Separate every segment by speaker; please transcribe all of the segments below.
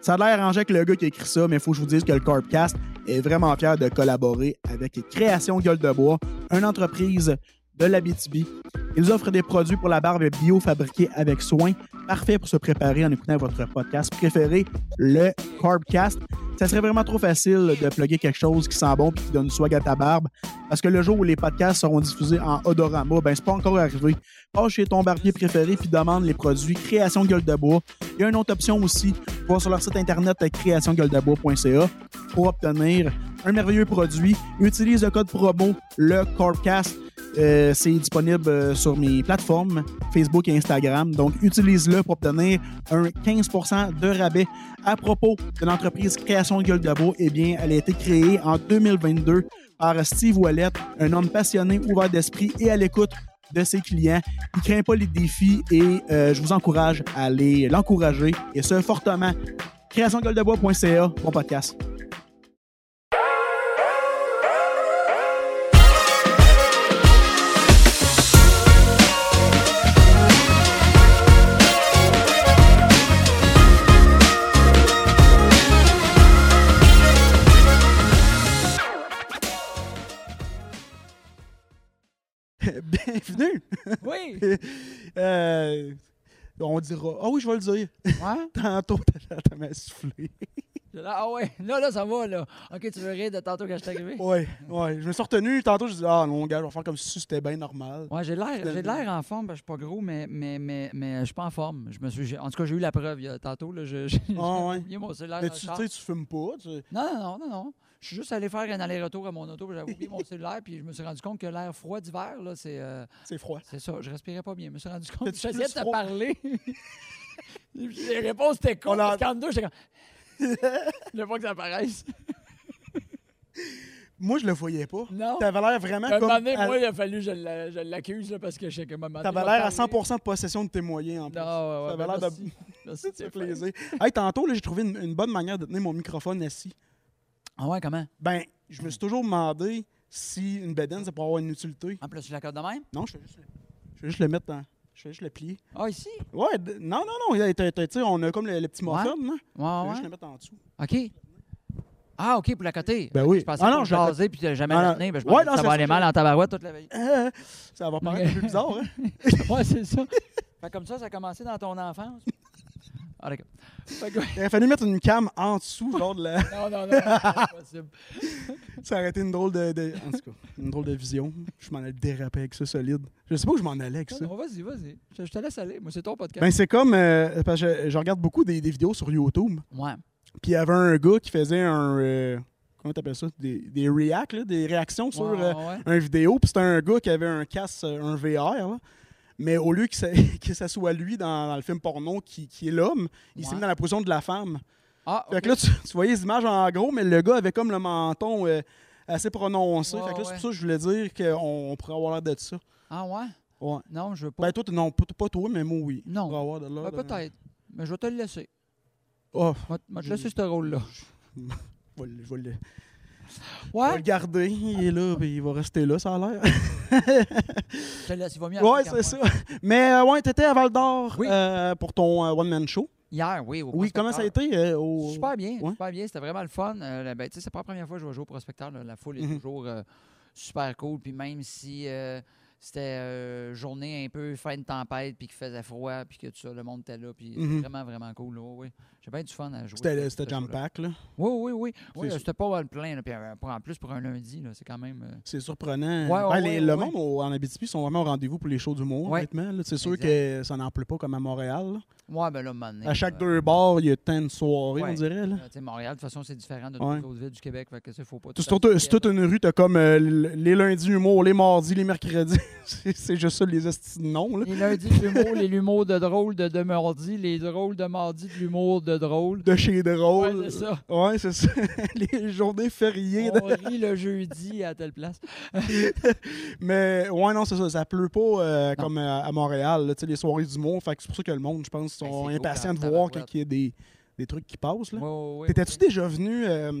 Speaker 1: Ça a l'air arrangé avec le gars qui a écrit ça, mais il faut que je vous dise que le Corpcast est vraiment fier de collaborer avec Création Gueule de Bois, une entreprise de l'Abitibi. Ils offrent des produits pour la barbe bio fabriqués avec soin, parfait pour se préparer en écoutant votre podcast préféré, le Carbcast. Ça serait vraiment trop facile de plugger quelque chose qui sent bon et qui donne du swag à ta barbe, parce que le jour où les podcasts seront diffusés en odorama, ben c'est pas encore arrivé. Passe chez ton barbier préféré puis demande les produits Création Gueule de Bois. Il y a une autre option aussi, va sur leur site internet euh, créationgueuledebois.ca pour obtenir un merveilleux produit. Utilise le code promo, le Carbcast. Euh, c'est disponible euh, sur mes plateformes Facebook et Instagram. Donc, utilise-le pour obtenir un 15 de rabais. À propos de l'entreprise Création de Gueule de Bois, eh bien, elle a été créée en 2022 par Steve Wallet, un homme passionné, ouvert d'esprit et à l'écoute de ses clients. Il ne craint pas les défis et euh, je vous encourage à aller l'encourager et ce, fortement. créationgueuledebois.ca, bon podcast. Bienvenue!
Speaker 2: Oui!
Speaker 1: Euh, on dira. Ah oui, je vais le dire.
Speaker 2: Ouais?
Speaker 1: Tantôt, t'as t'as m'a soufflé.
Speaker 2: J'ai l'air- Ah ouais, là, là, ça va, là. Ok, tu veux rire de tantôt quand je suis arrivé?
Speaker 1: Ouais, ouais. Je me suis retenu. Tantôt, je dis Ah non, gars, je vais faire comme si c'était bien normal.
Speaker 2: Ouais, j'ai l'air, j'ai l'air en forme, parce que je suis pas gros, mais, mais, mais, mais euh, je suis pas en forme. Je me suis, j'ai- en tout cas, j'ai eu la preuve il y a, tantôt, là. Je, je-
Speaker 1: Ah, ouais.
Speaker 2: j'ai oublié mon cellulaire
Speaker 1: Mais
Speaker 2: dans le
Speaker 1: tu
Speaker 2: char.
Speaker 1: sais, tu fumes pas. tu-
Speaker 2: Non, non, non, non, non. Je suis juste allé faire un aller-retour à mon auto, puis j'avais oublié mon cellulaire, puis je me suis rendu compte que l'air froid d'hiver, là, c'est, euh,
Speaker 1: C'est froid.
Speaker 2: c'est ça. Je respirais pas bien. Je me suis rendu compte que
Speaker 1: T'as-tu
Speaker 2: j'essayais de
Speaker 1: plus
Speaker 2: te
Speaker 1: froid?
Speaker 2: parler. Les réponses étaient
Speaker 1: On
Speaker 2: con.
Speaker 1: a-
Speaker 2: parce qu'entre deux, j'étais comme. Je veux pas que ça apparaisse.
Speaker 1: Moi, je le voyais pas.
Speaker 2: Non.
Speaker 1: T'avais l'air vraiment
Speaker 2: À un
Speaker 1: comme.
Speaker 2: moment donné,
Speaker 1: à-
Speaker 2: moi, il a fallu que je la- je l'accuse là, parce que je sais que un moment
Speaker 1: T'avais
Speaker 2: donné,
Speaker 1: l'air à
Speaker 2: il m'a
Speaker 1: 100 de possession de tes moyens en plus.
Speaker 2: Non, ouais, ouais,
Speaker 1: T'avais
Speaker 2: ben
Speaker 1: l'air de.
Speaker 2: merci. Merci,
Speaker 1: C'est
Speaker 2: Stéphane.
Speaker 1: plaisir. Hey, tantôt, là, j'ai trouvé une, une bonne manière de tenir mon microphone assis.
Speaker 2: Ah ouais, comment?
Speaker 1: Ben, je me suis toujours demandé si une bedaine, ça pourrait avoir une utilité.
Speaker 2: En Ah, plus, tu l'accordes de même?
Speaker 1: Non, je vais juste, le- je vais juste le mettre dans. Je vais juste le plier.
Speaker 2: Ah, ici?
Speaker 1: Ouais, d- non, non, non. t'as- t'as- Tu sais, on a comme le, le petit
Speaker 2: Ouais.
Speaker 1: morceau, non?
Speaker 2: Ouais,
Speaker 1: Je
Speaker 2: ouais,
Speaker 1: vais juste
Speaker 2: ouais.
Speaker 1: le mettre en dessous.
Speaker 2: OK. Ah, OK, pour la côté.
Speaker 1: Ben oui.
Speaker 2: Je pensais
Speaker 1: Ah
Speaker 2: ah,
Speaker 1: non,
Speaker 2: non,
Speaker 1: je
Speaker 2: je jasais puis tu jamais
Speaker 1: Ah non.
Speaker 2: l'amené. Ben, je
Speaker 1: Ouais,
Speaker 2: pensais
Speaker 1: non,
Speaker 2: que ça
Speaker 1: c'est
Speaker 2: va
Speaker 1: ça,
Speaker 2: aller mal en tabarouette toute la veille.
Speaker 1: Ah, ça va paraître un peu bizarre, hein?
Speaker 2: ouais, c'est ça. Fait comme ça, ça a commencé dans ton enfance. Ah, d'accord. Fait que-
Speaker 1: Il aurait fallu mettre une cam en dessous, genre de la...
Speaker 2: Non, non, non, non, c'est impossible.
Speaker 1: Ça aurait été une drôle de, de- En tout cas, une drôle de vision. Je m'en allais déraper avec ça solide. Je sais pas où je m'en allais avec ça.
Speaker 2: Non, non, vas-y, vas-y. Je, je te laisse aller. Moi, c'est ton podcast.
Speaker 1: Ben, c'est comme... euh, parce que je, je regarde beaucoup des, des vidéos sur YouTube.
Speaker 2: ouais.
Speaker 1: Puis il y avait un gars qui faisait un... euh, comment t'appelles ça? Des, des reacts, là, des réactions sur
Speaker 2: Ouais,
Speaker 1: euh,
Speaker 2: ouais.
Speaker 1: un vidéo. Puis c'était un gars qui avait un casque, euh, un VR, là. Mais au lieu que ça, que ça soit lui dans, dans le film porno qui, qui est l'homme, il s'est
Speaker 2: Ouais.
Speaker 1: mis dans la position de la femme.
Speaker 2: Ah,
Speaker 1: Fait
Speaker 2: ok.
Speaker 1: que là, tu, tu voyais les images en gros, mais le gars avait comme le menton euh, assez prononcé.
Speaker 2: Ouais,
Speaker 1: fait que là, c'est
Speaker 2: ouais.
Speaker 1: pour ça que je voulais dire qu'on on pourrait avoir l'air de ça.
Speaker 2: ah ouais?
Speaker 1: Ouais.
Speaker 2: Non, je veux pas.
Speaker 1: Ben, toi, t- non, pas, pas toi, mais moi, oui.
Speaker 2: Non.
Speaker 1: On pourrait avoir de l'air.
Speaker 2: Ben,
Speaker 1: de-
Speaker 2: peut-être. Mais je vais te le laisser.
Speaker 1: Ah, Oh,
Speaker 2: Je vais te- je vais te
Speaker 1: Je-
Speaker 2: laisser ce rôle-là.
Speaker 1: je vais, le- je vais le, je vais le
Speaker 2: Ouais?
Speaker 1: garder. Il est là, puis il va rester là, ça a l'air.
Speaker 2: Je te laisse. Il va mieux
Speaker 1: ouais,
Speaker 2: après qu'à
Speaker 1: c'est ça. Mais euh, ouais, t'étais à Val d'Or
Speaker 2: Oui.
Speaker 1: euh, pour ton euh, one-man show.
Speaker 2: moi. Hier, oui. Au
Speaker 1: Oui, comment ça a été? euh, au...
Speaker 2: Super bien.
Speaker 1: Ouais.
Speaker 2: Super bien. C'était vraiment le fun. Euh, là, ben, tu sais, c'est pas la première fois que je vais jouer au prospecteur. là. La foule est
Speaker 1: Mhm.
Speaker 2: toujours euh, super cool. Puis même si. euh, c'était euh, journée un peu fin de tempête, puis qu'il faisait froid, puis que tout ça, le monde était là, puis c'était
Speaker 1: Mhm.
Speaker 2: vraiment, vraiment cool. là. Oui, oui. J'ai bien du fun à jouer.
Speaker 1: C'était
Speaker 2: ce-
Speaker 1: c'était
Speaker 2: ce show-là.
Speaker 1: jam-pack, là.
Speaker 2: Oui, oui, oui. oui
Speaker 1: C'est-
Speaker 2: là, c'était pas mal plein. là, puis, euh, pour- en plus, pour un lundi, là, c'est quand même. euh,
Speaker 1: C'est surprenant.
Speaker 2: Ouais, ouais,
Speaker 1: Ben, les-
Speaker 2: ouais,
Speaker 1: le
Speaker 2: ouais.
Speaker 1: monde au- en Abitibi sont vraiment au rendez-vous pour les shows d'humour,
Speaker 2: Ouais.
Speaker 1: honnêtement. là. C'est sûr
Speaker 2: Exact.
Speaker 1: que ça n'en pleut pas comme à Montréal. là.
Speaker 2: Ouais, ben là, un moment donné,
Speaker 1: À chaque
Speaker 2: euh,
Speaker 1: deux bars, il y a tant de soirées,
Speaker 2: ouais.
Speaker 1: on dirait. Là.
Speaker 2: Euh, tu sais, Montréal, de toute façon, c'est différent de
Speaker 1: Ouais.
Speaker 2: toutes les autres villes du Québec. Fait que ça, faut pas
Speaker 1: C'est
Speaker 2: tout
Speaker 1: surtout-
Speaker 2: associer
Speaker 1: c'est toute
Speaker 2: à-
Speaker 1: une rue, t'as comme euh, l- les lundis humour, les mardis, les mercredis. c'est c'est juste ça, les estis de noms. là.
Speaker 2: Les lundis de l'humour, les l'humour de drôle de, de mardi, les drôles de mardi de l'humour de drôle.
Speaker 1: De chez Drôle.
Speaker 2: Ouais, c'est ça.
Speaker 1: Ouais, c'est ça. les journées fériées. de-
Speaker 2: On rit le jeudi à telle place.
Speaker 1: Mais ouais, non, c'est ça. Ça pleut pas euh,
Speaker 2: Non.
Speaker 1: comme à, à Montréal, là, tu sais, les soirées d'humour. Fait que c'est pour ça que le monde, je pense,
Speaker 2: Hey,
Speaker 1: sont
Speaker 2: Ben, c'est gros
Speaker 1: impatients
Speaker 2: quand
Speaker 1: de
Speaker 2: même,
Speaker 1: voir
Speaker 2: tabarouette.
Speaker 1: qu'il y a des, des trucs qui passent. Là.
Speaker 2: Ouais, ouais, ouais,
Speaker 1: T'étais-tu
Speaker 2: ouais.
Speaker 1: déjà venu euh,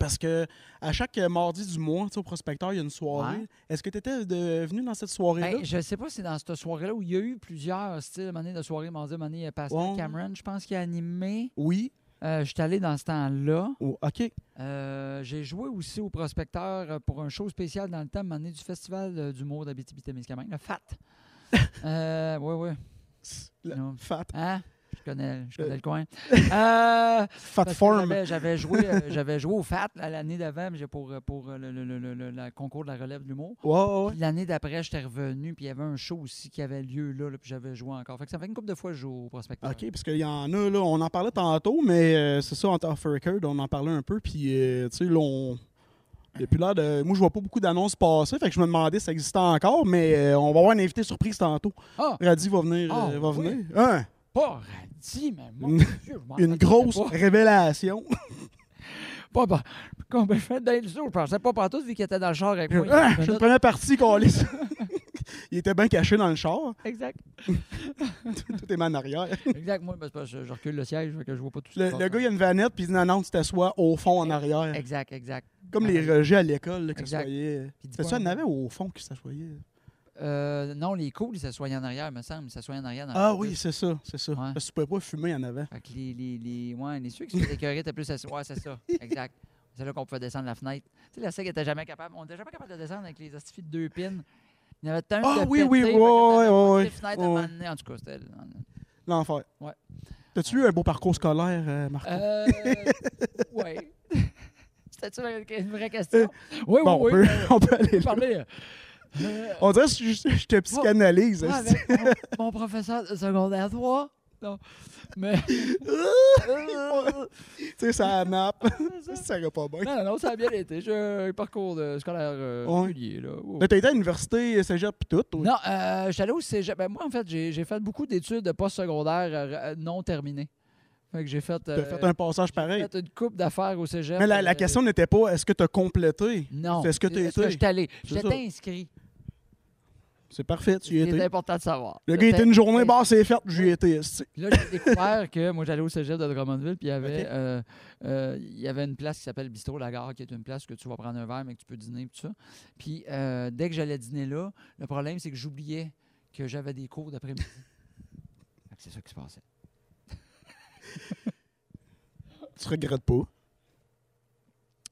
Speaker 1: parce que à chaque euh, mardi du mois, tu sais, au prospecteur, il y a une soirée.
Speaker 2: Ouais.
Speaker 1: Est-ce que tu étais venu dans cette soirée-là?
Speaker 2: Ben, je sais pas si c'est dans cette soirée-là où il y a eu plusieurs styles à un moment donné, de soirée mardi, à un moment donné, il y a Pascal
Speaker 1: Ouais.
Speaker 2: Cameron, je pense, qui a animé.
Speaker 1: oui.
Speaker 2: Euh, je suis allé dans ce temps-là.
Speaker 1: Oh, OK.
Speaker 2: Euh, j'ai joué aussi au prospecteur euh, pour un show spécial dans le thème année du Festival euh, d'humour d'Abitibi-Témiscamingue, le FAT. euh, ouais, ouais.
Speaker 1: Le-
Speaker 2: Non.
Speaker 1: Fat.
Speaker 2: Hein? Je connais, je connais le coin. Euh,
Speaker 1: Fat
Speaker 2: parce que
Speaker 1: form.
Speaker 2: j'avais- J'avais joué, euh, j'avais joué au FAT là, l'année d'avant mais j'ai pour, euh, pour euh, le, le- le- le- le- le concours de la relève de l'humour.
Speaker 1: Ouais, ouais, ouais.
Speaker 2: Puis L'année d'après, j'étais revenu, puis il y avait un show aussi qui avait lieu là, là, puis j'avais joué encore. Fait que ça fait une couple de fois que je joue au prospecteur.
Speaker 1: OK, parce qu'il y en a, là, on en parlait tantôt, mais euh, c'est ça, en off record, on en parlait un peu, puis, euh, tu sais, là, on... Depuis là, de... moi, je vois pas beaucoup d'annonces passer, fait que je me demandais si ça existait encore, mais euh, on va avoir un invité surprise tantôt.
Speaker 2: Ah,
Speaker 1: Radi va venir.
Speaker 2: Ah,
Speaker 1: euh, va
Speaker 2: oui.
Speaker 1: venir. Hein,
Speaker 2: pas radis, mais mon
Speaker 1: Une-
Speaker 2: Dieu, je m'en
Speaker 1: une
Speaker 2: rappelais
Speaker 1: grosse
Speaker 2: pas.
Speaker 1: révélation.
Speaker 2: Pas bon. Comme je fais d'être sûr, je pensais pas partout vu qu'il était dans le char avec moi.
Speaker 1: Hein, je me prenais parti, câlisse. Il était bien caché dans le char.
Speaker 2: Exact.
Speaker 1: Tout est mal en arrière.
Speaker 2: Exact. Moi, ben, c'est parce que je recule le siège, fait que je vois pas tout ce
Speaker 1: Le,
Speaker 2: qui se
Speaker 1: le
Speaker 2: passe.
Speaker 1: gars, il a une vanette, puis il dit non, non, tu t'assois au fond en arrière.
Speaker 2: Exact, exact.
Speaker 1: Comme les rejets à l'école, là, que ça
Speaker 2: Exact.
Speaker 1: soyait.
Speaker 2: Puis
Speaker 1: C'est
Speaker 2: dis-moi-
Speaker 1: ça, il y en avait au fond qui s'assoyait.
Speaker 2: Euh, non, les cools, ils s'assoient en arrière, me semble. Ils s'assoient en arrière. Dans le
Speaker 1: Ah
Speaker 2: autobus.
Speaker 1: oui, c'est ça, c'est ça.
Speaker 2: Ouais.
Speaker 1: Parce que tu pouvais pas fumer en avant.
Speaker 2: Fait que les, les, les, ouais, les ceux qui se faisaient écœurer étaient plus assis. Ouais, c'est ça. Exact. C'est là qu'on pouvait descendre la fenêtre. Tu sais, la SEG était jamais capable. On était jamais capable de descendre avec les astifies de deux pins. Il y en avait tant
Speaker 1: Ah
Speaker 2: de
Speaker 1: oui, oui,
Speaker 2: pétés,
Speaker 1: ouais,
Speaker 2: fait que t'avais
Speaker 1: ouais,
Speaker 2: passé
Speaker 1: ouais,
Speaker 2: les fenêtres à un
Speaker 1: ouais.
Speaker 2: moment donné. En tout cas, c'était.
Speaker 1: L'enfer.
Speaker 2: Ouais.
Speaker 1: T'as-tu eu un beau parcours scolaire, euh, Marco?
Speaker 2: Euh, ouais. C'était-tu une- une vraie question? Oui,
Speaker 1: Euh, bon,
Speaker 2: oui,
Speaker 1: on, peut,
Speaker 2: oui.
Speaker 1: on peut aller
Speaker 2: Je
Speaker 1: là.
Speaker 2: parlais. euh,
Speaker 1: On dirait que je, je- je te psychanalyse.
Speaker 2: moi,
Speaker 1: esti.
Speaker 2: avec mon, mon professeur de secondaire 3. Non. Mais.
Speaker 1: tu sais, ça nappe. ça va pas bien.
Speaker 2: Non, non, non, ça a bien été. J'ai un parcours de scolaire euh,
Speaker 1: Ouais.
Speaker 2: régulier, là. Ouais.
Speaker 1: Mais t'as été à l'université, cégep, puis tout. toi?
Speaker 2: Non, euh, je suis allé au cégep. Ben, moi, en fait, j'ai j'ai fait beaucoup d'études de post-secondaire euh, euh, non terminées. Fait que j'ai fait,
Speaker 1: T'as
Speaker 2: euh,
Speaker 1: fait un passage pareil.
Speaker 2: fait une coupe d'affaires au cégep.
Speaker 1: Mais la, la
Speaker 2: euh,
Speaker 1: question n'était pas est-ce que t'as complété?
Speaker 2: Non.
Speaker 1: c'est ce que t'as été.
Speaker 2: j'étais allé?
Speaker 1: C'est
Speaker 2: J'étais inscrit.
Speaker 1: C'est parfait, tu y
Speaker 2: C'est
Speaker 1: étais.
Speaker 2: important de savoir.
Speaker 1: Le gars
Speaker 2: J'étais-
Speaker 1: était une journée, bah c'est fait, j'y étais. esti.
Speaker 2: Puis Là, j'ai découvert que moi, j'allais au cégep de Drummondville, puis il y avait,
Speaker 1: Ok.
Speaker 2: euh, euh, il y avait une place qui s'appelle Bistrot La Gare, qui est une place que tu vas prendre un verre, mais que tu peux dîner, puis tout ça. Puis euh, dès que j'allais dîner là, le problème, c'est que j'oubliais que j'avais des cours d'après-midi. Fait que c'est ça qui se passait.
Speaker 1: Tu regrettes pas.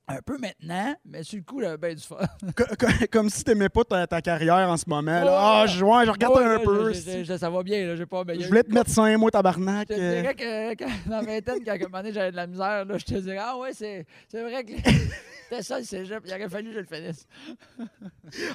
Speaker 2: Un peu maintenant, mais sur le coup, là, ben du fun.
Speaker 1: Co- co- Comme si t'aimais pas ta, ta carrière en ce moment.
Speaker 2: Ouais.
Speaker 1: là. Ah, je ouais, je regarde
Speaker 2: Ouais,
Speaker 1: un
Speaker 2: là,
Speaker 1: peu.
Speaker 2: je- je-
Speaker 1: esti.
Speaker 2: je- ça va bien, là, j'ai pas... mais Ben, il y a
Speaker 1: Je
Speaker 2: eu-
Speaker 1: voulais être médecin, moi, tabarnak.
Speaker 2: Je te
Speaker 1: euh.
Speaker 2: dirais que quand, dans la vingtaine, quand à un moment donné, j'avais de la misère, là, je te dirais, ah ouais, c'est c'est vrai que c'était ça le cégep, il aurait fallu que je le finisse.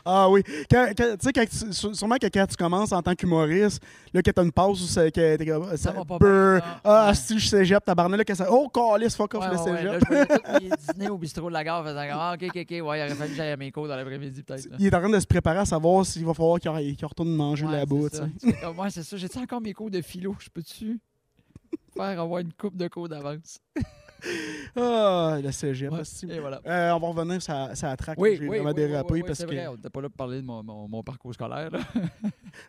Speaker 1: Ah oui. Quand- quand- tu sais, quand tu- sû- sûrement que quand tu commences en tant qu'humoriste, là, que t'as une pause, où c'est- que t'es comme. ah, Ça
Speaker 2: va pas
Speaker 1: brr,
Speaker 2: bien, là.
Speaker 1: Ah,
Speaker 2: Ouais.
Speaker 1: si je cégep, tabarnak, là, que ça. Oh, calice, fuck off,
Speaker 2: Ouais,
Speaker 1: le
Speaker 2: ouais, ouais,
Speaker 1: cégep.
Speaker 2: là, je voyais tous mes dîners au bistrot de la gare faisant comme, ah, ok, ok, ok, ouais, il aurait fallu que j'aille à mes cours dans l'après-midi, peut-être. là.
Speaker 1: Il est en train de se préparer à savoir s'il va falloir qu'il re- qu'il retourne manger
Speaker 2: Ouais,
Speaker 1: là-bas.
Speaker 2: c'est
Speaker 1: tu
Speaker 2: ça.
Speaker 1: sais.
Speaker 2: Tu fais comme, Ouais, c'est ça. J'ai-tu encore mes cours de philo? Je peux-tu faire avoir une coupe de cours d'avance?
Speaker 1: Ah, le cégep.
Speaker 2: Ouais,
Speaker 1: esti.
Speaker 2: Et voilà.
Speaker 1: Euh, on va revenir sur la- sur la track.
Speaker 2: Oui,
Speaker 1: J'ai
Speaker 2: oui, oui,
Speaker 1: vraiment
Speaker 2: oui,
Speaker 1: dérapé
Speaker 2: oui, oui,
Speaker 1: parce
Speaker 2: c'est
Speaker 1: que.
Speaker 2: vrai. On n'était pas là pour parler de mon, mon- mon parcours scolaire. Là.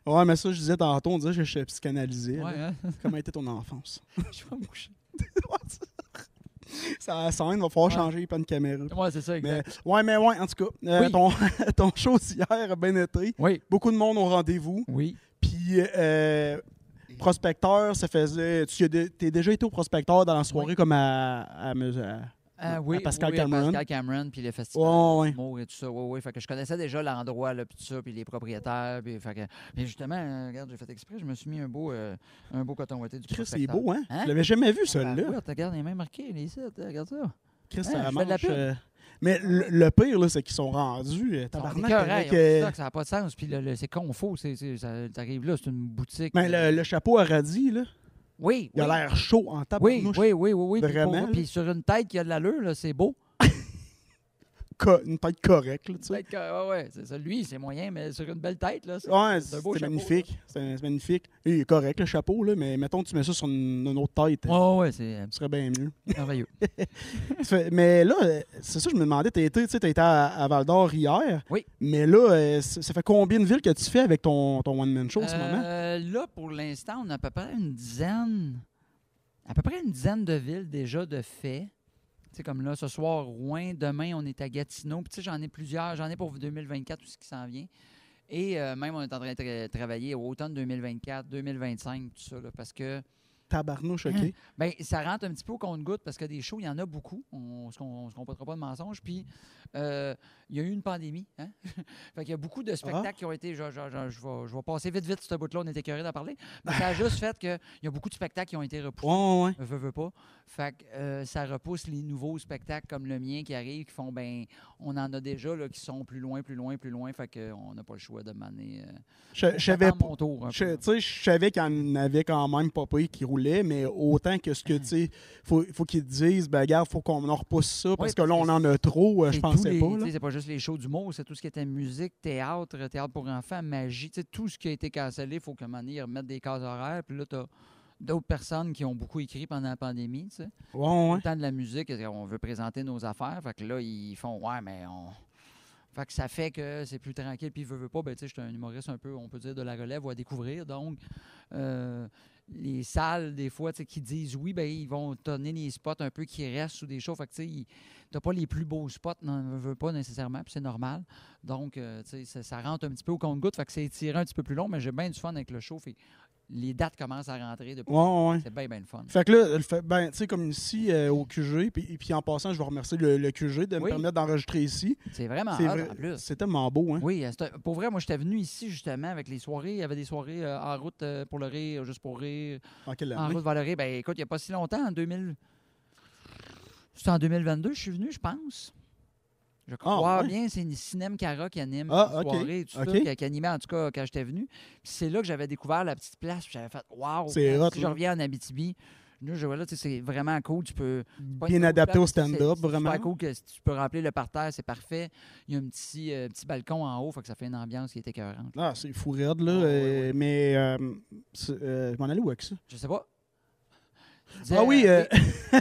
Speaker 1: Ouais, mais ça, je disais tantôt, on disait que je suis psychanalysé. là.
Speaker 2: Ouais, hein?
Speaker 1: Comment était ton enfance?
Speaker 2: Je vais me coucher.
Speaker 1: Ça la scène, va falloir
Speaker 2: Ouais.
Speaker 1: changer, pas une caméra.
Speaker 2: Ouais, c'est ça, exact.
Speaker 1: Mais, ouais, mais ouais, en tout cas, euh,
Speaker 2: Oui.
Speaker 1: ton, ton show d'hier a bien été.
Speaker 2: Oui,
Speaker 1: Beaucoup de monde au rendez-vous.
Speaker 2: oui.
Speaker 1: Puis, euh, prospecteur, ça faisait. Tu as dé- t'es déjà été au prospecteur dans la soirée
Speaker 2: Oui.
Speaker 1: comme à. à, mes- à-
Speaker 2: Ah, oui,
Speaker 1: à Pascal
Speaker 2: oui, à
Speaker 1: Cameron.
Speaker 2: Pascal Cameron, puis le festival.
Speaker 1: Ouais, ouais.
Speaker 2: d'humour et tout ça. Oui, oui. Fait que je connaissais déjà l'endroit, là, puis tout ça, puis les propriétaires. Puis, fait que... Mais justement, euh, regarde, j'ai fait exprès, je me suis mis un beau, euh, un beau coton ouaté du
Speaker 1: Chris, c'est
Speaker 2: prospecteur.
Speaker 1: beau, hein?
Speaker 2: Hein?
Speaker 1: Je l'avais jamais vu,
Speaker 2: Ah,
Speaker 1: celui-là.
Speaker 2: ouais, regarde, il est même marqué, il est ici, t'as- regarde ça.
Speaker 1: Chris,
Speaker 2: Hein,
Speaker 1: ça
Speaker 2: je fais de la
Speaker 1: marche.
Speaker 2: pub.
Speaker 1: euh, Mais le, le pire, là, c'est qu'ils sont rendus. euh,
Speaker 2: Tabarnak,
Speaker 1: Tabarnak. avec, euh,
Speaker 2: ça, que ça n'a pas de sens. Puis le- le- c'est con, faux. c'est- c'est- ça- T'arrives là, c'est une boutique.
Speaker 1: ben, le, le chapeau à radis, là,
Speaker 2: Oui,
Speaker 1: il a
Speaker 2: oui.
Speaker 1: l'air chaud en
Speaker 2: Oui,
Speaker 1: tabarnouche.
Speaker 2: oui, oui, oui, oui. Puis, pour-
Speaker 1: Vraiment, là.
Speaker 2: puis sur une tête qui a de l'allure, là, c'est beau.
Speaker 1: Co- Une tête correcte, là, tu sais.
Speaker 2: Peut-être que, ouais, ouais, c'est ça. Lui, c'est moyen, mais sur une belle tête, là, c'est
Speaker 1: Ouais,
Speaker 2: c'est
Speaker 1: c'est
Speaker 2: un beau chapeau,
Speaker 1: magnifique. C'est c'est magnifique. Et Il est correct, le chapeau, là, mais mettons que tu mets ça sur une, une autre tête.
Speaker 2: Ouais, ouais, ouais, c'est euh,
Speaker 1: Ce serait bien mieux.
Speaker 2: merveilleux.
Speaker 1: Tu fais- mais là, euh, c'est ça, je me demandais, t'as été, tu sais, t'as été à, à Val d'Or hier.
Speaker 2: Oui.
Speaker 1: Mais là, euh, c- ça fait combien de villes que tu fais avec ton, ton one-man show en ce moment?
Speaker 2: Euh, là, pour l'instant, on a à peu près une dizaine, à peu près une dizaine de villes déjà de fait. Tu sais, comme là, ce soir, Rouen, demain, on est à Gatineau. Puis tu sais, j'en ai plusieurs, j'en ai pour 2024, tout ce qui s'en vient. Et euh, même, on est en train de tra- travailler au automne 2024, 2025, tout ça, là, parce que
Speaker 1: tabarnouche, OK.
Speaker 2: Ben, ça rentre un petit peu au compte-goutte parce que des shows, il y en a beaucoup. On ne se, com- on se comportera pas de mensonges. Puis, euh, il y a eu une pandémie. Hein? fait qu'il y a beaucoup de spectacles
Speaker 1: Ah.
Speaker 2: qui ont été. Je, je- je- je vais, je vais passer vite, vite ce bout-là. On était curieux d'en parler. Mais ça a juste fait qu'il y a beaucoup de spectacles qui ont été repoussés.
Speaker 1: Ouais, ouais.
Speaker 2: Veux, veux pas. Fait que euh, ça repousse les nouveaux spectacles comme le mien qui arrivent, qui font, ben, on en a déjà là, qui sont plus loin, plus loin, plus loin. Fait qu'on n'a pas le choix de maner. euh,
Speaker 1: Je je savais
Speaker 2: j'attends
Speaker 1: pas.
Speaker 2: mon tour. un peu.
Speaker 1: Je, tu sais, je savais qu'il y en avait quand même pas pire qui roulait, mais autant que
Speaker 2: Hein.
Speaker 1: ce que, tu sais, faut, faut qu'ils disent, ben, regarde, faut qu'on en repousse ça, parce
Speaker 2: Ouais,
Speaker 1: que là,
Speaker 2: parce
Speaker 1: on
Speaker 2: que
Speaker 1: en a trop, euh, je
Speaker 2: C'est tous
Speaker 1: pensais
Speaker 2: les-
Speaker 1: pas,
Speaker 2: tu
Speaker 1: là.
Speaker 2: sais, C'est pas juste les shows d'humour, c'est tout ce qui était musique, théâtre, théâtre pour enfants, magie. tu sais, Tout ce qui a été cancellé, il faut que manier remettre des cases horaires. Puis là, tu d'autres personnes qui ont beaucoup écrit pendant la pandémie. tu sais.
Speaker 1: Ouais, ouais.
Speaker 2: Autant de la musique, on veut présenter nos affaires. Fait que là, ils font Ouais, mais on. Fait que ça fait que c'est plus tranquille, puis veut, veut pas. Ben, tu sais, je suis un humoriste un peu, on peut dire, de la relève ou à découvrir. Donc, euh, les salles, des fois, tu sais, qui disent oui, ben, ils vont donner les spots un peu qui restent sous des shows. Fait que, tu sais, ils- t'as pas les plus beaux spots, non, veux, veux pas nécessairement, puis c'est normal. Donc, euh, tu sais, ça, ça rentre un petit peu au compte-goutte. Fait que c'est étiré un petit peu plus long, mais j'ai bien du fun avec le show. Fait que les dates commencent à rentrer. de plus-
Speaker 1: Ouais, ouais, ouais.
Speaker 2: C'est bien, bien le fun.
Speaker 1: Fait que là, le fait- ben, tu sais, comme ici, euh, au QG, puis, puis en passant, je vais remercier le, le QG de me
Speaker 2: Oui.
Speaker 1: permettre d'enregistrer ici.
Speaker 2: C'est vraiment
Speaker 1: C'est
Speaker 2: hot,
Speaker 1: vrai-
Speaker 2: en plus.
Speaker 1: c'est tellement beau, hein.
Speaker 2: Oui, euh, c'est un- pour vrai, moi, j'étais venu ici justement avec les soirées. Il y avait des soirées euh, en route euh, pour le rire, juste pour rire,
Speaker 1: En quelle
Speaker 2: en
Speaker 1: année?
Speaker 2: route vers le rire. Ben, écoute, il n'y a pas si longtemps, en 2000. C'était en 2022, je suis venu, je pense. Je crois
Speaker 1: Ah, ouais.
Speaker 2: bien, c'est une Cinem Cara qui anime
Speaker 1: Ah,
Speaker 2: les
Speaker 1: ok,
Speaker 2: soirées et tout ça,
Speaker 1: ok.
Speaker 2: qui, qui animait en tout cas quand j'étais venu. Puis c'est là que j'avais découvert la petite place, puis j'avais fait Waouh!
Speaker 1: C'est hot,
Speaker 2: Si je
Speaker 1: là.
Speaker 2: reviens en Abitibi, là, je vois là, tu sais, c'est vraiment cool. Tu peux. c'est pas une
Speaker 1: Bien
Speaker 2: grosse
Speaker 1: adapté au
Speaker 2: place, c'est-
Speaker 1: stand-up,
Speaker 2: c'est
Speaker 1: vraiment.
Speaker 2: super cool que si tu peux remplir le parterre, c'est parfait. Il y a un petit, euh, petit balcon en haut, fait que ça fait une ambiance qui est écœurante.
Speaker 1: Ah, c'est fou raide, là.
Speaker 2: Ouais,
Speaker 1: euh, Mais, euh, c'est- euh, je m'en allais où avec ça?
Speaker 2: Je sais pas. Tu disais,
Speaker 1: Ah oui, euh,
Speaker 2: tu disais,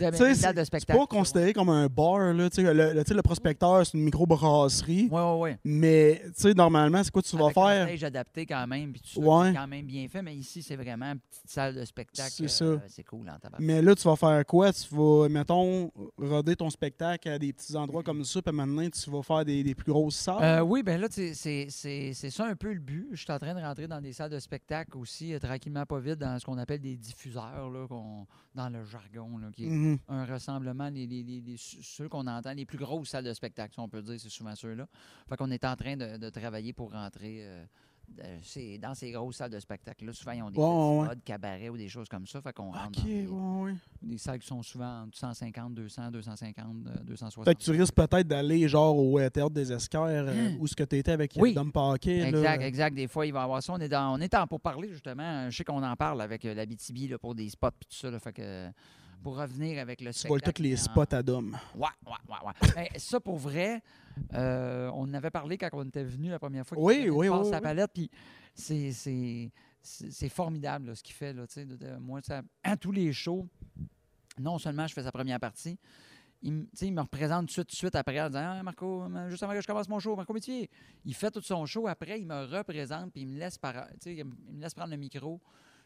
Speaker 2: mais
Speaker 1: tu sais,
Speaker 2: une salle de
Speaker 1: c'est
Speaker 2: spectacle.
Speaker 1: pas considéré comme un bar, là. Tu sais, le, le- tu sais, le prospecteur, c'est une micro-brasserie.
Speaker 2: Oui, oui, oui.
Speaker 1: Mais, tu sais, normalement, c'est quoi tu vas faire?
Speaker 2: Ah, stage adapté quand même, puis tout ça,
Speaker 1: Ouais.
Speaker 2: c'est quand même bien fait, mais ici, c'est vraiment une petite salle de spectacle.
Speaker 1: C'est
Speaker 2: euh,
Speaker 1: ça.
Speaker 2: C'est cool en tabac.
Speaker 1: Mais là, tu vas faire quoi? Tu vas, mettons, roder ton spectacle à des petits endroits comme ça, puis maintenant, tu vas faire des, des plus grosses salles.
Speaker 2: Euh, oui, ben là, tu sais, c'est c'est- c'est ça un peu le but. Je suis en train de rentrer dans des salles de spectacle aussi, euh, tranquillement, pas vite, dans ce qu'on appelle des diffuseurs, là, qu'on- dans le jargon, là, qui est
Speaker 1: Mhm.
Speaker 2: un rassemblement, les, les- les- les- ceux qu'on entend, les plus grosses salles de spectacle, si on peut dire, c'est souvent ceux-là. Fait qu'on est en train de, de travailler pour rentrer euh, euh, ces- dans ces grosses salles de spectacle-là. Souvent, ils ont des
Speaker 1: Ouais,
Speaker 2: petits
Speaker 1: ouais, ouais.
Speaker 2: modes, cabarets ou des choses comme ça. Fait qu'on rentre
Speaker 1: OK,
Speaker 2: dans des,
Speaker 1: ouais, ouais.
Speaker 2: des salles qui sont souvent entre 150, 200, 250, euh, 260.
Speaker 1: Fait que tu risques peut-être d'aller, genre, au euh, Théâtre des Esquerres, euh, où ce que tu étais avec euh,
Speaker 2: Oui.
Speaker 1: Dom Paquet.
Speaker 2: Exact,
Speaker 1: là.
Speaker 2: exact. Des fois, il va y avoir ça. On est, dans, on est en pour parler, justement. Je sais qu'on en parle avec la BTB pour des spots et tout ça. là. fait que, euh, pour revenir avec le
Speaker 1: Tu vois
Speaker 2: spectacle
Speaker 1: tous les
Speaker 2: en-
Speaker 1: spots à Dom.
Speaker 2: Ouais, ouais, ouais, ouais. Mais ça, pour vrai, euh, on en avait parlé quand on était venu la première fois. qu'il
Speaker 1: Oui,
Speaker 2: nous donnait
Speaker 1: oui,
Speaker 2: une
Speaker 1: oui,
Speaker 2: passe à la
Speaker 1: oui.
Speaker 2: palette, puis c'est- c'est c'est- c'est formidable là, ce qu'il fait. Là, tu sais, de- de- moi, ça, à tous les shows, non seulement je fais sa première partie, il, me- tu sais, il me représente tout de suite, tout de suite après en disant Ah, Marco, juste avant que je commence mon show, Marco Métier. Il fait tout son show après, il me représente, puis il me laisse, par- tu sais, il me il me laisse prendre le micro.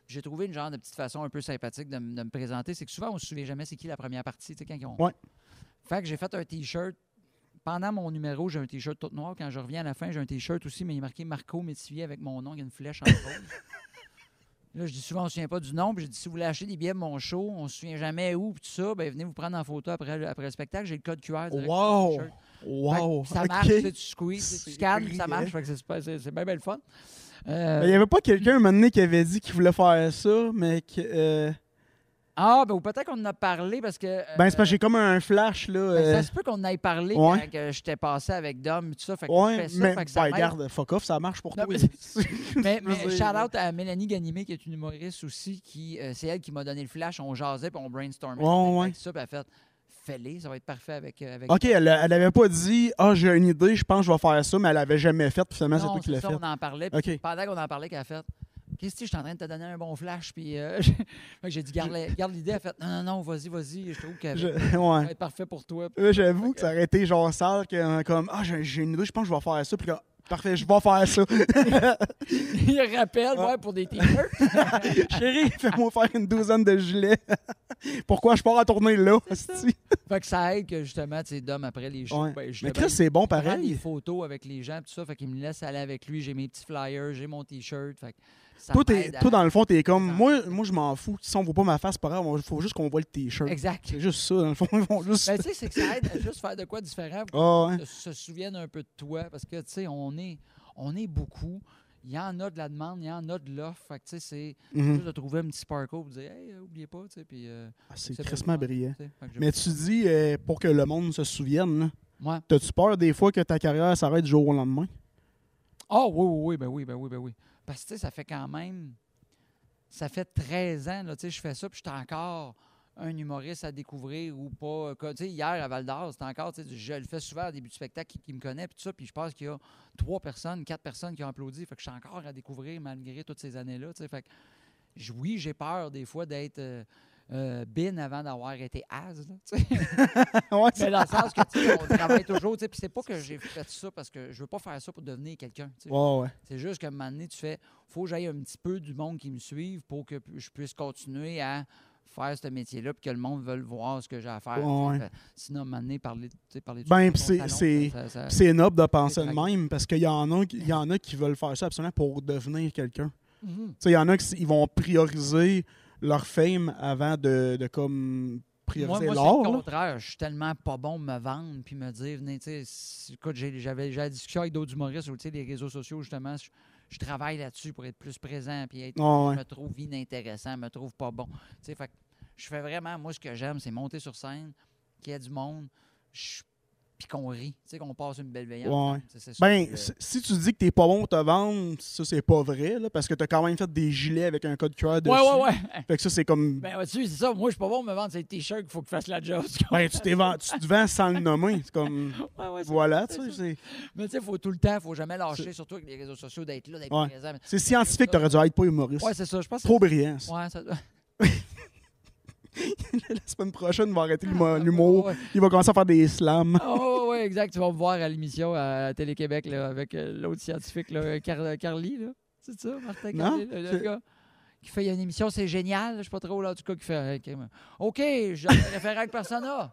Speaker 2: J'ai trouvé une genre de petite façon un peu sympathique de, m- de me présenter. C'est que souvent, on ne se souvient jamais c'est qui la première partie, tu sais, quand ils ont.
Speaker 1: Ouais.
Speaker 2: Fait que j'ai fait un T-shirt. Pendant mon numéro, j'ai un T-shirt tout noir. Quand je reviens à la fin, j'ai un T-shirt aussi, mais il est marqué Marco Métivier avec mon nom, il y a une flèche en rose. Là, je dis souvent, on ne se souvient pas du nom. Puis je dis, si vous voulez acheter des billets de mon show, on ne se souvient jamais où, puis tout ça, ben, venez vous prendre en photo après, le- après le spectacle. J'ai le code QR. direct.
Speaker 1: Wow!
Speaker 2: Fait
Speaker 1: Wow!
Speaker 2: Fait que ça
Speaker 1: OK.
Speaker 2: marche, tu sais, tu squeezes, tu
Speaker 1: C'est
Speaker 2: scannes, puis ça
Speaker 1: brillant.
Speaker 2: marche. Fait que c'est super- c'est c'est bien, bien le fun.
Speaker 1: Ben,
Speaker 2: Euh,
Speaker 1: Il n'y avait pas quelqu'un, un moment donné, qui avait dit qu'il voulait faire ça, mais que. euh,
Speaker 2: ah, ben, ou peut-être qu'on en a parlé parce que. euh,
Speaker 1: Ben, c'est parce que j'ai comme un flash, là.
Speaker 2: ben,
Speaker 1: euh,
Speaker 2: ça se peut qu'on en ait parlé
Speaker 1: Ouais.
Speaker 2: quand que j'étais passé avec Dom et tout ça. Fait que je
Speaker 1: Ouais,
Speaker 2: fais ça,
Speaker 1: mais
Speaker 2: fait que ça
Speaker 1: ben,
Speaker 2: m'aide.
Speaker 1: garde, fuck off, ça marche pour
Speaker 2: Non,
Speaker 1: toi.
Speaker 2: mais- Mais,
Speaker 1: Je veux
Speaker 2: mais
Speaker 1: dire,
Speaker 2: shout out à Mélanie Ganimé, qui est une humoriste aussi, qui euh, c'est elle qui m'a donné le flash. On jasait puis on brainstormait.
Speaker 1: Ouais, ouais, ouais.
Speaker 2: Avec ça, puis elle a fait fais-les, ça va être parfait avec. euh, avec
Speaker 1: OK, elle, elle avait pas dit Ah, j'ai une idée, je pense que je vais faire ça, mais elle avait jamais fait, puis finalement, c'est
Speaker 2: Non,
Speaker 1: toi qui l'as
Speaker 2: ça,
Speaker 1: fait.
Speaker 2: on en parlait. puis
Speaker 1: OK.
Speaker 2: Pendant qu'on en parlait, qu'elle a fait Christy, je suis en train de te donner un bon flash. Puis euh, fait que j'ai dit garde la- garde l'idée. Elle a fait non, non, non, vas-y, vas-y. Je trouve que
Speaker 1: Je-
Speaker 2: ça va
Speaker 1: ouais.
Speaker 2: être parfait pour toi.
Speaker 1: Là, Euh, j'avoue que ça aurait été genre sale, que, euh, comme Ah, j'ai j'ai une idée, je pense que je vais faire ça, puis là, parfait, je vais faire ça. Ah.
Speaker 2: Il rappelle, ouais, pour des t-shirts.
Speaker 1: Chérie, fais-moi faire une douzaine de gilets. Pourquoi je pars à tourner là? hostie?
Speaker 2: Fait que ça aide que justement, tu sais, Dom, après les shows,
Speaker 1: Ouais.
Speaker 2: ben, je
Speaker 1: Mais
Speaker 2: te- ben,
Speaker 1: Chris, c'est bon
Speaker 2: il prend des
Speaker 1: pareil.
Speaker 2: photos avec les gens, tout ça. Fait qu'il me laisse aller avec lui. J'ai mes petits flyers, j'ai mon T-shirt. Fait que ça
Speaker 1: Toi, t'es-
Speaker 2: m'aide à-
Speaker 1: toi, dans le fond, t'es comme,
Speaker 2: Ça-
Speaker 1: moi, moi je m'en fous. Si on voit pas ma face, c'est pas grave. Il faut juste qu'on voit le t-shirt.
Speaker 2: Exact.
Speaker 1: C'est juste ça, dans le fond. Ils vont juste.
Speaker 2: Ben, tu sais, c'est que ça aide à juste faire de quoi de différent pour
Speaker 1: Ah, ouais.
Speaker 2: qu'ils Euh, se souviennent un peu de toi. Parce que, tu sais, on est, on est beaucoup. Il y en a de la demande, il y en a de l'offre. Fait que, tu sais, c'est
Speaker 1: Mhm.
Speaker 2: juste de trouver un petit parcours pour dire, hey, euh, oubliez pas, tu sais. Puis, euh,
Speaker 1: Ah, c'est
Speaker 2: c'est pas
Speaker 1: crissement
Speaker 2: le fun.
Speaker 1: brillant.
Speaker 2: tu sais, fait que j'ai-
Speaker 1: Mais tu dis, euh, pour que le monde se souvienne, là,
Speaker 2: Moi.
Speaker 1: t'as-tu peur des fois que ta carrière s'arrête du jour au lendemain?
Speaker 2: Ah oui, oui, oui, ben oui, ben oui, ben oui. Parce que tu sais, ça fait quand même. Ça fait 13 ans, là, tu sais, je fais ça, puis je suis encore un humoriste à découvrir ou pas. euh, que- Tu sais, hier à Val d'Or, c'était encore, tu sais, du- je le fais souvent au début du spectacle qui, qui me connaît, puis tout ça, puis je pense qu'il y a trois personnes, quatre personnes qui ont applaudi, fait que je suis encore à découvrir malgré toutes ces années-là, tu sais, fait que j- oui, j'ai peur des fois d'être. euh, euh, bin avant d'avoir été as, là, tu sais.
Speaker 1: ouais,
Speaker 2: mais
Speaker 1: c'est-
Speaker 2: dans le sens que tu sais, on travaille toujours, tu sais, puis c'est pas que j'ai fait ça parce que je veux pas faire ça pour devenir quelqu'un. tu sais.
Speaker 1: ouais, ouais.
Speaker 2: C'est juste qu'à un moment donné, tu fais faut que j'aille un petit peu du monde qui me suive pour que pu- je puisse continuer à faire ce métier-là puis que le monde veuille voir ce que j'ai à faire.
Speaker 1: Ouais.
Speaker 2: Fait- sinon, à un moment donné, parler, tu sais, parler du
Speaker 1: Ben,
Speaker 2: fond de
Speaker 1: pis
Speaker 2: ton
Speaker 1: c'est-
Speaker 2: salon,
Speaker 1: c'est-
Speaker 2: ça- ça-
Speaker 1: Puis C'est noble de penser
Speaker 2: C'est
Speaker 1: de
Speaker 2: tranquille.
Speaker 1: même parce qu'il y, en a qui- il y en a qui veulent faire ça absolument pour devenir quelqu'un.
Speaker 2: Mhm.
Speaker 1: Tu sais, Il y en a qui s- ils vont prioriser leur fame avant de, de comme
Speaker 2: Moi,
Speaker 1: prioriser
Speaker 2: moi,
Speaker 1: l'or.
Speaker 2: c'est le
Speaker 1: là.
Speaker 2: contraire. Je suis tellement pas bon de me vendre puis me dire, venez, tu sais, si- écoute, j'ai- j'avais j'ai la discussion avec d'autres humoristes sur tu sais, les réseaux sociaux, justement. Je, je travaille là-dessus pour être plus présent puis être
Speaker 1: Ouais, ouais.
Speaker 2: je me trouve inintéressant, me trouve pas bon. Tu sais, fait que je fais vraiment, moi, ce que j'aime, c'est monter sur scène, qu'il y a du monde, je- puis qu'on rit, tu sais, qu'on passe une belle veillance.
Speaker 1: Ouais, ouais.
Speaker 2: ensemble. C'est- c'est ça
Speaker 1: Ben,
Speaker 2: que-
Speaker 1: si si tu dis que t'es pas bon pour te vendre, ça c'est pas vrai, là, parce que t'as quand même fait des gilets avec un code QR dessus.
Speaker 2: ouais, ouais, ouais.
Speaker 1: Fait que ça c'est comme. Ben,
Speaker 2: Ben, vois-tu, c'est ça. Moi, je suis pas bon de me vendre ces t-shirts qu'il faut que je fasse la job.
Speaker 1: ben, tu, t'es vend- tu te vends sans le nommer. C'est comme.
Speaker 2: Ouais, ouais, c'est-
Speaker 1: Voilà, tu
Speaker 2: c'est
Speaker 1: sais.
Speaker 2: ça.
Speaker 1: c'est-
Speaker 2: Mais tu sais, il faut tout le temps, faut jamais lâcher,
Speaker 1: C'est-
Speaker 2: surtout avec les réseaux sociaux, d'être là, d'être
Speaker 1: Ouais.
Speaker 2: présent.
Speaker 1: C'est scientifique, t'aurais dû être pas humoriste.
Speaker 2: Ouais, c'est ça. Je pense que
Speaker 1: Trop brillant. ça.
Speaker 2: Ouais, ça...
Speaker 1: La semaine prochaine, on va arrêter l'humo-
Speaker 2: Ah,
Speaker 1: l'humour.
Speaker 2: ouais, ouais.
Speaker 1: Il va commencer à faire des slams.
Speaker 2: Oh, ouais, exact. Tu vas me voir à l'émission à Télé-Québec là, avec euh, l'autre scientifique, là, Car- euh, Carly. là. C'est ça, Martin
Speaker 1: Non,
Speaker 2: Carly, le, le
Speaker 1: c'est-
Speaker 2: gars qui fait il y a une émission, c'est génial. Je sais pas trop, là, en tout cas, qui fait. euh, qui- OK, j'ai un référent avec Persona.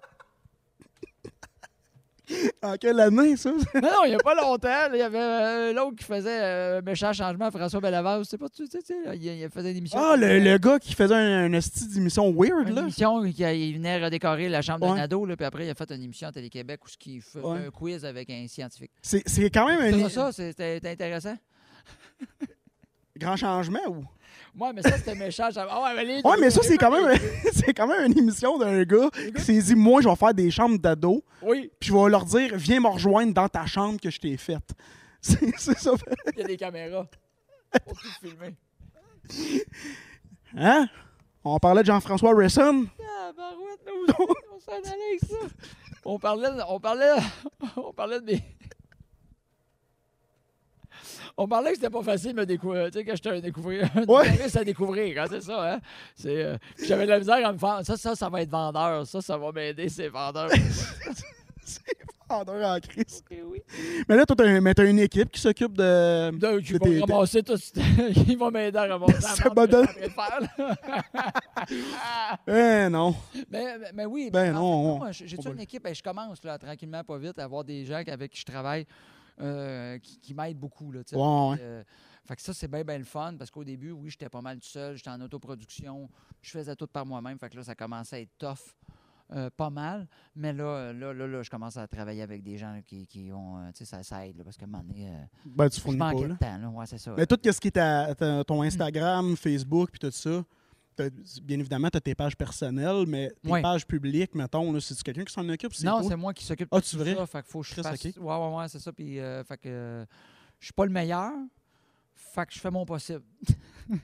Speaker 1: En Ah, quelle année, ça?
Speaker 2: Non, non, il n'y a pas longtemps, là, il y avait euh, l'autre qui faisait euh, méchant changement, François Bellavance. C'est pas, tu sais, tu sais, là, il, il faisait une émission.
Speaker 1: Ah, le, le gars qui faisait un, un esti d'émission weird,
Speaker 2: Une
Speaker 1: là.
Speaker 2: émission qui euh, il venait redécorer la chambre
Speaker 1: Ouais.
Speaker 2: d'un ado, là, puis après, il a fait une émission à Télé-Québec où ce qu'il fait
Speaker 1: Ouais.
Speaker 2: un quiz avec un scientifique.
Speaker 1: C'est c'est quand même un
Speaker 2: C'est ça, c'était c'était intéressant.
Speaker 1: grand changement, ou?
Speaker 2: Ouais, mais ça, c'était méchant. j'avais- Ah ouais, mais les-
Speaker 1: Ouais, mais ça,
Speaker 2: les-
Speaker 1: c'est quand même c'est quand même une émission d'un gars qui s'est dit Moi, je vais faire des chambres d'ados,
Speaker 2: Oui,
Speaker 1: puis je vais leur dire Viens me rejoindre dans ta chambre que je t'ai faite. C'est c'est ça.
Speaker 2: il y a des caméras pour tout filmer.
Speaker 1: Hein? On parlait de Jean-François Resson.
Speaker 2: Ah, barouette, nous aussi, on s'en allait avec ça. On parlait, de- on parlait, on parlait de mes... On parlait que c'était pas facile de me découvrir. Tu sais, que j'étais un découvrir. Un
Speaker 1: Ouais.
Speaker 2: humoriste à découvrir, hein, c'est ça, hein? C'est, euh, j'avais de la misère à me faire. Ça, ça, ça va être vendeur. Ça, ça va m'aider, ces vendeurs.
Speaker 1: Ah, d'un en crise.
Speaker 2: Ok, oui.
Speaker 1: Mais là, toi, t'as un- mais t'as une équipe qui s'occupe de.
Speaker 2: Donc, je
Speaker 1: Mais t'es-
Speaker 2: vais ramasser tout. Il va m'aider à ramasser. la
Speaker 1: Ça
Speaker 2: marde
Speaker 1: m'a
Speaker 2: que
Speaker 1: donné-
Speaker 2: j'étais en train de faire, là.
Speaker 1: Eh non.
Speaker 2: Mais, mais- mais oui,
Speaker 1: Ben
Speaker 2: mais en
Speaker 1: non,
Speaker 2: fait,
Speaker 1: on-
Speaker 2: moi, j'ai j'ai-tu
Speaker 1: va
Speaker 2: une équipe, Ben, je commence là, tranquillement, pas vite, à avoir des gens avec qui je travaille euh, qui, qui m'aident beaucoup. Là, tu sais.
Speaker 1: Ouais, ouais.
Speaker 2: Euh, fait que ça, c'est bien, bien le fun parce qu'au début, oui, j'étais pas mal tout seul, j'étais en autoproduction, je faisais tout par moi-même. Fait que là, ça commençait à être tough. euh, pas mal, mais là, euh, là, là, là, je commence à travailler avec des gens là, qui, qui ont, euh, tu sais, ça, ça aide, là, parce que un moment donné, euh,
Speaker 1: Ben, tu
Speaker 2: je
Speaker 1: fournis pas,
Speaker 2: manquais
Speaker 1: là.
Speaker 2: de temps, là, ouais, c'est ça.
Speaker 1: Mais tout ce qui est ta- ta- ton Instagram, Facebook, puis tout ça, t'as- bien évidemment, tu as tes pages personnelles, mais tes
Speaker 2: Ouais.
Speaker 1: pages publiques, mettons, là, c'est-tu quelqu'un qui s'en occupe? c'est
Speaker 2: Non,
Speaker 1: toi?
Speaker 2: c'est moi qui s'occupe
Speaker 1: Ah,
Speaker 2: de
Speaker 1: tu
Speaker 2: tout
Speaker 1: vrai?
Speaker 2: ça. Fait que faut que je
Speaker 1: Chris,
Speaker 2: fasse.
Speaker 1: ok.
Speaker 2: Ouais, ouais, ouais, c'est ça. Puis, euh, fait que euh, je suis pas le meilleur. Fait que je fais mon possible.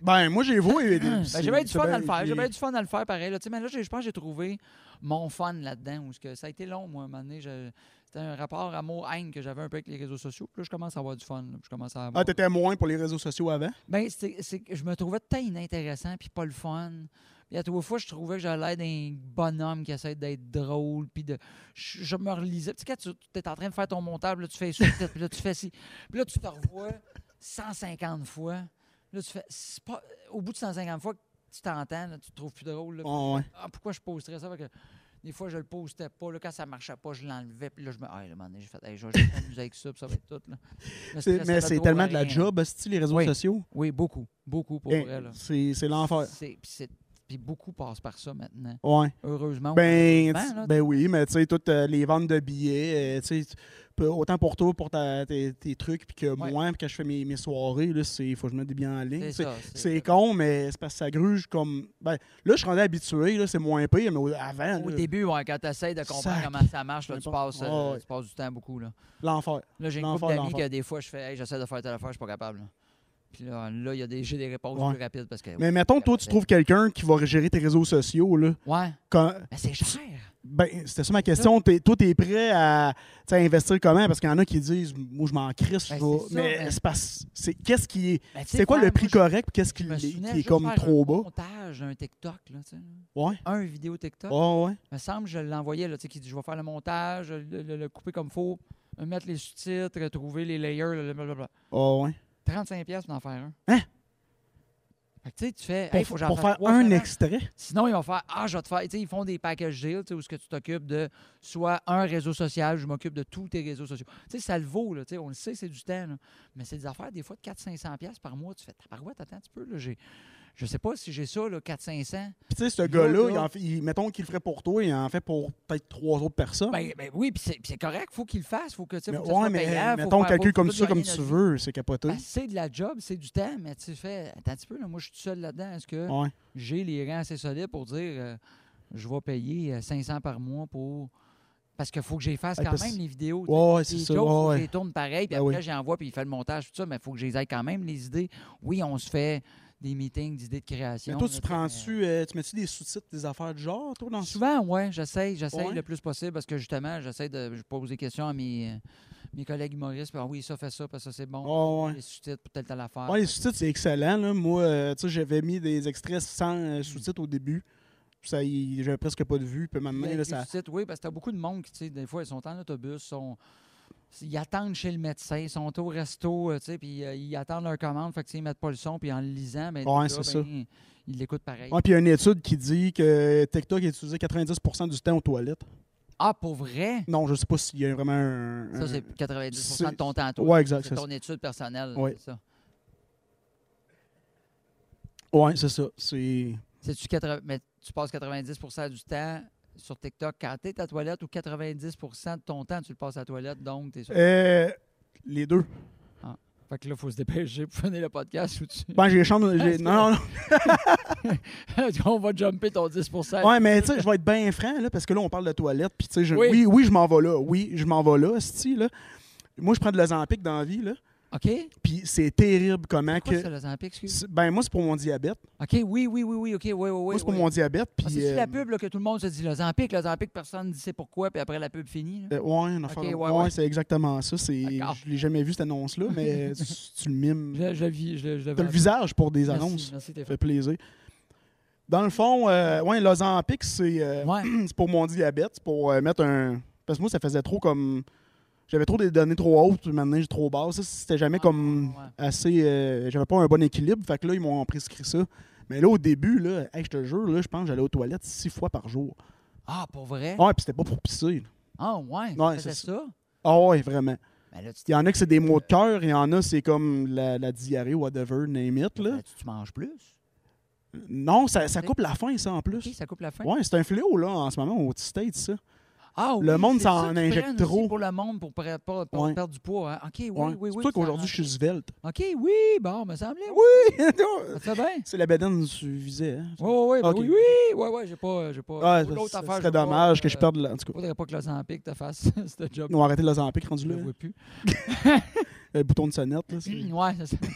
Speaker 1: Ben, moi, j'ai voué.
Speaker 2: Ben,
Speaker 1: c'est-
Speaker 2: j'ai bien du
Speaker 1: c'est
Speaker 2: fun à le faire. J'ai
Speaker 1: puis-
Speaker 2: bien du fun à le faire pareil. Là. Tu sais, Mais là, j'ai- je pense que j'ai trouvé mon fun là-dedans. où ce que ça a été long, moi, à un moment donné. je- C'était un rapport amour-haine que j'avais un peu avec les réseaux sociaux. Puis là, je commence à avoir du fun. là, puis je commence à avoir-
Speaker 1: Ah, t'étais moins pour les réseaux sociaux avant?
Speaker 2: Ben, c'est c'est que je me trouvais tout le temps inintéressant puis pas le fun. Puis à trois fois, je trouvais que j'allais être un bonhomme qui essaie d'être drôle. Puis de, je, je me relisais. Tu sais, quand tu es en train de faire ton montage, là, tu fais ça, puis là, tu fais ci. Puis là, tu te revois 150 fois. Là, tu fais. c'est pas- au bout de 150 fois, tu t'entends, là, tu te trouves plus drôle. là, puis
Speaker 1: Oh, ouais.
Speaker 2: ah, pourquoi je posterais ça? Parce que des fois, je le postais pas. Là, quand ça marchait pas, je l'enlevais. Puis là, je me. Ah, là, un moment donné, j'ai fait, hey, je vais juste m'amuser avec ça, puis ça va être tout. Là. Je me
Speaker 1: C'est-
Speaker 2: stressais
Speaker 1: Mais
Speaker 2: pas
Speaker 1: c'est
Speaker 2: trop
Speaker 1: tellement
Speaker 2: à
Speaker 1: de la
Speaker 2: rien.
Speaker 1: job, style les réseaux
Speaker 2: Oui.
Speaker 1: sociaux.
Speaker 2: Oui, beaucoup. Beaucoup pour
Speaker 1: Eh,
Speaker 2: vrai. Là.
Speaker 1: C'est c'est l'enfer.
Speaker 2: C'est- Puis c'est- puis beaucoup passent par ça maintenant.
Speaker 1: Ouais.
Speaker 2: Heureusement.
Speaker 1: Ben,
Speaker 2: Ben,
Speaker 1: tu-
Speaker 2: là,
Speaker 1: ben oui, mais tu sais, toutes euh, les ventes de billets, euh, tu sais, tu peux- autant pour toi, pour ta- tes, tes trucs, puis que
Speaker 2: Ouais.
Speaker 1: moi, puis que je fais mes, mes soirées, là, c'est faut que je mette des billets en ligne.
Speaker 2: c'est
Speaker 1: C'est-
Speaker 2: ça.
Speaker 1: C'est con, mais c'est parce que ça gruge comme. Ben, là, je suis rendu habitué, là, c'est moins pire, mais au- avant,
Speaker 2: Au
Speaker 1: là,
Speaker 2: début, ouais, quand tu essaies de comprendre
Speaker 1: Sac.
Speaker 2: comment ça marche, là, tu,
Speaker 1: N'importe-
Speaker 2: passes, euh,
Speaker 1: Ouais, ouais.
Speaker 2: tu passes du temps beaucoup. Là,
Speaker 1: l'enfer.
Speaker 2: là j'ai une
Speaker 1: L'enfer,
Speaker 2: couple d'amis
Speaker 1: l'enfer.
Speaker 2: que des fois, je fais hey, j'essaie de faire telle affaire, je suis pas capable. là. Puis là, là il y a des, j'ai des réponses
Speaker 1: Ouais.
Speaker 2: plus rapides parce que.
Speaker 1: Mais mettons, toi, tu trouves quelqu'un qui va gérer tes réseaux sociaux, là.
Speaker 2: Ouais,
Speaker 1: Quand-
Speaker 2: mais c'est cher.
Speaker 1: ben, c'était ça ma question. T'es- toi, t'es prêt à tu sais, investir comment? Parce qu'il y en a qui disent, moi, je m'en crisse, je
Speaker 2: Ben,
Speaker 1: vais-
Speaker 2: c'est ça,
Speaker 1: Mais
Speaker 2: mais-
Speaker 1: c'est parce. C'est qu'est-ce qui est.
Speaker 2: Ben, tu sais,
Speaker 1: C'est quoi
Speaker 2: faire,
Speaker 1: le
Speaker 2: moi,
Speaker 1: prix
Speaker 2: je-
Speaker 1: correct, puis qu'est-ce qui,
Speaker 2: je me
Speaker 1: l'est-
Speaker 2: souvenais
Speaker 1: qui est
Speaker 2: juste
Speaker 1: comme
Speaker 2: faire
Speaker 1: trop
Speaker 2: un
Speaker 1: bas?
Speaker 2: montage d'un TikTok, là, tu sais.
Speaker 1: Ouais.
Speaker 2: Un vidéo TikTok.
Speaker 1: Ouais, Ah, ouais.
Speaker 2: Il me semble que je l'envoyais, là, tu sais, qui dit je vais faire le montage, le, le- le couper comme faut, mettre les sous-titres, trouver les layers, le- blablabla.
Speaker 1: Ah, Ouais, ouais.
Speaker 2: 35$ piastres pour en faire un.
Speaker 1: Hein?
Speaker 2: Fait que, tu sais, tu fais.
Speaker 1: Pour,
Speaker 2: Hey, faut que j'en
Speaker 1: pour
Speaker 2: fasse
Speaker 1: faire
Speaker 2: trois
Speaker 1: un
Speaker 2: semaines.
Speaker 1: extrait?
Speaker 2: Sinon, ils vont faire Ah, je vais te faire. Tu sais, ils font des packages deals, tu sais, où ce que tu t'occupes de soit un réseau social, je m'occupe de tous tes réseaux sociaux. Tu sais, ça le vaut, là, tu sais, on le sait, c'est du temps. là. Mais c'est des affaires, des fois, de 400-500$ par mois. Tu fais Tabarouette, attends un petit peu, là. j'ai- Je sais pas si j'ai ça, là, 400-500$.
Speaker 1: Puis, tu sais, ce
Speaker 2: Là,
Speaker 1: gars-là,
Speaker 2: là.
Speaker 1: il en fait- il- mettons qu'il le ferait pour toi, il en fait pour peut-être trois autres personnes.
Speaker 2: Ben, ben oui, puis c'est puis c'est correct, faut qu'il le fasse, faut que tu sais,
Speaker 1: mais
Speaker 2: faut que ça soit
Speaker 1: ouais, mais euh,
Speaker 2: payant, faut
Speaker 1: mettons,
Speaker 2: faire-
Speaker 1: calcul
Speaker 2: faut-
Speaker 1: comme
Speaker 2: faut
Speaker 1: ça, comme
Speaker 2: gagner
Speaker 1: tu
Speaker 2: notre vie.
Speaker 1: veux, c'est capoté.
Speaker 2: Ben, c'est de la job, c'est du temps, mais tu fais, attends un petit peu, là, moi je suis tout seul là-dedans, est-ce que
Speaker 1: Ouais.
Speaker 2: j'ai les rangs assez solides pour dire, euh, je vais payer euh, 500 par mois pour... Parce qu'il faut que j'y fasse
Speaker 1: Ouais,
Speaker 2: quand
Speaker 1: parce-
Speaker 2: même les vidéos. tu sais.
Speaker 1: Ouais, ouais, c'est
Speaker 2: Les
Speaker 1: ça.
Speaker 2: jokes, faut
Speaker 1: ouais,
Speaker 2: que je
Speaker 1: ouais.
Speaker 2: les tourne pareil, puis
Speaker 1: Ben
Speaker 2: après
Speaker 1: oui.
Speaker 2: j'envoie, puis il fait le montage, tout ça, mais il faut que je les aille quand même, les idées. Oui, on se fait des meetings d'idées de création.
Speaker 1: Mais toi,
Speaker 2: là,
Speaker 1: tu
Speaker 2: sais, mais-
Speaker 1: prends-tu, euh, tu mets-tu des sous-titres, des affaires de genre, toi, dans ça?
Speaker 2: Souvent, oui, j'essaye, j'essaye
Speaker 1: Ouais.
Speaker 2: le plus possible parce que justement, j'essaie de. Je pose des questions à mes, euh, mes collègues humoristes. puis, Ah oui, ça fait ça, parce que ça c'est bon.
Speaker 1: Ouais, ouais.
Speaker 2: Les sous-titres pour telle telle affaire.
Speaker 1: Ouais, les
Speaker 2: Fait que-
Speaker 1: sous-titres, c'est excellent. Là. Moi, euh, tu sais, j'avais mis des extraits sans
Speaker 2: Hmm.
Speaker 1: euh, sous-titres au début. Ça, il- j'avais presque pas de vue. Puis, à un moment
Speaker 2: Puis
Speaker 1: donné,
Speaker 2: avec
Speaker 1: là,
Speaker 2: les
Speaker 1: ça.
Speaker 2: sous-titres, oui, parce que t'as beaucoup de monde qui, tu sais, des fois, ils sont en autobus, sont. Ils attendent chez le médecin, ils sont au resto, euh, tu sais, puis euh, ils attendent leur commande, fait que, tu sais, ils mettent pas le son, puis en le lisant, ben,
Speaker 1: Ouais,
Speaker 2: déjà,
Speaker 1: c'est ça.
Speaker 2: ben, ils l'écoutent pareil.
Speaker 1: Ouais, puis il y a une étude qui dit que TikTok est utilisé 90 du temps aux toilettes.
Speaker 2: Ah, pour vrai?
Speaker 1: Non, je sais pas s'il y a vraiment un.
Speaker 2: Ça,
Speaker 1: un-
Speaker 2: c'est 90 de
Speaker 1: Euh, c'est-
Speaker 2: ton temps, toi.
Speaker 1: Ouais, exact,
Speaker 2: C'est
Speaker 1: c'est
Speaker 2: ton étude personnelle,
Speaker 1: Ouais.
Speaker 2: c'est ça.
Speaker 1: Ouais, c'est ça. C'est.
Speaker 2: C'est-tu 80 mais tu passes 90 du temps sur TikTok quand t'es à la toilette ou 90 de ton temps tu le passes à la toilette, donc t'es sur.
Speaker 1: Euh, les deux.
Speaker 2: Fait que là, faut se dépêcher pour finir le podcast ou tu.
Speaker 1: Ben, j'ai les chambres. j'ai- Non, non,
Speaker 2: On va jumper ton 10
Speaker 1: non. Ouais, mais tu sais, je vais être bien franc, là, parce que là, on parle de toilette. Puis, tu sais, je-
Speaker 2: Oui.
Speaker 1: oui. oui, je m'en vais là. Oui, je m'en vais là, esti, là. Moi, je prends de l'Ozampic dans la vie, là.
Speaker 2: OK?
Speaker 1: Puis, c'est terrible comment
Speaker 2: Pourquoi
Speaker 1: que.
Speaker 2: c'est l'Ozampique, excuse?
Speaker 1: c'est- Ben, moi, c'est pour mon diabète.
Speaker 2: OK, oui, oui, oui, oui, OK, oui, oui, oui.
Speaker 1: moi, c'est pour
Speaker 2: oui.
Speaker 1: mon diabète. Puis,
Speaker 2: Ah, c'est-tu la
Speaker 1: euh,
Speaker 2: pub là, que tout le monde se dit l'Ozampique, l'Ozampique, personne ne sait pourquoi, puis après la pub finie. là?
Speaker 1: euh, ouais, une affaire-
Speaker 2: Ok, ouais,
Speaker 1: ouais,
Speaker 2: ouais.
Speaker 1: c'est exactement ça. C'est,
Speaker 2: D'accord.
Speaker 1: je l'ai jamais vu, cette annonce-là, mais tu, tu le mimes.
Speaker 2: Je, je le vis, je, le- je le
Speaker 1: Euh, T'as le
Speaker 2: vois.
Speaker 1: visage pour des
Speaker 2: Merci,
Speaker 1: annonces. Euh,
Speaker 2: Merci, t'es
Speaker 1: Ça fait plaisir. Dans le fond, euh, ouais, l'Ozampic, c'est euh,
Speaker 2: Ouais.
Speaker 1: c'est pour mon diabète, c'est pour euh, mettre un. Parce que moi, ça faisait trop comme. J'avais trop des données trop hautes, puis maintenant j'ai trop basses. Ça, C'était jamais
Speaker 2: Ah,
Speaker 1: comme
Speaker 2: ouais.
Speaker 1: assez. euh, J'avais pas un bon équilibre. Fait que là, ils m'ont prescrit ça. Mais là, au début, là, hey, je te jure, là, je pense que j'allais aux toilettes six fois par jour.
Speaker 2: Ah, pour vrai?
Speaker 1: Ouais, puis c'était pas pour pisser. là.
Speaker 2: Ah, ouais,
Speaker 1: Ouais,
Speaker 2: c'était
Speaker 1: c'est
Speaker 2: ça?
Speaker 1: Ah ouais, vraiment.
Speaker 2: Ben là, tu
Speaker 1: Il y en a que c'est des maux de cœur, il y en a c'est comme la, la diarrhée, whatever, name it. Là.
Speaker 2: Ben, tu, tu manges plus.
Speaker 1: Non, ça, ça coupe la faim, ça, en
Speaker 2: OK,
Speaker 1: plus.
Speaker 2: ça coupe la faim.
Speaker 1: Ouais, c'est un fléau, là, en ce moment, au States, ça.
Speaker 2: Ah,
Speaker 1: Le monde
Speaker 2: c'est
Speaker 1: s'en
Speaker 2: ça qu'ils
Speaker 1: injecte
Speaker 2: prennent aussi
Speaker 1: trop.
Speaker 2: Pour le monde, pour, pra- pas- pour
Speaker 1: Ouais.
Speaker 2: perdre du poids. hein. OK, oui,
Speaker 1: Ouais.
Speaker 2: oui, oui.
Speaker 1: c'est pour ça qu'aujourd'hui, je suis svelte.
Speaker 2: rend- OK, oui, bon, me semblait. Oui, ça te fait bien.
Speaker 1: c'est la bédaine que tu visais. Hein?
Speaker 2: Oui, oui, oui, ben
Speaker 1: Ok.
Speaker 2: oui, oui, oui, oui, j'ai pas, j'ai pas.
Speaker 1: Ah,
Speaker 2: Ou l'autre
Speaker 1: ça
Speaker 2: affaire,
Speaker 1: serait
Speaker 2: j'ai pas,
Speaker 1: dommage que je
Speaker 2: euh,
Speaker 1: perde. la- En tout cas,
Speaker 2: Faudrait pas que l'Ozampique te fasse ce job.
Speaker 1: ils ont arrêté l'Ozampic rendu
Speaker 2: Je
Speaker 1: là.
Speaker 2: le vois plus. Mm,
Speaker 1: Le bouton de sonnette. Là, c'est-
Speaker 2: ouais, c'est ça.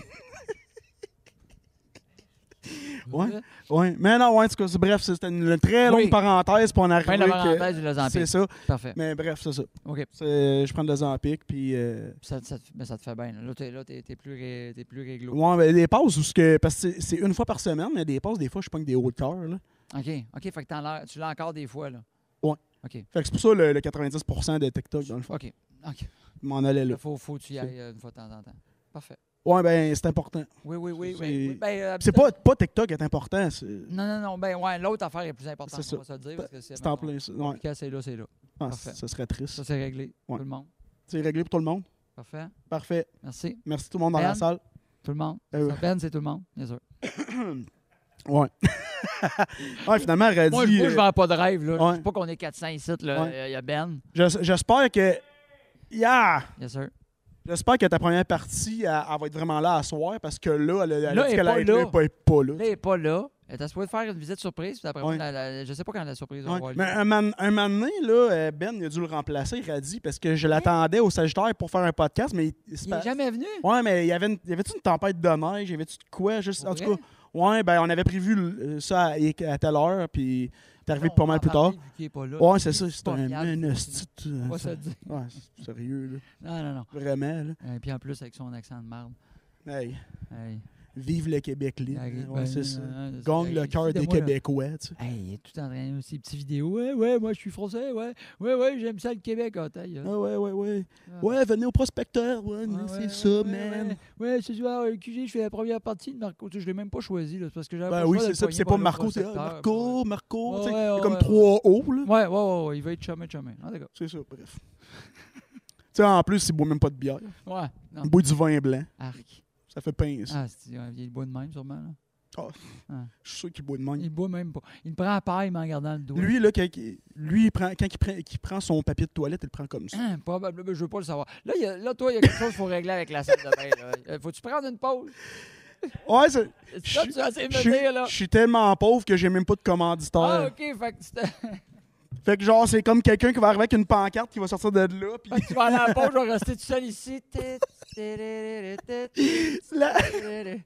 Speaker 2: Hein?
Speaker 1: Ouais. ouais. Mais non, ouais, en tout cas, c'est- bref, c'était une très longue
Speaker 2: Oui.
Speaker 1: parenthèse pour en
Speaker 2: Fin
Speaker 1: arriver.
Speaker 2: de la
Speaker 1: que-
Speaker 2: parenthèse de
Speaker 1: C'est
Speaker 2: l'Ozampique.
Speaker 1: ça.
Speaker 2: Parfait.
Speaker 1: Mais bref, c'est ça.
Speaker 2: OK.
Speaker 1: C'est- Je prends de l'Ozampic, puis. euh,
Speaker 2: Ça, ça, te- mais ça te fait bien. Là, Là, t'es, là, t'es, t'es plus, ré- t'es plus réglo.
Speaker 1: Ouais, ben, des passes, où ce que... parce que c'est- c'est une fois par semaine, mais des passes, des fois, je pogne des hauts de cœur. là.
Speaker 2: OK, OK, fait que t'en l'as- tu l'as encore des fois, là.
Speaker 1: Fait que c'est pour ça le, le 90% de TikTok, dans le fond.
Speaker 2: OK, OK.
Speaker 1: Je m'en allais là.
Speaker 2: Faut, faut que tu y
Speaker 1: C'est-
Speaker 2: ailles euh, une fois de temps en temps. Parfait.
Speaker 1: Ouais, ben, c'est important.
Speaker 2: Oui, oui, oui.
Speaker 1: C'est-
Speaker 2: oui, oui. Ben, euh,
Speaker 1: C'est pas, pas TikTok est important, c'est
Speaker 2: Non, non, non. Ben, ouais, l'autre affaire est plus importante.
Speaker 1: C'est Ben,
Speaker 2: On va se le dire. Parce que c'est.
Speaker 1: c'est en plein ça. Ouais.
Speaker 2: mettons, Quand c'est là, c'est là.
Speaker 1: Ah,
Speaker 2: Parfait.
Speaker 1: ça serait triste.
Speaker 2: Ça, c'est réglé.
Speaker 1: Ouais.
Speaker 2: Tout le monde.
Speaker 1: C'est réglé pour tout le monde.
Speaker 2: Parfait.
Speaker 1: Parfait.
Speaker 2: Merci.
Speaker 1: Merci tout le monde dans la
Speaker 2: Ben?
Speaker 1: salle.
Speaker 2: Tout le monde.
Speaker 1: Euh,
Speaker 2: Ça, Ben, c'est tout le monde. Bien sûr.
Speaker 1: Ouais. ouais, finalement, Radis,
Speaker 2: Moi, je- moi, je
Speaker 1: euh,
Speaker 2: vends pas de rêve. Là.
Speaker 1: ouais.
Speaker 2: Je sais pas qu'on est 400 ici. Il
Speaker 1: Ouais.
Speaker 2: y a Ben.
Speaker 1: j'es- j'espère que. Yeah!
Speaker 2: Bien sûr.
Speaker 1: J'espère que ta première partie, elle, elle va être vraiment là à soir parce que là, elle, elle a
Speaker 2: Là,
Speaker 1: dit
Speaker 2: elle est
Speaker 1: qu'elle
Speaker 2: pas
Speaker 1: allait être
Speaker 2: là.
Speaker 1: là, pas, elle est pas là.
Speaker 2: Là, il n'est pas là. Elle est à souhait de faire une visite surprise. Puis après,
Speaker 1: Ouais.
Speaker 2: la- la- je sais pas quand la surprise
Speaker 1: Ouais.
Speaker 2: va avoir lieu.
Speaker 1: Mais euh, un, man- un moment donné, là, euh, Ben, il a dû le remplacer, Radis, parce que je l'attendais au Sagittaire pour faire un podcast, mais il, il se
Speaker 2: Il
Speaker 1: pa-
Speaker 2: n'est jamais venu.
Speaker 1: Ouais, mais il y avait une, il y avait une tempête de neige, il y avait-tu de quoi? Juste, en
Speaker 2: Pour
Speaker 1: tout
Speaker 2: vrai?
Speaker 1: cas, ouais, ben, on avait prévu euh, ça à, à telle heure, puis t'es arrivé pas
Speaker 2: On va en
Speaker 1: mal plus tard.
Speaker 2: parler vu qu'il est pas là.
Speaker 1: Ouais, c'est ça,
Speaker 2: Il est
Speaker 1: c'est
Speaker 2: pas
Speaker 1: un
Speaker 2: fiable.
Speaker 1: menace.
Speaker 2: On va se le dire.
Speaker 1: Ouais, c'est sérieux,
Speaker 2: Non, non, non.
Speaker 1: là. Vraiment, là.
Speaker 2: Et puis en plus, avec son accent de marde.
Speaker 1: Hey,
Speaker 2: Hey.
Speaker 1: vive le Québec libre.
Speaker 2: Hey,
Speaker 1: Ouais,
Speaker 2: ben,
Speaker 1: c'est ça.
Speaker 2: non, non,
Speaker 1: Gagne
Speaker 2: c'est-
Speaker 1: le cœur
Speaker 2: de
Speaker 1: des
Speaker 2: moi, là.
Speaker 1: Québécois, tu sais.
Speaker 2: Hey, il est tout en train de ses petites vidéos. Ouais, ouais, moi je suis français, ouais. Ouais, ouais, j'aime ça le Québec. Ah, ta gueule.
Speaker 1: Ah ouais, ouais, ouais.
Speaker 2: Ah.
Speaker 1: Ouais, venez au prospecteur, ouais,
Speaker 2: Ouais,
Speaker 1: c'est
Speaker 2: ouais,
Speaker 1: ça,
Speaker 2: ouais,
Speaker 1: man.
Speaker 2: Ouais, ouais, ce soir, le QG, je fais la première partie de Marco. Tu sais, Je l'ai même pas choisi, là, c'est parce que j'avais pas
Speaker 1: Ben
Speaker 2: le
Speaker 1: oui,
Speaker 2: choix de
Speaker 1: c'est
Speaker 2: le
Speaker 1: ça. Puis
Speaker 2: pogner
Speaker 1: c'est
Speaker 2: par
Speaker 1: pas
Speaker 2: le
Speaker 1: Marco, c'est ah,
Speaker 2: prospecteur,
Speaker 1: Marco, Marco. tu
Speaker 2: Ouais,
Speaker 1: sais,
Speaker 2: ouais,
Speaker 1: il y a comme
Speaker 2: ouais.
Speaker 1: trois hauts, là.
Speaker 2: Ouais, ouais, ouais, ouais, il va être chumé, chumé. Ah, d'accord.
Speaker 1: C'est ça, bref. tu sais, en plus, il boit même pas de bière.
Speaker 2: Ouais, non.
Speaker 1: Il boit du vin blanc.
Speaker 2: Arc.
Speaker 1: Ça fait pince.
Speaker 2: Ah, c'est, ouais, il boit de même, sûrement. Là.
Speaker 1: Je suis sûr qu'il boit de même.
Speaker 2: Il boit même pas. Il me prend la paille, mais en gardant le doigt.
Speaker 1: Lui, là, quand, il- lui il prend, quand il, prend, qu'il prend son papier de toilette, il le prend comme ça.
Speaker 2: Hein, probablement, je veux pas le savoir. Là, il y a- là toi, il y a quelque chose qu'il faut régler avec la salle de bain. là. Euh, Faut-tu prendre une pause?
Speaker 1: Ouais, c'est-
Speaker 2: Ça, tu as essayé de
Speaker 1: je
Speaker 2: me
Speaker 1: suis-
Speaker 2: dire, là.
Speaker 1: je suis tellement pauvre que j'ai même pas de commanditaire.
Speaker 2: Ah, OK, fait que tu te-
Speaker 1: Fait que genre, c'est comme quelqu'un qui va arriver avec une pancarte qui va sortir de là. Puis
Speaker 2: Fait que tu vas aller à la pause, je vais rester tout seul ici. Tit, tiriri, tit,
Speaker 1: là,
Speaker 2: tiriri.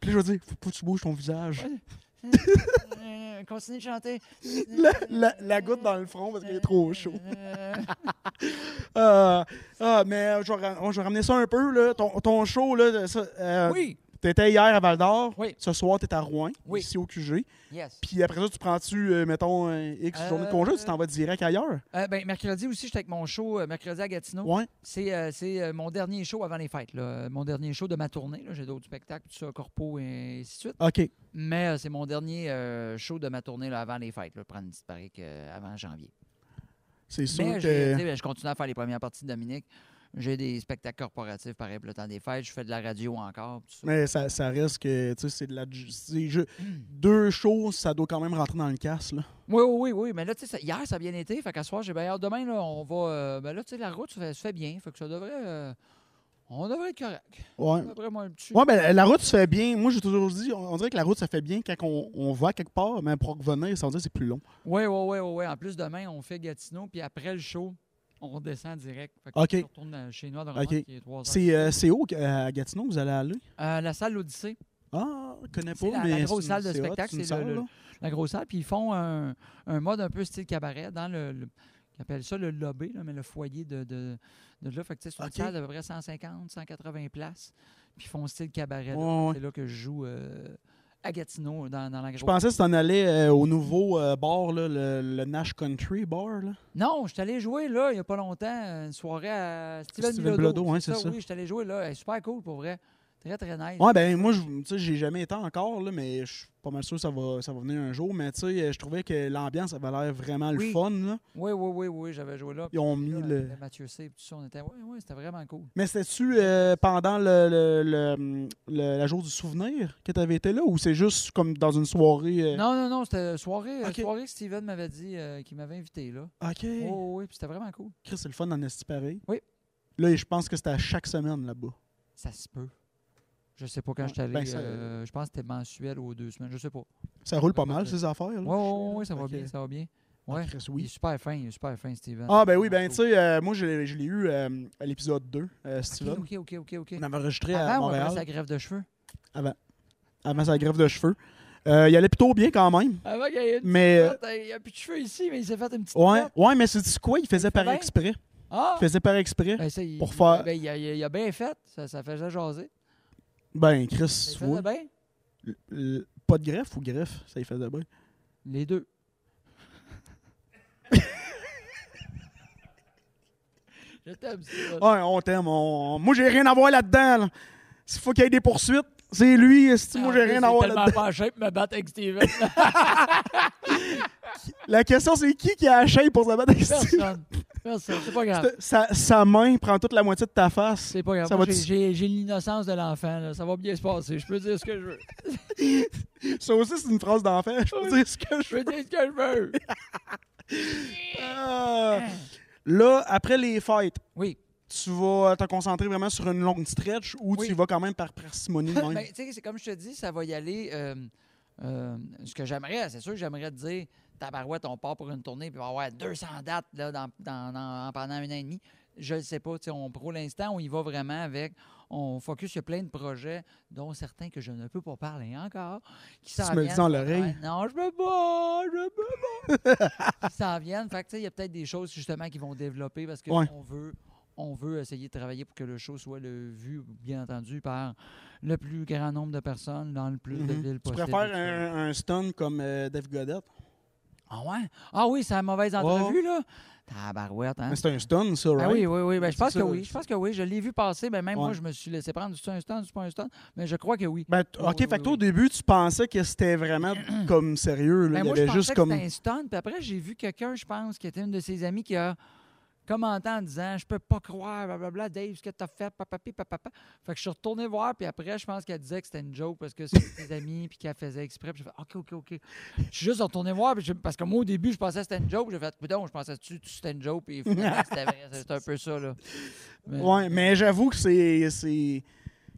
Speaker 1: puis là, je vais dire, faut pas que tu bouges ton visage.
Speaker 2: Ah. Euh, Continue de chanter.
Speaker 1: La, la- la goutte dans le front parce qu'il est trop chaud. Euh, ah, mais euh, je vais, ra- je vais ramener ça un peu. Là. Ton, ton show, là, ça, euh,
Speaker 2: Oui.
Speaker 1: t'étais hier à Val d'Or.
Speaker 2: Oui.
Speaker 1: Ce soir, t'es à Rouen,
Speaker 2: Oui.
Speaker 1: ici au QG.
Speaker 2: Yes.
Speaker 1: Puis après ça, tu prends-tu, euh, mettons, un X
Speaker 2: Euh,
Speaker 1: journée de congé ou tu t'en vas direct ailleurs?
Speaker 2: Euh, ben, mercredi aussi, j'étais avec mon show, euh, mercredi à Gatineau.
Speaker 1: Ouais.
Speaker 2: C'est euh, c'est, euh, mon dernier show avant les fêtes, là. Euh, mon dernier show de ma tournée. là. J'ai d'autres spectacles, tout ça, corpo et ainsi de suite.
Speaker 1: OK.
Speaker 2: Mais euh, c'est mon dernier euh, show de ma tournée là, avant les fêtes. Là. Je prends une petite barrique euh, avant janvier.
Speaker 1: C'est sûr
Speaker 2: Mais Ben, j'ai-
Speaker 1: que.
Speaker 2: tu sais, je continue à faire les premières parties de Dominique. J'ai des spectacles corporatifs, pareil, pour le temps des fêtes. Je fais de la radio encore. tout Mm. ça.
Speaker 1: Mais ça, ça reste que, tu sais, c'est de la. ju- c'est ju- Deux choses, ça doit quand même rentrer dans le casse, là.
Speaker 2: Oui, oui, oui, oui. Mais là, tu sais, ça- hier, ça a bien été. Fait qu'à soir, j'ai bien hâte. Demain, là, on va. euh, ben là, tu sais, la route, ça fait, ça fait bien. Fait que ça devrait. euh, on devrait être correct.
Speaker 1: Ouais.
Speaker 2: D'après moi, le petit.
Speaker 1: Ouais, ben la route, ça fait bien. Moi, j'ai toujours dit, on, on dirait que la route, ça fait bien quand on, on va quelque part, mais pour revenir, ça veut dire que c'est plus long.
Speaker 2: Oui, oui, oui, oui. En plus, demain, on fait Gatineau, puis après le show, on descend direct. Fait que
Speaker 1: OK.
Speaker 2: Je retourne euh, chez nous à Drummond,
Speaker 1: OK.
Speaker 2: qui est 3 heures.
Speaker 1: C'est euh, c'est où euh, à Gatineau que vous allez aller?
Speaker 2: Euh, la salle L'Odyssée,
Speaker 1: Ah, je connais pas,
Speaker 2: C'est la-
Speaker 1: mais
Speaker 2: la grosse
Speaker 1: c'est-
Speaker 2: salle de
Speaker 1: c'est hot,
Speaker 2: spectacle,
Speaker 1: une
Speaker 2: c'est
Speaker 1: salle,
Speaker 2: le-
Speaker 1: là.
Speaker 2: la grosse salle, puis ils font un, un mode un peu style cabaret dans le. le- ils appellent ça le lobby, là, mais le foyer de, de, de là. Fait que, tu sais, c'est une
Speaker 1: OK.
Speaker 2: salle d'à peu près 150, 180 places. Puis ils font style cabaret. là.
Speaker 1: Ouais, ouais.
Speaker 2: C'est là que je joue euh, à Gatineau, dans, dans la
Speaker 1: Je
Speaker 2: grosse.
Speaker 1: pensais que tu en allais euh, au nouveau euh, bar, là, le, le Nash Country Bar. Là.
Speaker 2: Non, je suis allé jouer là, il n'y a pas longtemps, une soirée à Steven
Speaker 1: Steven
Speaker 2: Bilodeau.
Speaker 1: Bilodeau, hein, c'est ça.
Speaker 2: Oui, je suis allé jouer là. Elle est super cool pour vrai. Très, très nice.
Speaker 1: Ouais, ben moi, je tu sais, j'ai jamais été encore, là, mais je suis pas mal sûr que ça va, ça va venir un jour. Mais tu sais, je trouvais que l'ambiance avait l'air vraiment le
Speaker 2: Oui.
Speaker 1: fun. Là.
Speaker 2: Oui, oui, oui, oui, j'avais joué là.
Speaker 1: Ils ont
Speaker 2: Puis
Speaker 1: mis
Speaker 2: là,
Speaker 1: le.
Speaker 2: avec Mathieu C, puis tout ça, on était. Oui, oui, c'était vraiment cool.
Speaker 1: Mais c'était-tu euh, pendant le, le, le- le- la jour du souvenir que tu avais été là ou c'est juste comme dans une soirée. euh,
Speaker 2: Non, non, non, c'était soirée, euh,
Speaker 1: Ok.
Speaker 2: soirée que Steven m'avait dit euh, qu'il m'avait invité là.
Speaker 1: Ah, Ok.
Speaker 2: Oui, oui, oui, puis c'était vraiment cool.
Speaker 1: Chris, c'est le fun en esti pareil.
Speaker 2: Oh. Oui.
Speaker 1: Là, je pense que c'était à chaque semaine là-bas.
Speaker 2: Ça se peut. Je sais pas quand
Speaker 1: Ouais,
Speaker 2: je suis allé.
Speaker 1: ben, ça-
Speaker 2: euh, je pense que c'était mensuel ou deux semaines, je sais pas.
Speaker 1: Ça roule pas mal, ces affaires. Là.
Speaker 2: Oui, oui, oui, ça va
Speaker 1: Fait que-
Speaker 2: bien, ça va bien.
Speaker 1: Ah,
Speaker 2: Ouais.
Speaker 1: Chris,
Speaker 2: Il est
Speaker 1: oui.
Speaker 2: super fin, il est super fin, Steven.
Speaker 1: Ah, ben oui,
Speaker 2: Vraiment
Speaker 1: ben tu
Speaker 2: cool.
Speaker 1: sais, euh, moi, je, l'ai- je l'ai eu euh, à l'épisode 2, euh, Steven.
Speaker 2: Ok, ok, ok, ok.
Speaker 1: On avait enregistré à
Speaker 2: Avant, on
Speaker 1: Montréal
Speaker 2: après sa grève de cheveux.
Speaker 1: avant sa grève de cheveux. Euh, il allait plutôt bien quand même,
Speaker 2: Avant, il y a,
Speaker 1: mais. euh,
Speaker 2: il y a plus de cheveux ici, mais il s'est fait une petite.
Speaker 1: Ouais,
Speaker 2: nappe.
Speaker 1: ouais, mais c'est quoi? Il faisait par
Speaker 2: bien.
Speaker 1: exprès.
Speaker 2: Ah!
Speaker 1: Il faisait par exprès.
Speaker 2: Ben, ça, il-
Speaker 1: Pour faire-
Speaker 2: ben, il, a, il a- il a bien fait, ça, ça faisait jaser.
Speaker 1: Ben,
Speaker 2: Ça
Speaker 1: Chris,
Speaker 2: il
Speaker 1: tu vois.
Speaker 2: faisait bien.
Speaker 1: le- le- Pas de greffe ou greffe? Ça, il faisait bien.
Speaker 2: Les deux. Je t'aime, Steven.
Speaker 1: Ah, Ouais, on t'aime. on- Moi, j'ai rien à voir là-dedans. là. S'il faut qu'il y ait des poursuites, c'est lui. Si moi, j'ai
Speaker 2: En
Speaker 1: rien
Speaker 2: plus, Ah, c'est
Speaker 1: à voir
Speaker 2: tellement
Speaker 1: là-dedans.
Speaker 2: pas cher pour me battre avec Steven.
Speaker 1: La question, c'est qui qui a la shape pour se battre avec Steve?
Speaker 2: Personne. Personne. C'est pas grave.
Speaker 1: Sa, sa main prend toute la moitié de ta face.
Speaker 2: C'est pas grave.
Speaker 1: Ça
Speaker 2: Moi,
Speaker 1: va-tu-
Speaker 2: j'ai- J'ai j'ai l'innocence de l'enfant. là. Ça va bien se passer. Je peux dire ce que je veux.
Speaker 1: Ça aussi, c'est une phrase d'enfant. Je peux dire ce que je
Speaker 2: Je peux dire ce que je veux.
Speaker 1: Ah. Là, après les fights,
Speaker 2: Oui.
Speaker 1: tu vas te concentrer vraiment sur une longue stretch ou
Speaker 2: Oui.
Speaker 1: tu y vas quand même par parcimonie de même?
Speaker 2: Ben, tu sais, c'est comme je te dis, ça va y aller. euh, euh, ce que j'aimerais, c'est sûr que j'aimerais te dire, tabarouette, on part pour une tournée, puis on va avoir 200 dates là, dans, dans- dans- pendant un an et demi. Je ne sais pas. tu sais, On, pour l'instant, on y va vraiment avec. On focus sur plein de projets, dont certains que je ne peux pas parler encore. Qui
Speaker 1: Tu
Speaker 2: s'en
Speaker 1: me le dis
Speaker 2: viennent.
Speaker 1: dans l'oreille.
Speaker 2: Ouais, non, je peux pas, je peux pas. Ils s'en viennent. Fait que, tu sais, il y a peut-être des choses justement qui vont développer parce qu'on
Speaker 1: Ouais.
Speaker 2: veut, on veut essayer de travailler pour que le show soit le vu, bien entendu, par le plus grand nombre de personnes dans le plus de
Speaker 1: Mhm.
Speaker 2: villes
Speaker 1: Tu
Speaker 2: possible.
Speaker 1: préfères un, un stun comme euh, Dave Goddard?
Speaker 2: Ah ouais? Ah oui, c'est la mauvaise entrevue, là. Tabarouette, hein?
Speaker 1: Mais C'est un stun, ça,
Speaker 2: Ah
Speaker 1: right?
Speaker 2: oui, oui, oui. Ben, je
Speaker 1: C'est
Speaker 2: pense
Speaker 1: ça,
Speaker 2: que oui.
Speaker 1: je-
Speaker 2: Je pense que oui. Je l'ai vu passer. Ben, même
Speaker 1: Ouais.
Speaker 2: moi, je me suis laissé prendre. du un stun, du pas un stun? Mais je crois que oui.
Speaker 1: Ben, t-
Speaker 2: Oui,
Speaker 1: OK,
Speaker 2: oui,
Speaker 1: fait que toi, au
Speaker 2: oui.
Speaker 1: début, tu pensais que c'était vraiment comme sérieux. Là.
Speaker 2: Ben,
Speaker 1: Il y
Speaker 2: moi, je
Speaker 1: avait
Speaker 2: pensais
Speaker 1: juste
Speaker 2: que
Speaker 1: comme.
Speaker 2: c'était un stun. Puis après, j'ai vu quelqu'un, je pense, qui était une de ses amies qui a commenté en disant Je peux pas croire, blablabla, Dave, ce que t'as fait, papapi, papapa. Fait que je suis retourné voir, puis après, je pense qu'elle disait que c'était une joke parce que c'était ses amis, puis qu'elle faisait exprès. Puis j'ai fait OK, OK, OK. Je suis juste retourné voir, puis j'ai- parce que moi, au début, je pensais que c'était une joke. J'ai fait Coudon, je pensais que c'était une joke, puis finalement, c'était vrai. C'était un peu ça, là. Mais-
Speaker 1: Ouais, mais j'avoue que c'est. c'est-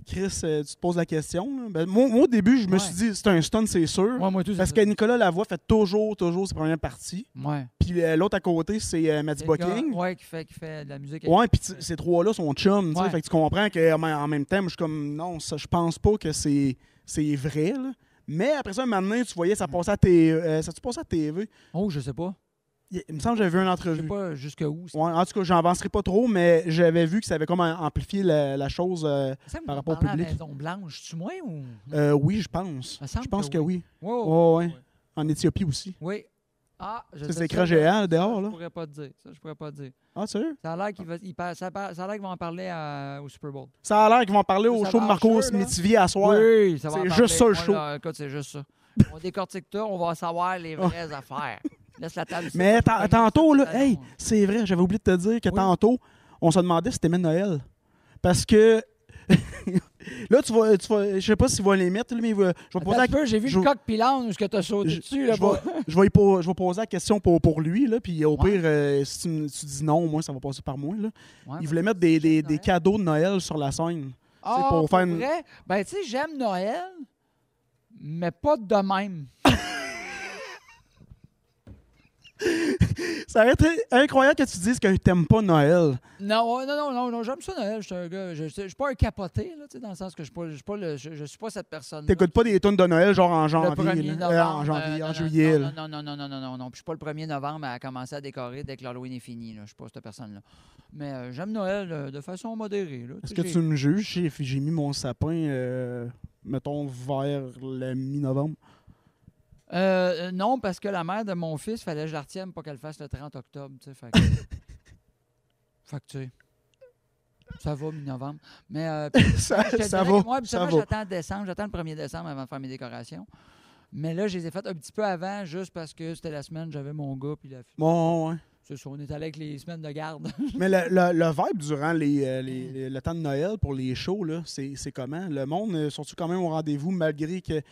Speaker 1: Chris, euh, tu te poses la question. là. Ben, moi, moi, au début, je me
Speaker 2: Ouais.
Speaker 1: suis dit, c'est un stun, c'est sûr.
Speaker 2: Ouais, moi, tout, c'est
Speaker 1: parce
Speaker 2: ça.
Speaker 1: que Nicolas Lavoie fait toujours, toujours ses premières parties.
Speaker 2: Ouais.
Speaker 1: Puis euh, l'autre à côté, c'est euh, Matt
Speaker 2: Quelqu'un-
Speaker 1: Bucking.
Speaker 2: Ouais, qui fait, qui fait de la musique.
Speaker 1: Ouais, puis tu- ces trois-là sont chums. tu sais.
Speaker 2: Ouais.
Speaker 1: Fait que tu comprends qu'en même temps, moi, je suis comme, non, ça, je pense pas que c'est c'est vrai. là. Mais après ça, maintenant, tu voyais, ça
Speaker 2: Mm.
Speaker 1: passait à, tes, euh, ça, tu passais à TV.
Speaker 2: Oh, je sais pas.
Speaker 1: Il, il me semble que j'avais vu une
Speaker 2: Je sais
Speaker 1: entrevue.
Speaker 2: pas jusqu'où. c'est-
Speaker 1: Ouais, en tout cas, j'avancerai pas trop, mais j'avais vu que ça avait comme amplifié la, la chose. euh,
Speaker 2: Ça
Speaker 1: par
Speaker 2: me par
Speaker 1: rapport au
Speaker 2: rapport à la
Speaker 1: public.
Speaker 2: Maison Blanche, tu moi ou
Speaker 1: euh, oui, je pense.
Speaker 2: Mm. Me semble
Speaker 1: Je pense que
Speaker 2: que
Speaker 1: oui.
Speaker 2: Ouais, ouais,
Speaker 1: Ouais, ouais.
Speaker 2: ouais.
Speaker 1: En Éthiopie aussi.
Speaker 2: Oui. Ah, je
Speaker 1: Oh. C'est
Speaker 2: sais
Speaker 1: des
Speaker 2: ça,
Speaker 1: écrans
Speaker 2: je-
Speaker 1: géants
Speaker 2: ça,
Speaker 1: dehors,
Speaker 2: Je
Speaker 1: là.
Speaker 2: pourrais pas te dire. Ça, je pourrais pas te dire.
Speaker 1: Ah, sérieux?
Speaker 2: Ça a l'air qu'il va, il par- ça, par- ça a l'air qu'il va en parler à- au Super Bowl.
Speaker 1: Ça a l'air qu'ils vont parler
Speaker 2: Ça,
Speaker 1: au
Speaker 2: ça
Speaker 1: show de
Speaker 2: va
Speaker 1: Marco
Speaker 2: en cheveux, là.
Speaker 1: Smithvie à soir.
Speaker 2: Oui, ça va en
Speaker 1: C'est
Speaker 2: parler.
Speaker 1: juste ça, le
Speaker 2: Moi,
Speaker 1: show.
Speaker 2: là, écoute, c'est juste ça. On décortique tout, on va savoir les vraies affaires. Laisse la table. ici,
Speaker 1: Ah. Mais
Speaker 2: moi, je
Speaker 1: tan-
Speaker 2: vais
Speaker 1: tantôt,
Speaker 2: regarder
Speaker 1: là,
Speaker 2: ça,
Speaker 1: hey,
Speaker 2: puis
Speaker 1: c'est vrai, j'avais oublié de te dire que
Speaker 2: Ah Oui.
Speaker 1: tantôt, on se demandait si c'était même Noël. Parce que. là, tu vas. Tu vas je sais pas s'ils vont les mettre, là, mais euh, je vais,
Speaker 2: on-
Speaker 1: poser
Speaker 2: Attends
Speaker 1: la,
Speaker 2: un peu, j'ai vu
Speaker 1: je-
Speaker 2: le coq pilon où ce que t'as sauté
Speaker 1: je-
Speaker 2: dessus là.
Speaker 1: je vais- je vais y po- je vais poser la question pour, pour lui, là, puis au
Speaker 2: Ouais.
Speaker 1: pire, euh, si tu, me- tu dis non, moi, ça va passer par moi. Là.
Speaker 2: Ouais,
Speaker 1: Ils
Speaker 2: mais-
Speaker 1: voulaient mettre des, des-
Speaker 2: Noël.
Speaker 1: des cadeaux de Noël sur la scène.
Speaker 2: Ah,
Speaker 1: pour faire une-
Speaker 2: vrai? Ben, tu sais, j'aime Noël, mais pas de même.
Speaker 1: Ça aurait été incroyable que tu dises que t'aimes pas Noël.
Speaker 2: Non, ouais, non, non, non, non, j'aime ça Noël. Je suis un gars, je, je suis pas un capoté, là, tu sais, dans le sens que je suis pas, je suis pas, le- je, je suis pas cette personne.
Speaker 1: T'écoutes pas des tunes de Noël genre en
Speaker 2: le
Speaker 1: janvier.
Speaker 2: 1er
Speaker 1: là.
Speaker 2: novembre,
Speaker 1: Euh, en janvier,
Speaker 2: euh,
Speaker 1: en
Speaker 2: non,
Speaker 1: juillet. là.
Speaker 2: Non, non, non, non, non, non, non, non. Puis je suis pas le 1er novembre à commencer à décorer dès que l'Halloween est fini, là. Je suis pas cette personne-là. Mais euh, j'aime Noël euh, de façon modérée, là.
Speaker 1: Est-ce
Speaker 2: sais,
Speaker 1: que
Speaker 2: j'ai- euh,
Speaker 1: tu me juges? J'ai, j'ai mis mon sapin, euh, mettons, vers la mi-novembre.
Speaker 2: Euh, euh, non, parce que la mère de mon fils, fallait que je la retienne pour qu'elle fasse le 30 octobre, tu sais. Fait que, fait que, tu sais, ça va, mi-novembre. Mais euh,
Speaker 1: ça
Speaker 2: Je te
Speaker 1: ça
Speaker 2: dirais
Speaker 1: va,
Speaker 2: que Moi,
Speaker 1: ça
Speaker 2: habituellement,
Speaker 1: va.
Speaker 2: j'attends décembre, j'attends le 1er décembre avant de faire mes décorations. Mais là, je les ai faites un petit peu avant, juste parce que c'était la semaine, j'avais mon gars, puis la fille.
Speaker 1: Bon, ouais.
Speaker 2: C'est ça, on est allé avec les semaines de garde.
Speaker 1: Mais le, le- le vibe durant les, euh, les- les- le temps de Noël pour les shows, là, c'est, c'est comment? Le monde, euh, sont-ils quand même au rendez-vous malgré qu'ils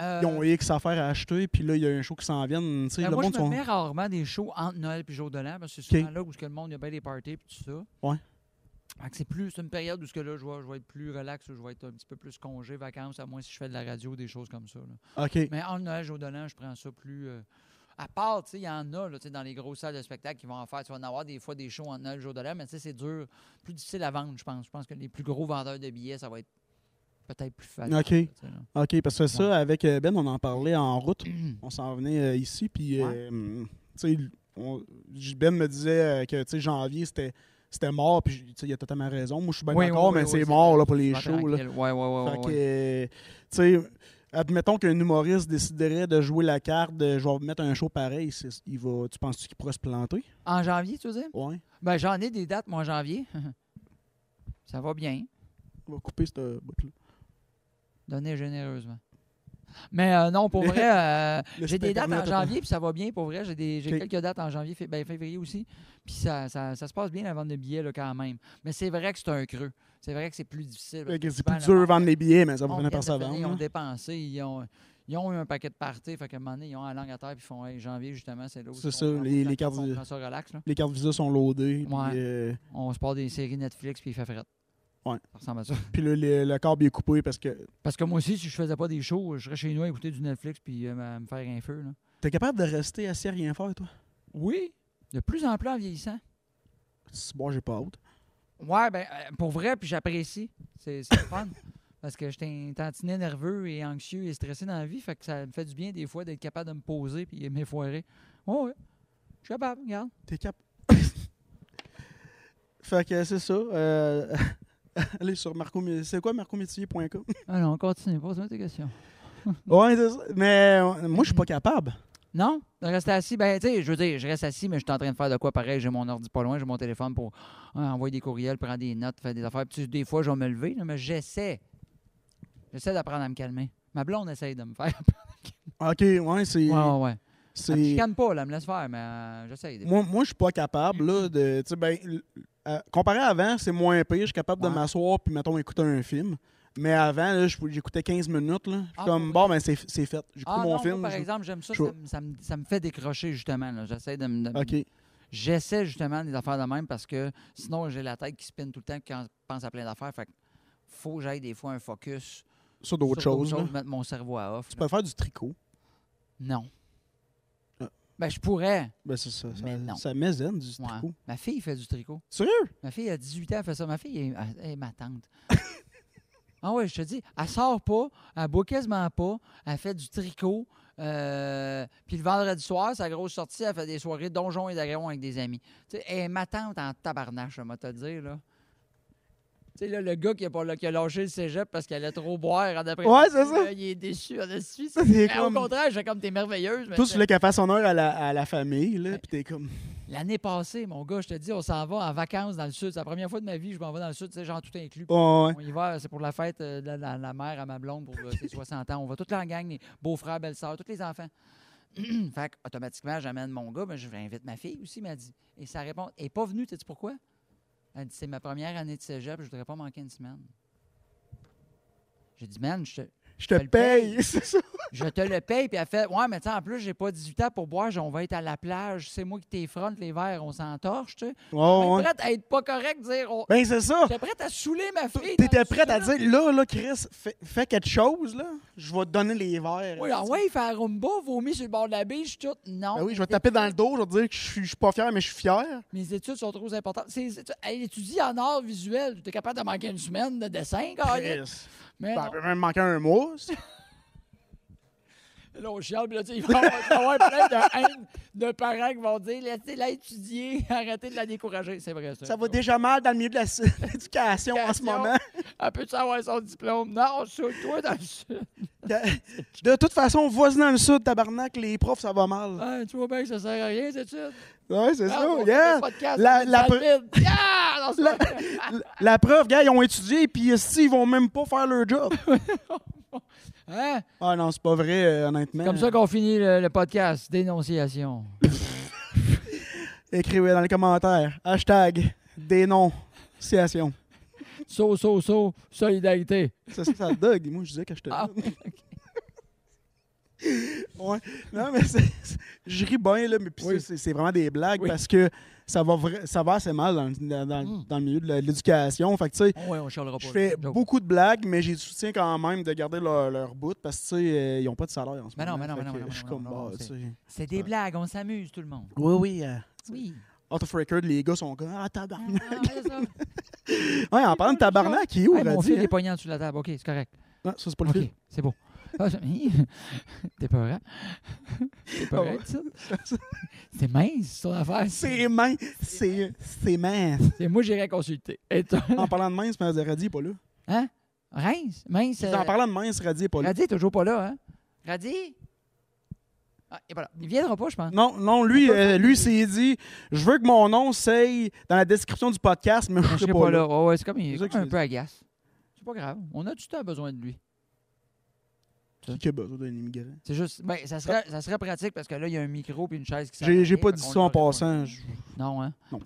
Speaker 2: Euh,
Speaker 1: ont X affaires à acheter, puis là, il y a un show qui s'en vient. tu sais,
Speaker 2: ben,
Speaker 1: le
Speaker 2: moi,
Speaker 1: monde
Speaker 2: je me
Speaker 1: sont-
Speaker 2: mets rarement des shows entre Noël et Jour de l'An, parce que c'est
Speaker 1: OK.
Speaker 2: souvent là où ce que le monde, il y a bien des parties, puis tout ça.
Speaker 1: Ouais.
Speaker 2: Fait que c'est plus, c'est une période où ce que là, je vais, je vais être plus relax, où je vais être un petit peu plus congé, vacances, à moins si je fais de la radio, des choses comme ça. là.
Speaker 1: OK.
Speaker 2: Mais en Noël, jour de l'an, je prends ça plus. euh, à part, tu sais, il y en a là, tu sais, dans les grosses salles de spectacle qui vont en faire. Tu vas en avoir des fois des shows en Noël, jour de l'an, mais tu sais, c'est dur. Plus difficile à vendre, je pense. Je pense que les plus gros vendeurs de billets, ça va être peut-être plus facile.
Speaker 1: OK.
Speaker 2: là, tu sais, là.
Speaker 1: OK, parce que ça,
Speaker 2: Ouais.
Speaker 1: avec euh, Ben, on en parlait en route. on s'en venait euh, ici, puis
Speaker 2: Ouais.
Speaker 1: euh, hum, tu sais, on- j- Ben me disait euh, que tu sais, janvier, c'était c'était mort, puis j- tu sais, il a totalement raison. Moi, je suis bien
Speaker 2: Oui,
Speaker 1: d'accord,
Speaker 2: oui,
Speaker 1: mais
Speaker 2: oui,
Speaker 1: c'est
Speaker 2: oui,
Speaker 1: mort là, pour les
Speaker 2: Souvent
Speaker 1: shows. là.
Speaker 2: tranquille. Ouais, ouais, ouais,
Speaker 1: Fait
Speaker 2: ouais,
Speaker 1: que, euh,
Speaker 2: ouais.
Speaker 1: tu sais, admettons qu'un humoriste déciderait de jouer la carte de je vais mettre un show pareil, c'est- il va, tu penses-tu qu'il pourrait se planter?
Speaker 2: En janvier, tu veux dire?
Speaker 1: Ouais.
Speaker 2: Ben, j'en ai des dates, moi, en janvier. ça va bien.
Speaker 1: On va couper cette euh, boîte-là.
Speaker 2: Donnez généreusement. Mais euh, non, pour vrai, euh, j'ai des dates en janvier, puis ça va bien, pour vrai. J'ai des- j'ai
Speaker 1: Ok.
Speaker 2: quelques dates en janvier, fé- ben, février aussi. Puis ça, ça, ça se passe bien la vente de billets là, quand même. Mais c'est vrai que c'est un creux. C'est vrai que c'est plus difficile.
Speaker 1: Fait que C'est
Speaker 2: Souvent,
Speaker 1: plus
Speaker 2: le
Speaker 1: dur de
Speaker 2: monde-
Speaker 1: vendre les billets, mais ça va
Speaker 2: on
Speaker 1: venir
Speaker 2: vient
Speaker 1: par hein.
Speaker 2: de
Speaker 1: sa
Speaker 2: finir, Ils ont
Speaker 1: vente.
Speaker 2: dépensé, ils ont, ils ont eu un paquet de parties. Fait qu'à un moment donné, ils ont la langue à terre, puis ils font hey, janvier, justement, c'est là où
Speaker 1: C'est
Speaker 2: on
Speaker 1: ça,
Speaker 2: prend
Speaker 1: les-
Speaker 2: notre
Speaker 1: les
Speaker 2: temps,
Speaker 1: cartes
Speaker 2: On
Speaker 1: du-
Speaker 2: prend ça relax. là.
Speaker 1: Les cartes Visa sont loadées.
Speaker 2: Ouais.
Speaker 1: Puis, euh,
Speaker 2: On se part des séries Netflix, puis il fait frette.
Speaker 1: Ouais.
Speaker 2: Ça ressemble à ça.
Speaker 1: puis là, le, le câble est coupé parce que
Speaker 2: Parce que moi aussi, si je faisais pas des shows, je serais chez nous à écouter du Netflix, puis euh, à me faire un feu. Là.
Speaker 1: T'es capable de rester assis à rien faire, toi?
Speaker 2: Oui. De plus en plus en vieillissant.
Speaker 1: Si bon, j'ai pas hâte.
Speaker 2: Ouais, ben euh, pour vrai, puis j'apprécie. C'est c'est le fun. Parce que j'étais un tantinet nerveux et anxieux et stressé dans la vie. Fait que ça me fait du bien des fois d'être capable de me poser puis m'effoirer. Ouais, ouais. Je suis capable, regarde.
Speaker 1: T'es capable. fait que c'est ça. euh, Allez sur Marco. Mé- C'est quoi marcométier.com?
Speaker 2: Ah non, continue, pose-moi tes questions.
Speaker 1: ouais, c'est ça. Mais euh, moi, je suis pas capable.
Speaker 2: Non? De rester assis, ben tu sais, je veux dire, je reste assis, mais je suis en train de faire de quoi pareil. J'ai mon ordi pas loin, j'ai mon téléphone pour euh, envoyer des courriels, prendre des notes, faire des affaires. Puis tu- des fois, je vais me lever, là, mais j'essaie. J'essaie d'apprendre à me calmer. Ma blonde essaye de me faire.
Speaker 1: Ok, ouais, c'est.
Speaker 2: Ouais, ouais, ouais.
Speaker 1: c'est-
Speaker 2: Elle me chicane pas, là, elle me laisse faire, mais euh, j'essaye. des fois.
Speaker 1: Moi, moi je suis pas capable là, de. tu sais, ben, l- euh, comparé à avant, c'est moins pire. Je suis capable
Speaker 2: Ouais.
Speaker 1: de m'asseoir puis mettons écouter un film. Mais avant, là, je pou- j'écoutais 15 minutes. Là. Puis
Speaker 2: Ah,
Speaker 1: comme
Speaker 2: pour
Speaker 1: bon ben c'est c'est fait. J'écoute
Speaker 2: Ah,
Speaker 1: mon
Speaker 2: non,
Speaker 1: film.
Speaker 2: moi, par
Speaker 1: je-
Speaker 2: exemple, j'aime ça,
Speaker 1: je-
Speaker 2: ça, me- ça me, ça me fait décrocher, justement. là. J'essaie de me. de-
Speaker 1: OK.
Speaker 2: J'essaie, justement, des affaires de même parce que sinon, j'ai la tête qui spinne tout le temps quand je pense à plein d'affaires. Fait que faut que j'aille des fois un focus.
Speaker 1: Sur d'autres
Speaker 2: sur
Speaker 1: choses. là.
Speaker 2: mettre mon cerveau à off.
Speaker 1: Tu
Speaker 2: là.
Speaker 1: peux faire du tricot.
Speaker 2: Non.
Speaker 1: Ah.
Speaker 2: Ben, je pourrais.
Speaker 1: Ben, c'est ça.
Speaker 2: Mais non.
Speaker 1: Ça, ça met zen, du
Speaker 2: Ouais.
Speaker 1: tricot.
Speaker 2: Ma fille fait du tricot.
Speaker 1: Sérieux?
Speaker 2: Ma fille a 18 ans, elle fait ça. Ma fille est, elle est ma tante. ah ouais, je te dis, elle sort pas, elle boit quasiment pas, elle fait du tricot. euh, puis le vendredi soir, sa grosse sortie, elle fait des soirées donjons et dragons avec des amis. Tu sais, elle est ma tante en tabarnache, moi, te dire, là. Tu sais, là, le gars qui a, pas, qui a lâché le cégep parce qu'elle allait trop boire en après
Speaker 1: Ouais, c'est ça.
Speaker 2: Il est déçu, elle est suisse.
Speaker 1: Ça, c'est
Speaker 2: Mais
Speaker 1: comme-
Speaker 2: Au contraire, j'ai comme t'es merveilleuse. mais
Speaker 1: Toi,
Speaker 2: t'es-
Speaker 1: tu voulais qu'elle fasse honneur à la, à la famille, là,
Speaker 2: Ben, Ouais.
Speaker 1: puis t'es comme...
Speaker 2: L'année passée, mon gars, je te dis, on s'en va en vacances dans le sud. C'est la première fois de ma vie que je m'en vais dans le sud, tu sais, genre tout inclus.
Speaker 1: Oh, ouais.
Speaker 2: On y va, c'est pour la fête euh, de la, la- la mère à ma blonde pour euh, ses 60 ans. On va toute la gang, les beaux-frères, belles-sœurs, tous les enfants. fait que, automatiquement, j'amène mon gars, mais je l'invite ma fille aussi, m'a dit. Et sa réponse, elle n'est pas venue, tu sais pourquoi? Elle dit, c'est ma première année de cégep, je voudrais pas manquer une semaine. J'ai dit, man, je te,
Speaker 1: Je te
Speaker 2: Je le
Speaker 1: paye,
Speaker 2: paye.
Speaker 1: c'est ça.
Speaker 2: je te le paye. Puis elle fait Ouais, mais tu sais, en plus, j'ai pas 18 ans pour boire. On va être à la plage. C'est moi qui t'effronte les verres. On s'entorche, tu sais.
Speaker 1: Oh,
Speaker 2: J'étais
Speaker 1: ouais.
Speaker 2: prête à être pas correct, dire. on-
Speaker 1: Ben, c'est ça.
Speaker 2: J'étais prête à saouler ma fille.
Speaker 1: T'étais
Speaker 2: dans le
Speaker 1: prête à
Speaker 2: sud.
Speaker 1: dire, là, là, Chris, fais, fais quelque chose, là. Je vais te donner les verres.
Speaker 2: Oui, ah ouais, il fait un rumba, vomi sur le bord de la biche, tout. Non.
Speaker 1: Ben oui, je vais te taper dans le dos, je vais te dire que je suis, je suis pas fier, mais je suis fier.
Speaker 2: Mes études sont trop importantes. C'est, les études- elle étudie en art visuel. Tu es capable de manquer une semaine de dessin, quand même.
Speaker 1: Chris.
Speaker 2: Mais
Speaker 1: Ben,
Speaker 2: Ah, non.
Speaker 1: peut même manquer un mois. ça.
Speaker 2: là, on chiale, puis là, tu sais, il va y avoir- il va y avoir plein de haine de parents qui vont dire laissez-la étudier, arrêtez de la décourager. C'est vrai, ça.
Speaker 1: Ça va déjà mal dans le milieu de la- l'éducation en ce
Speaker 2: Éducation.
Speaker 1: moment.
Speaker 2: Elle peut-tu avoir son diplôme? Non, saoule-toi dans le sud.
Speaker 1: De toute façon, vas-y dans le sud, tabarnak, les profs, ça va mal.
Speaker 2: Ah, tu vois bien que ça sert à rien, cette étude.
Speaker 1: Ouais, c'est ça,
Speaker 2: Ah, on fait
Speaker 1: yeah.
Speaker 2: des podcasts,
Speaker 1: La-
Speaker 2: on fait des
Speaker 1: la pre-
Speaker 2: salvides. Ah! Non, c'est
Speaker 1: La,
Speaker 2: pas-
Speaker 1: la preuve, gars, ils ont étudié, puis esti, ils vont même pas faire leur job.
Speaker 2: Hein?
Speaker 1: Ah non, c'est pas vrai, euh, honnêtement.
Speaker 2: Comme ça qu'on finit le, le podcast. Dénonciation.
Speaker 1: Écrivez dans les commentaires. Hashtag dénonciation.
Speaker 2: So, so, so, solidarité.
Speaker 1: C'est ça, ça dog. Moi, je disais quand je te
Speaker 2: Ah,
Speaker 1: ouais. Non, mais c'est- c'est- je ris bien, là, mais puis
Speaker 2: Oui.
Speaker 1: ça, c'est- c'est vraiment des blagues
Speaker 2: Oui.
Speaker 1: parce que ça va, vra- ça va assez mal dans, le- dans- dans-
Speaker 2: Mm.
Speaker 1: dans le milieu de la- de l'éducation. Fait que, tu sais,
Speaker 2: Ouais, on chialera Ah, pas.
Speaker 1: je fais
Speaker 2: Joke.
Speaker 1: beaucoup de blagues, mais j'ai du soutien quand même de garder leur, leur bout parce que, tu sais, euh, ils ont pas de salaire en ce
Speaker 2: Mais non,
Speaker 1: moment.
Speaker 2: mais non,
Speaker 1: Fait
Speaker 2: mais non,
Speaker 1: que
Speaker 2: mais non,
Speaker 1: Je suis
Speaker 2: mais non,
Speaker 1: comme,
Speaker 2: mais non,
Speaker 1: bah,
Speaker 2: c'est-
Speaker 1: tu sais.
Speaker 2: C'est des blagues, on s'amuse tout le monde.
Speaker 1: Oui, oui. euh,
Speaker 2: Oui.
Speaker 1: Out of record, les gars sont comme Ah,
Speaker 2: Ah,
Speaker 1: tabarnak.
Speaker 2: c'est ça. Ah,
Speaker 1: Ouais, en parlant de tabarnak, il est où,
Speaker 2: Hey, mon
Speaker 1: Radis,
Speaker 2: fil est
Speaker 1: hein?
Speaker 2: poignant sous la table. OK, c'est correct.
Speaker 1: Non, ça, c'est pas le
Speaker 2: OK,
Speaker 1: fil.
Speaker 2: c'est beau. Ah, ça- Hi! T'es peur, hein? T'es peur,
Speaker 1: Ah ouais.
Speaker 2: ça? C'est mince, ton affaire.
Speaker 1: C'est mince. C'est c'est mince.
Speaker 2: C'est moi, j'irai consulter. Et toi?
Speaker 1: En parlant de mince, mais Radis est pas là.
Speaker 2: Hein? Reims? Mince. euh,
Speaker 1: En parlant de mince, Radis est pas là.
Speaker 2: Radis est toujours pas là, hein? Radis? Ah, il est pas là. Il viendra pas, je pense.
Speaker 1: Non, non, lui, euh, lui s'est dit Je veux que mon nom s'aille dans la description du podcast, mais je
Speaker 2: Je
Speaker 1: serai
Speaker 2: serai
Speaker 1: pas,
Speaker 2: pas
Speaker 1: là.
Speaker 2: là. Ouais, ouais, c'est comme, il
Speaker 1: C'est
Speaker 2: est
Speaker 1: ça que
Speaker 2: comme
Speaker 1: je
Speaker 2: un peu agace. C'est pas grave. On a du temps besoin de lui.
Speaker 1: Qui qui a besoin d'un immigrant?
Speaker 2: C'est juste. Ben, ça, serait, ça serait pratique parce que là, il y a un micro puis une chaise qui
Speaker 1: J'ai j'ai
Speaker 2: s'arrête,
Speaker 1: pas
Speaker 2: fait
Speaker 1: dit
Speaker 2: qu'on
Speaker 1: ça en
Speaker 2: l'aurait pas.
Speaker 1: passant. Je-
Speaker 2: Non, hein?
Speaker 1: Non,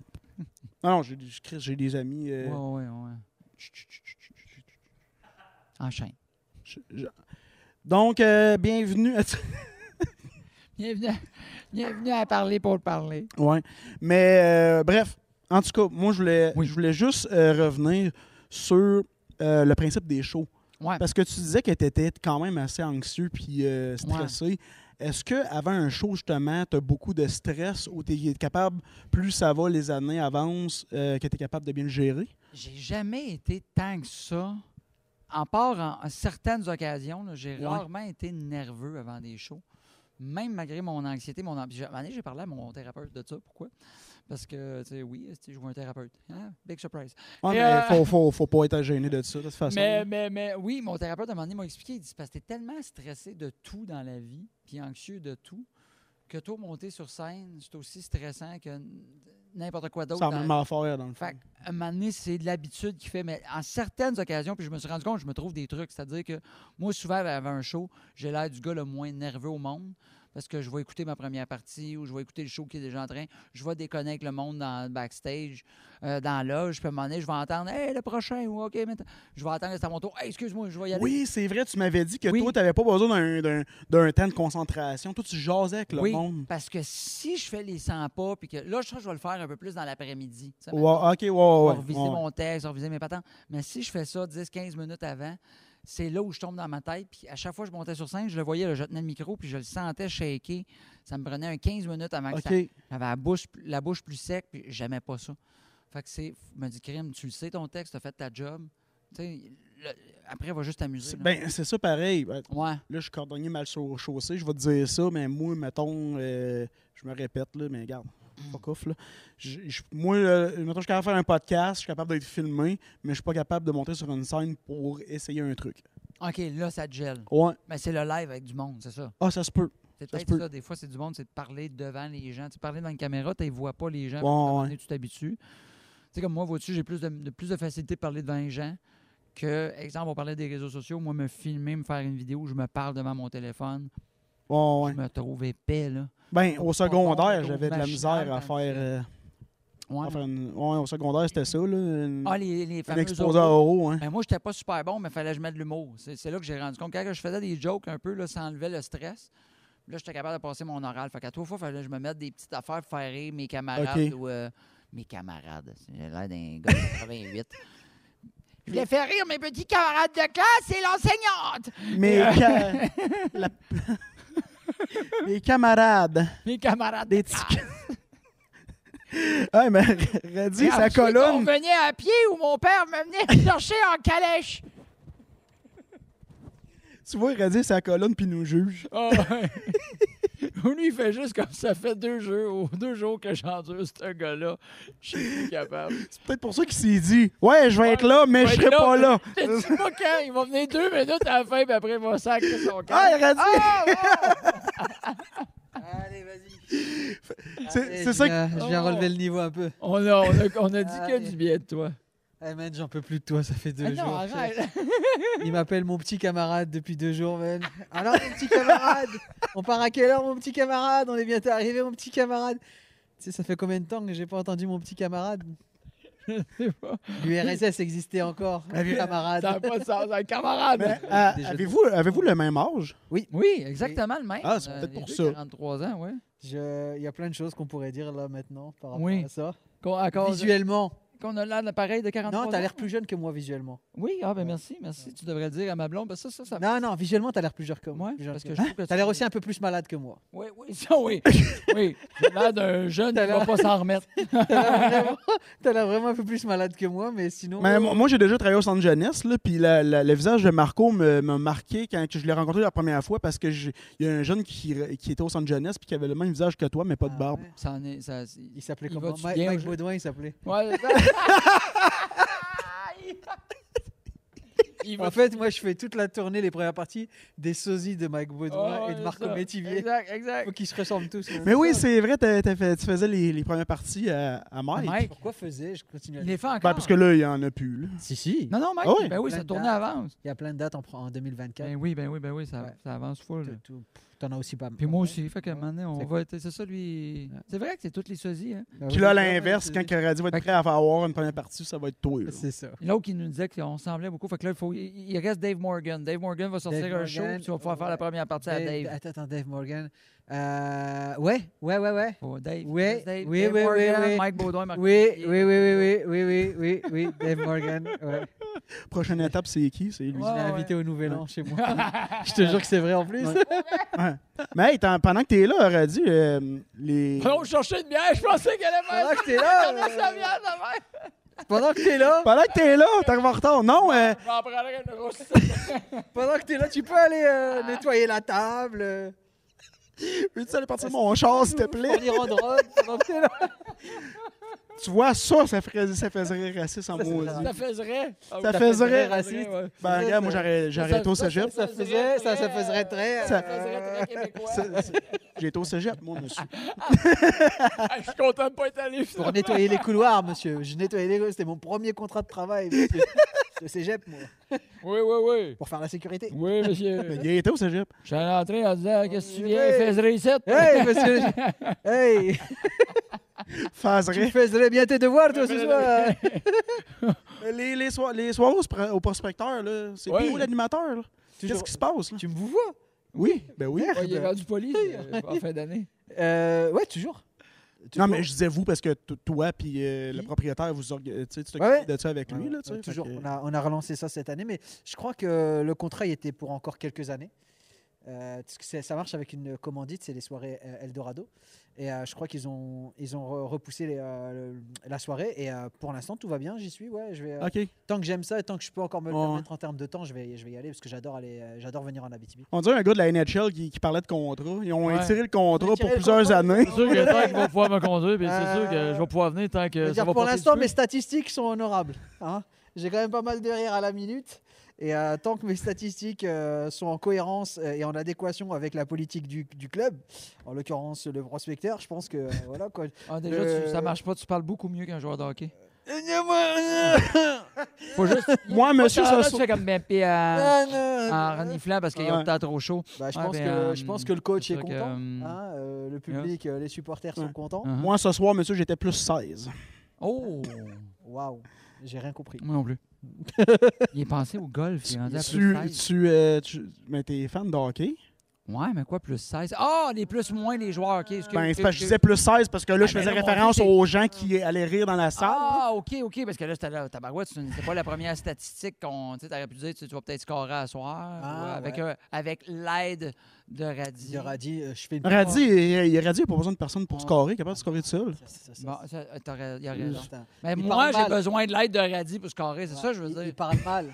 Speaker 1: non, j'ai- je crie- j'ai des amis. euh,
Speaker 2: Ouais, ouais, ouais. Enchaîne.
Speaker 1: je- je- Donc, euh, bienvenue.
Speaker 2: Bienvenue à, bienvenue à parler pour le parler.
Speaker 1: ouais. Mais euh, bref, en tout cas, moi, je voulais,
Speaker 2: Oui.
Speaker 1: je voulais juste euh, revenir sur euh, le principe des shows.
Speaker 2: Ouais.
Speaker 1: Parce que tu disais que tu étais quand même assez anxieux puis euh, stressé. Est-ce que avant un show, justement, tu as beaucoup de stress ou tu es capable, plus ça va, les années avancent, euh, que tu es capable de bien le gérer?
Speaker 2: J'ai jamais été tant que ça. En part en, en certaines occasions, là, j'ai
Speaker 1: Ouais.
Speaker 2: rarement été nerveux avant des shows. Même malgré mon anxiété, mon ambi- à un moment donné, j'ai parlé à mon thérapeute de ça. Pourquoi? Parce que, tu sais, oui, tu sais, je vois un thérapeute. Hein? Big surprise.
Speaker 1: Ouais,
Speaker 2: Et,
Speaker 1: mais
Speaker 2: euh,
Speaker 1: faut, faut, faut pas être gêné de ça, de toute façon.
Speaker 2: Mais, mais, mais oui, mon thérapeute, à un moment donné, m'a expliqué, il dit, C'est parce que t'es tellement stressé de tout dans la vie, puis anxieux de tout, que toi, monter sur scène, c'est aussi stressant que n- n'importe quoi d'autre.
Speaker 1: C'est la
Speaker 2: dans-
Speaker 1: même affaire, dans le fond.
Speaker 2: Fait qu'à un moment donné, c'est de l'habitude qui fait, mais en certaines occasions, puis je me suis rendu compte, je me trouve des trucs. C'est-à-dire que moi, souvent, avant un show, j'ai l'air du gars le moins nerveux au monde parce que je vais écouter ma première partie ou je vais écouter le show qui est déjà en train. Je vais déconner avec le monde dans le backstage, euh, dans la loge. Puis à un moment donné, je vais entendre Hey, le prochain, ou OK, maintenant. Je vais attendre, c'est à mon tour. Hey, excuse-moi, je vais y aller.
Speaker 1: Oui, c'est vrai, tu m'avais dit que
Speaker 2: Oui.
Speaker 1: toi, tu n'avais pas besoin d'un- d'un- d'un temps de concentration. Toi, tu jasais avec le
Speaker 2: Oui,
Speaker 1: monde.
Speaker 2: parce que si je fais les 100 pas, puis que là, je pense que je vais le faire un peu plus dans l'après-midi. tu sais,
Speaker 1: Ouais, ok, ouais, ouais, ouais,
Speaker 2: reviser
Speaker 1: ouais.
Speaker 2: mon texte, reviser mes patentes. Mais si je fais ça 10-15 minutes avant, c'est là où je tombe dans ma tête. Puis à chaque fois que je montais sur scène, je le voyais, là, je tenais le micro, puis je le sentais shaker. Ça me prenait un 15 minutes avant que
Speaker 1: Ok.
Speaker 2: ça. J'avais la bouche, la bouche plus sec, puis j'aimais pas ça. Fait que c'est. Je me dis, Crime, tu le sais ton texte, t'as fait ta job. Tu sais, le- après, va juste t'amuser.
Speaker 1: C'est-
Speaker 2: là.
Speaker 1: Ben, c'est ça pareil. Ben,
Speaker 2: ouais.
Speaker 1: Là, je suis cordonnier mal sur chaussée, je vais te dire ça, mais moi, mettons, euh, je me répète, là, mais regarde,
Speaker 2: Mm.
Speaker 1: fuck off, là. Je- je- moi, là, mettons, je suis capable de faire un podcast, je suis capable d'être filmé, mais je suis pas capable de monter sur une scène pour essayer un truc.
Speaker 2: OK, là, ça te gèle.
Speaker 1: Ouais.
Speaker 2: Mais c'est le live avec du monde, c'est ça.
Speaker 1: Ah, ça se peut.
Speaker 2: C'est
Speaker 1: Ça se
Speaker 2: peut-être ça,
Speaker 1: peut.
Speaker 2: Des fois, c'est du monde, c'est de parler devant les gens. Tu parles dans une caméra, tu ne vois pas les gens.
Speaker 1: Ouais,
Speaker 2: puis à un moment
Speaker 1: ouais.
Speaker 2: donné, Tu t'habitues. Tu sais, comme moi, vois-tu, j'ai plus de, de- plus de facilité de parler devant les gens que, exemple, on parlait des réseaux sociaux. Moi, me filmer, me faire une vidéo, je me parle devant mon téléphone.
Speaker 1: Ouais, ouais.
Speaker 2: Je me trouve épais, là.
Speaker 1: Ben, au secondaire,
Speaker 2: Ton
Speaker 1: j'avais de la
Speaker 2: machinal
Speaker 1: misère à
Speaker 2: dans le
Speaker 1: faire.
Speaker 2: ciel.
Speaker 1: euh,
Speaker 2: hein, Ouais,
Speaker 1: à faire une- ouais, au secondaire, c'était ça, là. une-
Speaker 2: mais- Ah, les, les
Speaker 1: un
Speaker 2: fameux
Speaker 1: exposé à
Speaker 2: oraux.
Speaker 1: euros, hein.
Speaker 2: Ben, moi, j'étais pas super bon, mais fallait que je mette de l'humour. C'est c'est là que j'ai rendu compte. Quand je faisais des jokes un peu, là, ça enlevait le stress. Là, j'étais capable de passer mon oral. Fait qu'à trois fois, fallait que je me mette des petites affaires pour faire rire mes camarades
Speaker 1: Ok.
Speaker 2: ou euh, mes camarades. J'ai l'air d'un gars de 88. Je voulais faire rire mes petits camarades de classe et l'enseignante.
Speaker 1: Mais. ca- la- Les camarades.
Speaker 2: Mes camarades
Speaker 1: Des
Speaker 2: de classe.
Speaker 1: petits. ouais, mais Reddy,
Speaker 2: Et
Speaker 1: sa
Speaker 2: ensuite, On
Speaker 1: colonne.
Speaker 2: venait à pied ou mon père me venait chercher en calèche.
Speaker 1: Tu vois, Reddy, sa colonne, puis nous juge.
Speaker 2: Ah ouais. Lui, il fait juste comme ça fait deux, jeux, deux jours que j'endure ce gars-là. Je suis plus capable.
Speaker 1: C'est peut-être pour ça qu'il s'est dit Ouais, je vais
Speaker 2: Ouais,
Speaker 1: être là, mais
Speaker 2: je
Speaker 1: je
Speaker 2: vais
Speaker 1: serai
Speaker 2: être
Speaker 1: pas là.
Speaker 2: Je te dis pas quand. Il va venir deux minutes à la fin, puis après, il va sacrer son
Speaker 1: Ah,
Speaker 2: camp.
Speaker 1: Reddy,
Speaker 3: Allez, vas-y. Oh.
Speaker 1: c'est c'est ça que.
Speaker 3: Je viens relever le niveau un peu.
Speaker 2: On a, on, a, on a dit que
Speaker 3: Allez.
Speaker 2: du bien de toi.
Speaker 3: Eh man, j'en peux plus de toi, ça fait deux
Speaker 2: Mais Ah non,
Speaker 3: jours.
Speaker 2: arrête.
Speaker 3: Il m'appelle mon petit camarade depuis deux jours, man. Alors, mon petit camarade On part à quelle heure, mon petit camarade On est bientôt arrivé, mon petit camarade Tu sais, ça fait combien de temps que j'ai pas entendu mon petit camarade
Speaker 2: C'est pas-
Speaker 3: L'URSS existait encore, mon
Speaker 1: Aviez-
Speaker 2: Ça n'a
Speaker 3: camarade.
Speaker 2: pas de sens. Un camarade. hein?
Speaker 1: Mais, euh,
Speaker 3: Déjà-
Speaker 1: Avez-vous avez-vous le même âge
Speaker 2: Oui, exactement le même. Euh,
Speaker 1: Ah, c'est peut-être
Speaker 2: les
Speaker 1: pour
Speaker 2: deux,
Speaker 1: ça.
Speaker 2: 43 ans, ouais.
Speaker 3: Je- Il y a plein de choses qu'on pourrait dire là maintenant par rapport
Speaker 2: Oui.
Speaker 3: à ça.
Speaker 2: Qu'on à cause-
Speaker 3: Visuellement.
Speaker 2: qu'on a l'air pareil de 43 ans.
Speaker 3: Non, t'as l'air plus jeune que moi visuellement.
Speaker 2: Oui, ah, ben
Speaker 3: Ouais.
Speaker 2: merci, merci. Tu devrais le dire à ma blonde. parce que ça, ça, ça.
Speaker 3: Non, non, visuellement, t'as l'air plus jeune que moi.
Speaker 2: Ouais,
Speaker 3: Plus jeune
Speaker 2: parce
Speaker 3: que
Speaker 2: que je
Speaker 3: moi.
Speaker 2: trouve que
Speaker 3: T'as
Speaker 2: tu-
Speaker 3: l'air aussi un peu plus malade que moi.
Speaker 2: Oui, oui, ça, oui. Oui, j'ai l'air d'un jeune qui va pas s'en remettre.
Speaker 3: T'as l'air vraiment- t'as l'air vraiment un peu plus malade que moi, mais sinon.
Speaker 1: Mais moi, moi, j'ai déjà travaillé au centre jeunesse, là, puis la- la- le visage de Marco me- m'a marqué quand que je l'ai rencontré la première fois parce que j'ai- il y a un jeune qui, qui était au centre jeunesse puis qui avait le même visage que toi, mais pas de
Speaker 3: Ah
Speaker 1: barbe.
Speaker 3: ouais.
Speaker 2: Ça en est. Ça, c'est-
Speaker 3: Il s'appelait
Speaker 2: Il
Speaker 3: comment
Speaker 2: va-tu
Speaker 3: Ma-
Speaker 2: bien
Speaker 3: Mike
Speaker 2: au jeu?
Speaker 3: Baudouin, il s'appelait.
Speaker 2: Ouais, c'est ça.
Speaker 4: il va
Speaker 3: En fait, moi, je fais toute la tournée, les premières parties, des sosies de Mike Baudouin
Speaker 4: Oh,
Speaker 3: et de
Speaker 4: c'est
Speaker 3: Marco
Speaker 4: ça.
Speaker 3: Métivier.
Speaker 4: Exact, exact.
Speaker 3: Faut qu'ils se ressemblent tous. hein.
Speaker 1: Mais oui, c'est vrai, t'as- t'as fait- tu faisais les, les premières parties à, à Mike.
Speaker 2: Ah, Mike.
Speaker 3: Pourquoi faisais je continue à
Speaker 2: Il les fait encore.
Speaker 1: Ben, parce que là, il n'y en a plus. là.
Speaker 3: Si, si.
Speaker 2: Non, non, Mike,
Speaker 1: Ah oui?
Speaker 2: ben oui, ça tournait avance.
Speaker 3: Il y a plein de dates en, en 2024.
Speaker 2: Ben oui, ben oui, ben oui, ça,
Speaker 3: Ouais.
Speaker 2: ça avance full. là.
Speaker 3: Tout- tout- pff, T'en as aussi pas
Speaker 2: Puis moi aussi, fait qu'à un
Speaker 3: Ouais.
Speaker 2: moment donné, on
Speaker 3: C'est-
Speaker 2: va être. C'est ça, lui.
Speaker 3: Ouais.
Speaker 2: C'est vrai que c'est toutes les sosies. Hein.
Speaker 3: Ah
Speaker 1: Puis
Speaker 3: oui,
Speaker 1: là, à
Speaker 3: c'est vrai,
Speaker 1: l'inverse,
Speaker 3: c'est-
Speaker 1: quand le radio va
Speaker 2: Fait
Speaker 1: être
Speaker 2: que-
Speaker 1: prêt à avoir une première partie, ça va être toi. là.
Speaker 3: C'est ça.
Speaker 2: Et L'autre qui nous disait qu'on semblait beaucoup. Fait que là, il, faut, il il reste Dave Morgan. Dave Morgan va sortir
Speaker 3: Dave
Speaker 2: un show,
Speaker 3: Morgan,
Speaker 2: puis tu vas pouvoir faire la
Speaker 3: ouais.
Speaker 2: première partie à
Speaker 3: Dave-
Speaker 2: Dave.
Speaker 3: Attends, attends, Dave Morgan. Euh, ouais, ouais, ouais, ouais.
Speaker 2: Oh, Dave.
Speaker 3: Oui,
Speaker 2: yes, Dave,
Speaker 3: oui,
Speaker 2: Dave
Speaker 3: oui, oui,
Speaker 2: Morgan,
Speaker 3: oui.
Speaker 2: Mike Baudouin, Marc
Speaker 3: Oui, oui, oui, oui, oui, oui, oui, oui, oui, Dave Morgan. Ouais.
Speaker 1: Prochaine étape, c'est qui? C'est lui.
Speaker 3: Je
Speaker 2: Ouais,
Speaker 3: l'ai
Speaker 2: ouais.
Speaker 3: invité au Nouvel An chez moi. je te jure que c'est vrai en plus.
Speaker 1: Ouais. Mais hey, t'en- pendant que t'es là, radio, euh, les...
Speaker 2: Ah,
Speaker 4: On cherchait une bière, je pensais qu'elle allait
Speaker 3: Pendant
Speaker 4: faire
Speaker 3: que t'es là,
Speaker 4: ça
Speaker 3: euh,
Speaker 4: bière, la mère.
Speaker 3: pendant que t'es là,
Speaker 1: Pendant que t'es là, t'arrives en retard. Non, euh,
Speaker 4: J'en prendrais une grosse.
Speaker 3: pendant que t'es là, tu peux aller euh, nettoyer la table, euh,
Speaker 1: peux-tu aller partir mon char, s'il te plaît?
Speaker 3: fournir en drogue. Pendant que t'es là,
Speaker 1: Tu vois, ça, ça ferait, ça ferait raciste en
Speaker 3: Ça, c'est
Speaker 1: maudit.
Speaker 3: vrai.
Speaker 4: Ça faiserait. Ah oui,
Speaker 1: Ça
Speaker 3: Ça Bah,
Speaker 1: faiserait
Speaker 3: faiserait
Speaker 1: raciste.
Speaker 3: raciste.
Speaker 4: ouais.
Speaker 1: Ben,
Speaker 3: Ça,
Speaker 1: regarde, moi,
Speaker 3: ça-
Speaker 1: j'arrête j'arrête au cégep.
Speaker 3: ça faisait, ça, ça faisait très.
Speaker 4: Ça
Speaker 3: euh,
Speaker 4: faiserait très québécois.
Speaker 1: Ça- ça- J'ai été au cégep, moi, monsieur.
Speaker 4: Ah, Je suis content de pas être allé.
Speaker 3: Pour nettoyer les couloirs, monsieur. Je nettoyais les couloirs. C'était mon premier contrat de travail, monsieur. Le cégep, moi.
Speaker 4: Oui, oui, oui.
Speaker 3: Pour faire la sécurité.
Speaker 4: Oui, monsieur.
Speaker 1: Il était au cégep.
Speaker 4: Je suis entré en disant Qu'est-ce que tu viens,
Speaker 3: Oui.
Speaker 4: faiserais ici
Speaker 3: Hey, monsieur. Hey, tu
Speaker 1: Faserait.
Speaker 3: faisais bien tes devoirs, toi, ce soir.
Speaker 1: Les, les, soirs- les soirs au, spra- au prospecteur, là, c'est
Speaker 4: Ouais.
Speaker 1: où l'animateur? là? Qu'est-ce
Speaker 3: Toujours-
Speaker 1: qui se passe? là?
Speaker 3: Tu me vois
Speaker 1: Oui, ben oui.
Speaker 2: Hein?
Speaker 4: Ouais, Il est rendu poli euh, en fin d'année.
Speaker 3: Euh, ouais, toujours.
Speaker 1: Non,
Speaker 3: Toujours.
Speaker 1: mais je disais vous parce que t- toi puis euh, le
Speaker 3: Qui?
Speaker 1: propriétaire, vous orga- tu sais, tu t'occupes
Speaker 3: Ouais, ouais.
Speaker 1: de ça avec
Speaker 3: Ouais,
Speaker 1: lui. Là,
Speaker 3: ouais,
Speaker 1: tu sais,
Speaker 3: toujours.
Speaker 1: fait que-
Speaker 3: On, a, on a relancé ça cette année, mais je crois que le contrat il était pour encore quelques années. Euh, parce que c'est- ça marche avec une commandite, c'est les soirées euh, Eldorado. Et euh, je crois qu'ils ont, ils ont re- repoussé les, euh, le- la soirée. Et euh, pour l'instant, tout va bien, j'y suis. Ouais, je vais, euh,
Speaker 1: OK.
Speaker 3: Tant que j'aime ça et tant que je peux encore me le
Speaker 1: Ah. Ouais.
Speaker 3: permettre en termes de temps, je vais, je vais y aller parce que j'adore aller, euh, j'adore venir en Abitibi.
Speaker 1: On dirait un gars de la NHL qui, qui parlait de contrat. Ils ont
Speaker 4: Ouais.
Speaker 1: étiré le contrat
Speaker 3: Ils ont
Speaker 1: pour
Speaker 3: étiré le
Speaker 1: plusieurs
Speaker 3: contrat.
Speaker 1: années.
Speaker 4: C'est sûr que tant qu'il va pouvoir me conduire, puis c'est
Speaker 3: Euh,
Speaker 4: sûr que je vais pouvoir venir tant
Speaker 3: Je veux
Speaker 4: que ça
Speaker 3: dire,
Speaker 4: va
Speaker 3: pour
Speaker 4: passer
Speaker 3: l'instant,
Speaker 4: du
Speaker 3: mes
Speaker 4: feu.
Speaker 3: statistiques sont honorables. hein. J'ai quand même pas mal de rires à la minute. Et euh, tant que mes statistiques euh, sont en cohérence euh, et en adéquation avec la politique du, du club, en l'occurrence le prospecteur, je pense que euh, voilà quoi.
Speaker 2: Ah, déjà, tu-
Speaker 3: euh,
Speaker 2: ça marche pas. Tu parles beaucoup mieux qu'un joueur de hockey. Faut juste.
Speaker 1: Moi, monsieur,
Speaker 2: Ah, là,
Speaker 1: ça
Speaker 2: tu fais comme ben, puis, euh,
Speaker 3: Ah, non.
Speaker 2: en reniflant parce qu'il y a
Speaker 1: Ouais.
Speaker 2: peut-être trop chaud.
Speaker 3: Bah, je,
Speaker 2: Ouais,
Speaker 3: pense
Speaker 2: ben,
Speaker 3: que,
Speaker 2: euh,
Speaker 3: je pense que le coach
Speaker 2: c'est
Speaker 3: est
Speaker 2: sûr que,
Speaker 3: content.
Speaker 2: euh,
Speaker 3: hein, euh, le public, euh, les supporters
Speaker 1: Ouais.
Speaker 3: sont contents.
Speaker 2: Ah.
Speaker 1: Moi, ce soir, monsieur, j'étais plus 16.
Speaker 2: Oh!
Speaker 3: Waouh, j'ai rien compris.
Speaker 2: Moi non plus. Il est pensé au golf. Il est rendu à plus
Speaker 1: Tu,
Speaker 2: 16.
Speaker 1: tu, euh, tu- mais t'es fan de hockey?
Speaker 2: Ouais, mais quoi, plus 16? Ah, les plus moins les joueurs. OK, excuse-
Speaker 1: Ben, c'est
Speaker 2: excuse-
Speaker 1: parce que je disais plus 16 parce que là,
Speaker 2: Ah,
Speaker 1: je
Speaker 2: mais
Speaker 1: faisais
Speaker 2: là, mon
Speaker 1: référence
Speaker 2: Dieu, c'est-
Speaker 1: aux gens qui allaient rire dans la salle.
Speaker 2: Ah, OK, OK. Parce que là, c'était là, tabarouette, c'est une- c'est pas la première statistique qu'on. Tu sais, t'aurais pu dire, tu, tu vas peut-être scorer à soir.
Speaker 3: Ah,
Speaker 2: ou avec
Speaker 3: ouais.
Speaker 2: un- avec l'aide de Radis.
Speaker 3: Il aura dit, euh, je fais une.
Speaker 1: Radis, il, il, Radis, il a pas besoin de personne pour
Speaker 2: Ah.
Speaker 1: scorer, il est capable de scorer tout seul.
Speaker 3: Ça, ça, ça,
Speaker 2: Bon,
Speaker 3: ça,
Speaker 2: ça, euh, t'aurais- il y a raison.
Speaker 3: putain.
Speaker 2: Mais
Speaker 3: Il
Speaker 2: moi,
Speaker 3: parle
Speaker 2: j'ai
Speaker 3: mal.
Speaker 2: besoin de l'aide de Radis pour scorer, c'est ça, je veux
Speaker 3: Il-
Speaker 2: dire.
Speaker 3: Il parle mal.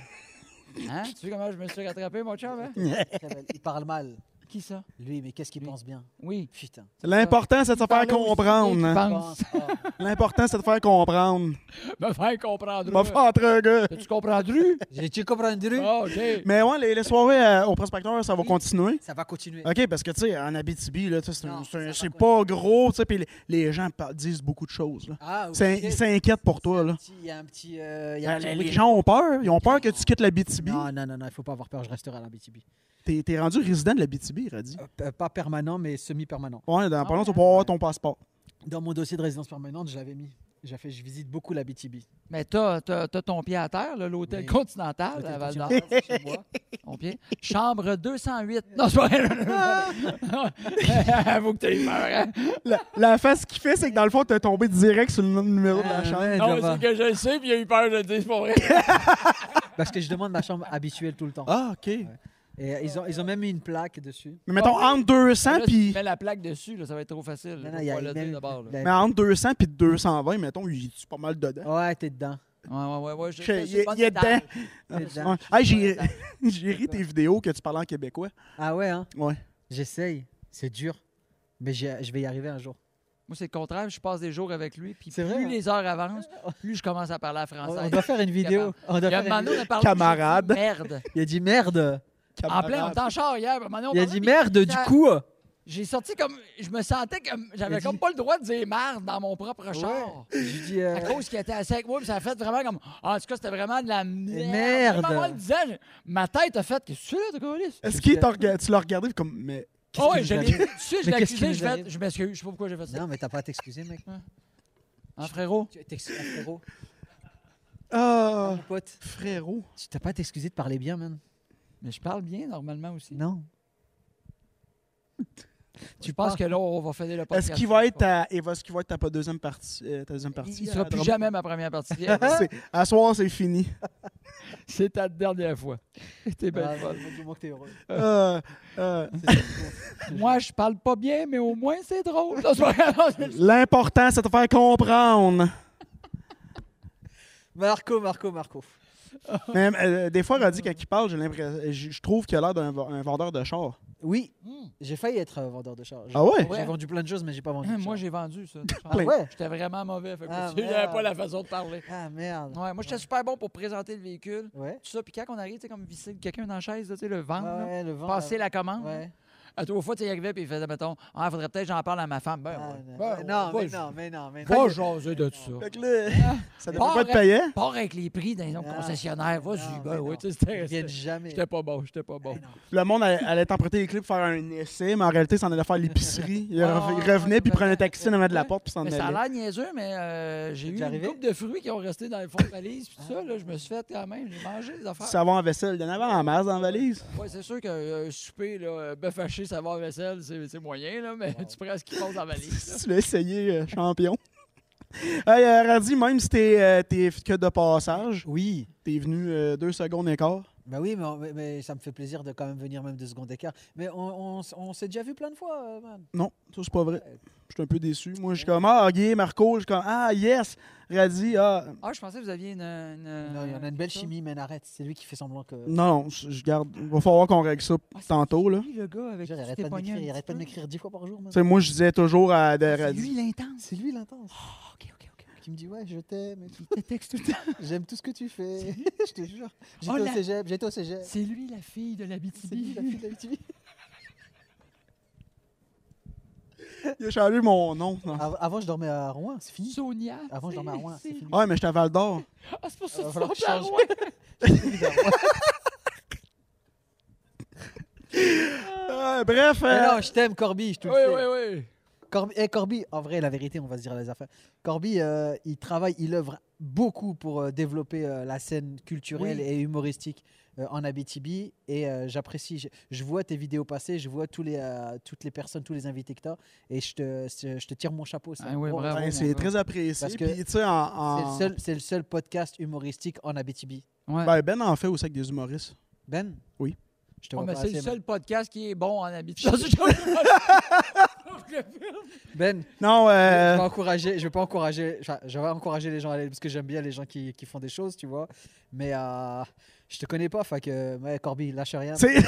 Speaker 2: Hein? Tu sais comment je me suis rattrapé, mon chum? hein?
Speaker 3: Très belle. Il parle mal.
Speaker 2: Qui ça?
Speaker 3: Lui, mais qu'est-ce qu'il
Speaker 2: Lui.
Speaker 3: pense bien
Speaker 2: Oui.
Speaker 3: Putain.
Speaker 1: L'important, c'est de se faire
Speaker 2: parlait aussi
Speaker 1: comprendre. hein.
Speaker 2: Pense.
Speaker 3: Ah,
Speaker 1: L'important, c'est de faire comprendre.
Speaker 4: Me faire comprendre.
Speaker 1: M'a fait entre un gars.
Speaker 2: Tu comprends, Dru?
Speaker 3: J'ai-tu compris
Speaker 4: Ah, OK.
Speaker 1: Mais ouais, les, les soirées euh, au prospecteur, ça va continuer.
Speaker 3: Ça va continuer.
Speaker 1: OK, parce que, tu sais, en Abitibi, là, tu sais, c'est
Speaker 3: Non,
Speaker 1: un- c'est un-
Speaker 3: ça va
Speaker 1: c'est
Speaker 3: continuer.
Speaker 1: pas gros, tu sais, puis les, les gens par- disent beaucoup de choses, là.
Speaker 3: Ah, ok.
Speaker 1: C'est- Ils s'inquiètent pour toi,
Speaker 3: Il y a un
Speaker 1: là.
Speaker 3: petit- Il y a un petit. euh, il y a un
Speaker 1: Euh,
Speaker 3: petit
Speaker 1: Les,
Speaker 3: bruit.
Speaker 1: les gens ont peur. Ils ont peur que tu quittes l'Abitibi.
Speaker 3: Non, non, non, non, il faut pas avoir peur, je resterai à la BTB.
Speaker 1: T'es t'es rendu résident de l'Abitibi, Radis.
Speaker 3: Euh, pas permanent, mais semi-permanent.
Speaker 1: Ouais, dans
Speaker 2: Ah,
Speaker 1: pas longtemps, tu vas
Speaker 2: ouais.
Speaker 1: pouvoir avoir ton passeport.
Speaker 3: Dans mon dossier de résidence permanente, je l'avais mis. J'ai fait, je visite beaucoup la BTB.
Speaker 2: Mais t'as, t'as- t'as ton pied à terre, là, Ben, l'hôtel
Speaker 3: Oui.
Speaker 2: Continental
Speaker 3: L'hôtel
Speaker 2: à Val-d'Or, chez moi. Ton pied. Chambre 208. Non, c'est pas Ah! vrai. Avoue que t'as eu peur. hein?
Speaker 1: La, la face qu'il fait, c'est que dans le fond, t'es tombé direct sur le nom- numéro de Euh,
Speaker 3: Euh.
Speaker 1: la chaîne.
Speaker 4: Non, c'est que je le sais, puis il a eu peur de le dire, c'est pas vrai.
Speaker 3: Parce que je demande ma chambre habituelle tout le temps.
Speaker 1: Ah, OK.
Speaker 3: Et euh, ils ont, ils ont même mis une plaque dessus.
Speaker 1: Mais mettons, entre
Speaker 3: Ah
Speaker 1: 200
Speaker 2: Là, si
Speaker 1: puis...
Speaker 2: tu mets la plaque dessus, là, ça va être trop facile.
Speaker 3: Non,
Speaker 2: Faut
Speaker 3: non, il y a
Speaker 2: pas le
Speaker 3: même-
Speaker 2: dire d'abord, là.
Speaker 1: Mais entre 200 puis 220, mettons, il est pas mal dedans.
Speaker 3: Ouais, t'es dedans.
Speaker 2: Ouais, ouais, ouais. ouais, je-
Speaker 1: Je-
Speaker 2: je-
Speaker 1: il-
Speaker 2: je suis pas
Speaker 1: il est
Speaker 2: dedans.
Speaker 1: dedans.
Speaker 3: t'es dedans. Ah,
Speaker 1: Ouais. Hey, j'ai j'ai ri tes vidéos que tu parlais en québécois.
Speaker 3: Ah ouais, hein
Speaker 1: Ouais.
Speaker 3: J'essaye. C'est dur. Mais j'ai- je vais y arriver un jour.
Speaker 2: Moi, c'est le contraire. Je passe des jours avec lui. Puis
Speaker 3: C'est
Speaker 2: plus
Speaker 3: vrai, hein?
Speaker 2: les heures avancent, plus je commence à parler à
Speaker 3: On,
Speaker 2: français.
Speaker 3: on doit faire une vidéo. On doit
Speaker 2: Il y a un
Speaker 3: faire
Speaker 2: moment
Speaker 3: une-
Speaker 2: donné, on a parlé.
Speaker 1: Camarade.
Speaker 2: j'ai dit, Merde.
Speaker 3: Il a dit merde.
Speaker 2: En plein, on était en char hier. puis à un moment donné, on
Speaker 3: bah Il a
Speaker 2: parlait,
Speaker 3: dit
Speaker 2: puis
Speaker 3: merde, du
Speaker 2: ça-
Speaker 3: coup.
Speaker 2: J'ai sorti comme. Je me sentais comme.
Speaker 3: Il a
Speaker 2: J'avais
Speaker 3: dit-
Speaker 2: comme pas le droit de dire merde dans mon propre char.
Speaker 3: Je lui dis. euh,
Speaker 2: À cause qu'il était assis avec moi, puis ça a fait vraiment comme. ah, En tout cas, c'était vraiment de la merde.
Speaker 3: merde.
Speaker 2: Même avant, il disait, je- ma tête a fait. Qu'est-ce que c'est là, t'as quoi, Alice?
Speaker 1: Est-ce que t'as rega- tu l'as regardé puis comme. Mais
Speaker 2: Ah ouais,
Speaker 3: qui
Speaker 2: je
Speaker 3: nous
Speaker 2: l'ai
Speaker 3: arrive?
Speaker 2: vu. Tu sais, je
Speaker 3: Mais
Speaker 2: l'ai
Speaker 3: qu'est-ce qui
Speaker 2: accusé,
Speaker 3: nous
Speaker 2: je fais.
Speaker 3: arrive?
Speaker 2: Je m'excuse, je sais pas pourquoi j'ai fait ça.
Speaker 3: Non, mais t'as pas à t'excuser, mec.
Speaker 2: Hein, frérot?
Speaker 3: Tu t'excuses, frérot.
Speaker 1: Ah,
Speaker 3: Mon pote,
Speaker 1: frérot.
Speaker 3: tu t'as pas à t'excuser de parler bien, man.
Speaker 2: Mais je parle bien normalement aussi.
Speaker 3: Non.
Speaker 2: Tu penses que là, on va faire le podcast.
Speaker 1: Est-ce qu'il va être ta, et va- est-ce qu'il va être ta deuxième partie, euh, ta deuxième partie
Speaker 2: Il ne
Speaker 1: euh,
Speaker 2: sera plus
Speaker 1: Drum-
Speaker 2: jamais ma première partie.
Speaker 1: C'est- À soir, c'est fini.
Speaker 2: C'est ta dernière fois. T'es belle
Speaker 3: Ah,
Speaker 2: folle.
Speaker 3: du moment que t'es heureux.
Speaker 1: Euh, euh,
Speaker 2: Moi, je parle pas bien, mais au moins, c'est drôle. Non, c'est pas grave, non, c'est-
Speaker 1: L'important, c'est de faire comprendre.
Speaker 3: Marco, Marco, Marco.
Speaker 1: Mais, euh, des fois, Roddy, quand il parle, j'ai l'impression, je je trouve qu'il a l'air d'un v- un vendeur de char.
Speaker 3: Oui,
Speaker 2: Hmm.
Speaker 3: j'ai failli être euh, vendeur de char. J'ai-
Speaker 1: Ah ouais?
Speaker 2: Ouais.
Speaker 3: J'ai vendu plein de choses, mais j'ai pas vendu. de
Speaker 2: Moi,
Speaker 3: char.
Speaker 2: j'ai vendu ça.
Speaker 3: Ah ouais
Speaker 2: J'étais vraiment mauvais. Fait que
Speaker 3: Ah,
Speaker 2: tu
Speaker 3: merde.
Speaker 2: n'avais pas la façon de parler.
Speaker 3: Ah merde.
Speaker 2: Ouais, moi, j'étais super bon pour présenter le véhicule.
Speaker 3: Ouais.
Speaker 2: Tout ça. Puis quand on arrive, tu sais, comme visser quelqu'un dans la chaise, là, tu sais, le
Speaker 3: Ouais,
Speaker 2: ventre, là,
Speaker 3: ouais, le vent.
Speaker 2: passer
Speaker 3: là.
Speaker 2: la commande.
Speaker 3: Ouais.
Speaker 2: À trois fois, tu sais, il arrivait, puis il faisait, mettons, ah, faudrait peut-être que j'en parle à ma femme. Ben,
Speaker 3: Ah,
Speaker 2: ouais. Ben,
Speaker 3: non. Mais non,
Speaker 2: ouais,
Speaker 3: mais
Speaker 2: je-
Speaker 3: non, mais non, mais non.
Speaker 2: Va jaser de tout ça.
Speaker 1: Fait que là, ça devrait pas te payer.
Speaker 2: Part avec les prix dans les
Speaker 3: Ah.
Speaker 2: concessionnaires.
Speaker 3: Non,
Speaker 2: Vas-y,
Speaker 3: mais
Speaker 2: ben, ouais,
Speaker 3: non.
Speaker 2: tu sais,
Speaker 3: Ils
Speaker 2: c'était- c'était-
Speaker 3: viennent jamais.
Speaker 2: J'étais pas bon, j'étais pas bon.
Speaker 3: Ah, non.
Speaker 1: Le monde allait- allait t'emprunter les clés pour faire un essai, mais en réalité, ça en allait faire l'épicerie. Il
Speaker 2: Ah,
Speaker 1: rev- il revenait, puis il prenait un taxi en avant de la
Speaker 2: ouais.
Speaker 1: porte, puis s'en
Speaker 2: Mais ça a
Speaker 1: allait.
Speaker 2: l'air niaiseux, mais euh, j'ai eu
Speaker 3: déjà
Speaker 2: une
Speaker 3: arrivé? Ah.
Speaker 2: coupe de fruits qui ont resté dans les fonds de valise. Puis tout ça, là, je me suis fait quand même. J'ai mangé des affaires.
Speaker 1: Savon à vaisselle, il y en avait en masse dans la valise.
Speaker 2: Ouais, c'est sûr qu'un euh, souper, là, euh, bœuf haché, savoir vaisselle, c'est c'est moyen, là, mais tu prends ce qui passe dans la valise. là.
Speaker 1: tu l'as essayé, euh, champion. hey, euh, Randy, même si t'es euh, t'es que de passage,
Speaker 3: Oui.
Speaker 1: t'es venu euh, deux secondes et quart.
Speaker 3: Bah oui, mais, on- mais- mais ça me fait plaisir de quand même venir même deux secondes d'écart. Mais on, on s- on s'est déjà vu plein de fois, euh, man.
Speaker 1: Non, ça, c'est pas vrai. Je suis un peu déçu. Moi, je suis comme, ah, Guy, Marco, je suis comme, ah, yes, Radzi, ah.
Speaker 2: Ah, je pensais que vous aviez une. une-
Speaker 3: Non, il y en a une belle
Speaker 2: Euh, ça. Mmh.
Speaker 3: chimie, mais arrête. C'est lui qui fait semblant que.
Speaker 1: Non, non, je je garde. Il va falloir qu'on règle ça
Speaker 2: Ah, c'est
Speaker 1: tantôt, là.
Speaker 2: lui, le gars avec qui
Speaker 3: Genre, il
Speaker 2: tu
Speaker 3: arrête
Speaker 2: t'es
Speaker 3: pas de
Speaker 2: pogné un
Speaker 3: m'écrire. Il
Speaker 2: petit
Speaker 3: arrête pas de
Speaker 2: peu.
Speaker 3: m'écrire dix fois par jour, man.
Speaker 1: Tu sais, moi, je disais toujours à, à
Speaker 2: C'est
Speaker 1: Radzi-
Speaker 2: lui l'intense.
Speaker 3: C'est lui l'intense.
Speaker 2: Ah, ok, ok, ok.
Speaker 3: Qui me dit, ouais, je t'aime. et tout.
Speaker 2: Il te texte tout le temps.
Speaker 3: J'aime tout ce que tu fais. je te jure. J'étais
Speaker 2: Oh,
Speaker 3: au
Speaker 2: la-
Speaker 3: cégep. J'étais au cégep.
Speaker 2: C'est lui la fille de la
Speaker 3: C'est lui, la fille de la UTV.
Speaker 1: Il a changé mon nom. non.
Speaker 3: Av- Avant, je dormais à Rouen. C'est fini.
Speaker 2: Sonia.
Speaker 3: Avant, Ah, je
Speaker 2: c'est-
Speaker 3: dormais à Rouen. C'est
Speaker 2: c'est-
Speaker 3: fini.
Speaker 1: Ouais, mais j'étais à Val d'Or.
Speaker 2: Ah, c'est pour ça
Speaker 3: Ah,
Speaker 2: que
Speaker 3: va falloir que
Speaker 2: tu
Speaker 3: je
Speaker 2: sors à
Speaker 3: change.
Speaker 2: Rouen.
Speaker 1: Euh, bref,
Speaker 3: Mais
Speaker 1: euh,
Speaker 3: non, je t'aime, Corby. Je te le
Speaker 2: Oui,
Speaker 3: fais.
Speaker 2: oui, oui.
Speaker 3: Corby, eh, Corby, en vrai, la vérité, on va se dire les affaires. Corby, euh, il travaille, il œuvre beaucoup pour euh, développer euh, la scène culturelle
Speaker 2: Oui.
Speaker 3: et humoristique euh, en Abitibi. Et euh, j'apprécie, je, je vois tes vidéos passer, je vois tous les, euh, toutes les personnes, tous les invités que tu as. Et je te, je- je te tire mon chapeau. c'est
Speaker 2: Ah
Speaker 3: un
Speaker 2: ouais,
Speaker 3: gros-
Speaker 2: bravo. Ah.
Speaker 1: ben,
Speaker 2: mon
Speaker 1: c'est
Speaker 2: gars.
Speaker 1: très apprécié.
Speaker 3: Parce que
Speaker 1: Puis, tu sais, en.
Speaker 3: C'est
Speaker 1: en-
Speaker 3: le, seul- c'est le seul podcast humoristique en Abitibi.
Speaker 2: Ouais.
Speaker 1: Ben, ben en fait aussi avec des humoristes.
Speaker 3: Ben
Speaker 1: Oui.
Speaker 3: Je te
Speaker 2: Oh,
Speaker 3: vois
Speaker 2: mais
Speaker 3: pas
Speaker 2: c'est le
Speaker 3: assez,
Speaker 2: seul podcast qui est bon en habitude.
Speaker 3: Ben, Ben,
Speaker 1: Non,
Speaker 3: je
Speaker 1: euh,
Speaker 3: vais encourager, je vais pas encourager, enfin, je vais encourager les gens à aller parce que j'aime bien les gens qui, qui font des choses, tu vois. Mais euh, je te connais pas, fait que ouais, Corby, lâche rien.
Speaker 1: tu sais,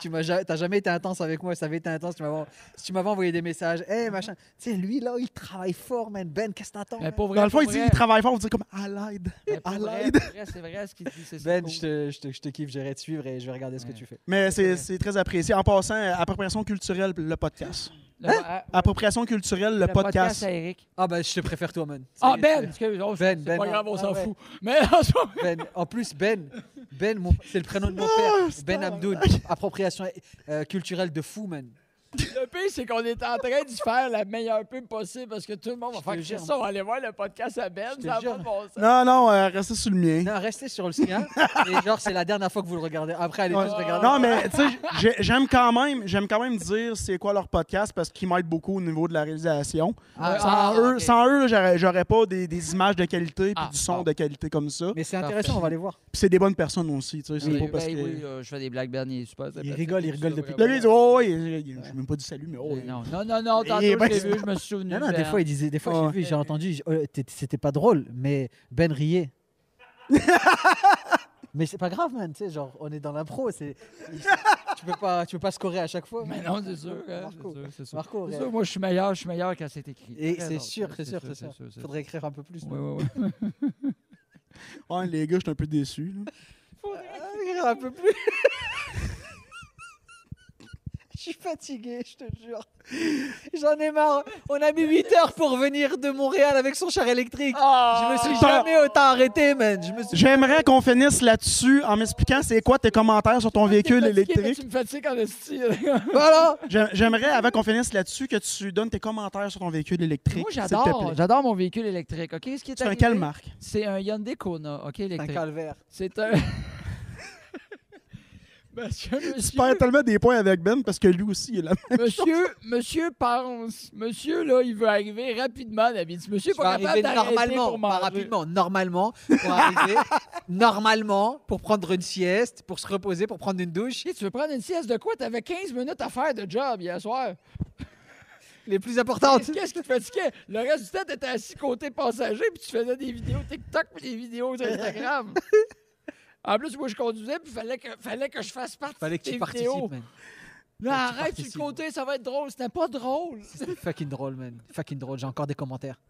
Speaker 3: Tu m'as ja- t'as jamais été intense avec moi, ça avait été intense. Tu m'avais, si tu m'avais envoyé des messages, hey machin. Tu sais, lui là, il travaille fort, man. Ben, qu'est-ce que t'attends
Speaker 2: Mais
Speaker 3: man?
Speaker 2: pour vrai,
Speaker 1: dans le fond,
Speaker 2: pour
Speaker 1: il dit
Speaker 2: vrai,
Speaker 1: il travaille fort, on dit comme à l'aide.
Speaker 2: mais pour
Speaker 1: à
Speaker 2: vrai,
Speaker 1: l'aide.
Speaker 2: pour vrai, C'est vrai ce qu'il dit. c'est ça,
Speaker 3: Ben,
Speaker 2: cool.
Speaker 3: je te, je, te, je te kiffe, j'irai te suivre et je vais regarder ce que
Speaker 2: Ouais.
Speaker 3: tu fais.
Speaker 1: Mais c'est c'est très apprécié. En passant, euh, appropriation culturelle, le podcast.
Speaker 2: Le-
Speaker 3: Hein?
Speaker 2: ah,
Speaker 1: Appropriation culturelle, le,
Speaker 2: le
Speaker 1: podcast.
Speaker 2: à Eric.
Speaker 3: Ah ben, je te préfère toi, man.
Speaker 2: Ah,
Speaker 3: Sérieux,
Speaker 2: Ben!
Speaker 3: je te-
Speaker 2: excuse, oh,
Speaker 3: Ben,
Speaker 2: c'est
Speaker 3: Ben,
Speaker 2: pas
Speaker 3: non.
Speaker 2: grave, on
Speaker 3: Ah
Speaker 2: s'en
Speaker 3: ouais.
Speaker 2: fout. Mais en soi,
Speaker 3: Ben, en plus, Ben, Ben, mon- c'est le prénom de mon père. Ben Abdoun, appropriation euh, culturelle de fou, man.
Speaker 2: le pire, c'est qu'on est en train d'y faire la meilleure pub possible parce que tout le monde va
Speaker 3: Je
Speaker 2: faire
Speaker 3: te
Speaker 2: que
Speaker 3: jure.
Speaker 2: c'est ça. On va aller voir le podcast à Ben.
Speaker 3: te
Speaker 2: Ça va
Speaker 3: jure.
Speaker 2: pas de bon sens.
Speaker 1: Non, non, euh, restez sur le mien.
Speaker 3: Non, restez sur le sien. et genre, c'est la dernière fois que vous le regardez. Après, allez
Speaker 1: Ouais.
Speaker 3: tous regarder.
Speaker 1: Non, mais tu sais, j'ai- j'aime quand même, j'aime quand même dire c'est quoi leur podcast parce qu'ils m'aident beaucoup au niveau de la réalisation.
Speaker 2: Ah,
Speaker 1: sans,
Speaker 2: ah,
Speaker 1: eux,
Speaker 2: ok.
Speaker 1: sans eux, là, j'aurais- j'aurais pas des, des images de qualité puis
Speaker 2: Ah,
Speaker 1: du son
Speaker 2: ah.
Speaker 1: de qualité comme ça. Puis
Speaker 3: Mais c'est
Speaker 2: Parfait.
Speaker 3: intéressant, on va les voir.
Speaker 1: c'est des bonnes personnes aussi, tu sais, c'est
Speaker 2: Oui,
Speaker 1: pas
Speaker 2: ben
Speaker 1: parce que
Speaker 2: oui, euh, je fais des blagues, Ben, il est super sympathique,
Speaker 3: rigole, il
Speaker 2: tout
Speaker 3: rigole
Speaker 2: ça,
Speaker 3: depuis
Speaker 1: Le
Speaker 2: vraiment.
Speaker 1: gars, il dit oh, ouais, je n'ai même pas du salut mais oh. ouais.
Speaker 2: Euh, Non, non, non, non,
Speaker 1: Et ben,
Speaker 2: tantôt, je l'ai
Speaker 1: c'est-
Speaker 2: vu, je me suis souvenu.
Speaker 3: Non, non,
Speaker 2: de
Speaker 3: des
Speaker 2: Ben.
Speaker 3: fois, il disait, des fois,
Speaker 1: Ah
Speaker 3: j'ai vu, j'ai entendu, j'ai- euh, t'étais- c'était pas drôle, mais Ben riait. Mais c'est pas grave, man. Tu sais, genre, on est dans l'impro. C'est... tu, peux pas, tu peux pas scorer à chaque fois.
Speaker 2: Mais non, c'est sûr. hein, c'est
Speaker 3: Marco.
Speaker 2: sûr, c'est sûr.
Speaker 3: Marco,
Speaker 2: C'est
Speaker 3: ouais.
Speaker 2: sûr, moi, je suis meilleur, je suis meilleur quand c'est écrit.
Speaker 3: Et
Speaker 2: Très
Speaker 3: c'est
Speaker 2: drôle,
Speaker 3: sûr, c'est sûr, c'est sûr.
Speaker 2: c'est sûr.
Speaker 3: faudrait écrire un peu plus.
Speaker 2: Ouais, ouais, ouais.
Speaker 1: Ouais, les gars, je suis un peu déçu. là.
Speaker 3: écrire Ah, un peu plus. Je suis fatigué, je te jure. J'en ai marre. On a mis 8 heures pour venir de Montréal avec son char électrique. Je me suis jamais autant arrêté, man. Je me suis...
Speaker 1: J'aimerais qu'on finisse là-dessus en m'expliquant c'est quoi tes commentaires sur ton véhicule
Speaker 4: Fatigué, mais
Speaker 1: électrique.
Speaker 4: Tu me fatigues en esti.
Speaker 3: Voilà.
Speaker 1: J'aim- J'aimerais, avant qu'on finisse là-dessus, que tu donnes tes commentaires sur ton véhicule électrique.
Speaker 2: Moi,
Speaker 1: s'il te plaît.
Speaker 2: j'adore, j'adore mon véhicule électrique. Ok, ce qui est
Speaker 1: C'est un
Speaker 2: arrivé,
Speaker 1: quelle marque?
Speaker 2: C'est un Hyundai Kona, ok,
Speaker 3: Un
Speaker 2: électrique.
Speaker 3: calvaire.
Speaker 2: C'est un. monsieur,
Speaker 1: Tu perds
Speaker 2: monsieur,
Speaker 1: tellement des points avec Ben parce que lui aussi, il est là.
Speaker 4: Monsieur, monsieur pense. Monsieur, là, il veut arriver rapidement, d'habitude. Monsieur, est
Speaker 3: Je vais
Speaker 4: pas
Speaker 3: arriver
Speaker 4: capable d'arrêter
Speaker 3: normalement,
Speaker 4: pour
Speaker 3: pas
Speaker 4: manger.
Speaker 3: rapidement, normalement, pour arriver normalement, pour prendre une sieste, pour se reposer, pour prendre une douche.
Speaker 4: Shit, tu veux prendre une sieste de quoi? T'avais 15 minutes à faire de job hier soir.
Speaker 3: Les plus importantes.
Speaker 4: Qu'est-ce qu'est-ce qui te fatiguait? Le reste du temps, t'étais assis côté passager, puis tu faisais des vidéos TikTok, puis des vidéos sur Instagram. en plus, moi, je conduisais, puis fallait que, fallait que je fasse partie
Speaker 3: Fallait
Speaker 4: de
Speaker 3: que tu
Speaker 4: tes
Speaker 3: participes,
Speaker 4: vidéos.
Speaker 3: man.
Speaker 4: Non,
Speaker 3: Fallait que tu
Speaker 4: arrête, tu le
Speaker 3: participes.
Speaker 4: côté, ça va être drôle. C'était pas drôle.
Speaker 3: C'était fucking drôle, man. Fucking drôle. J'ai encore des commentaires.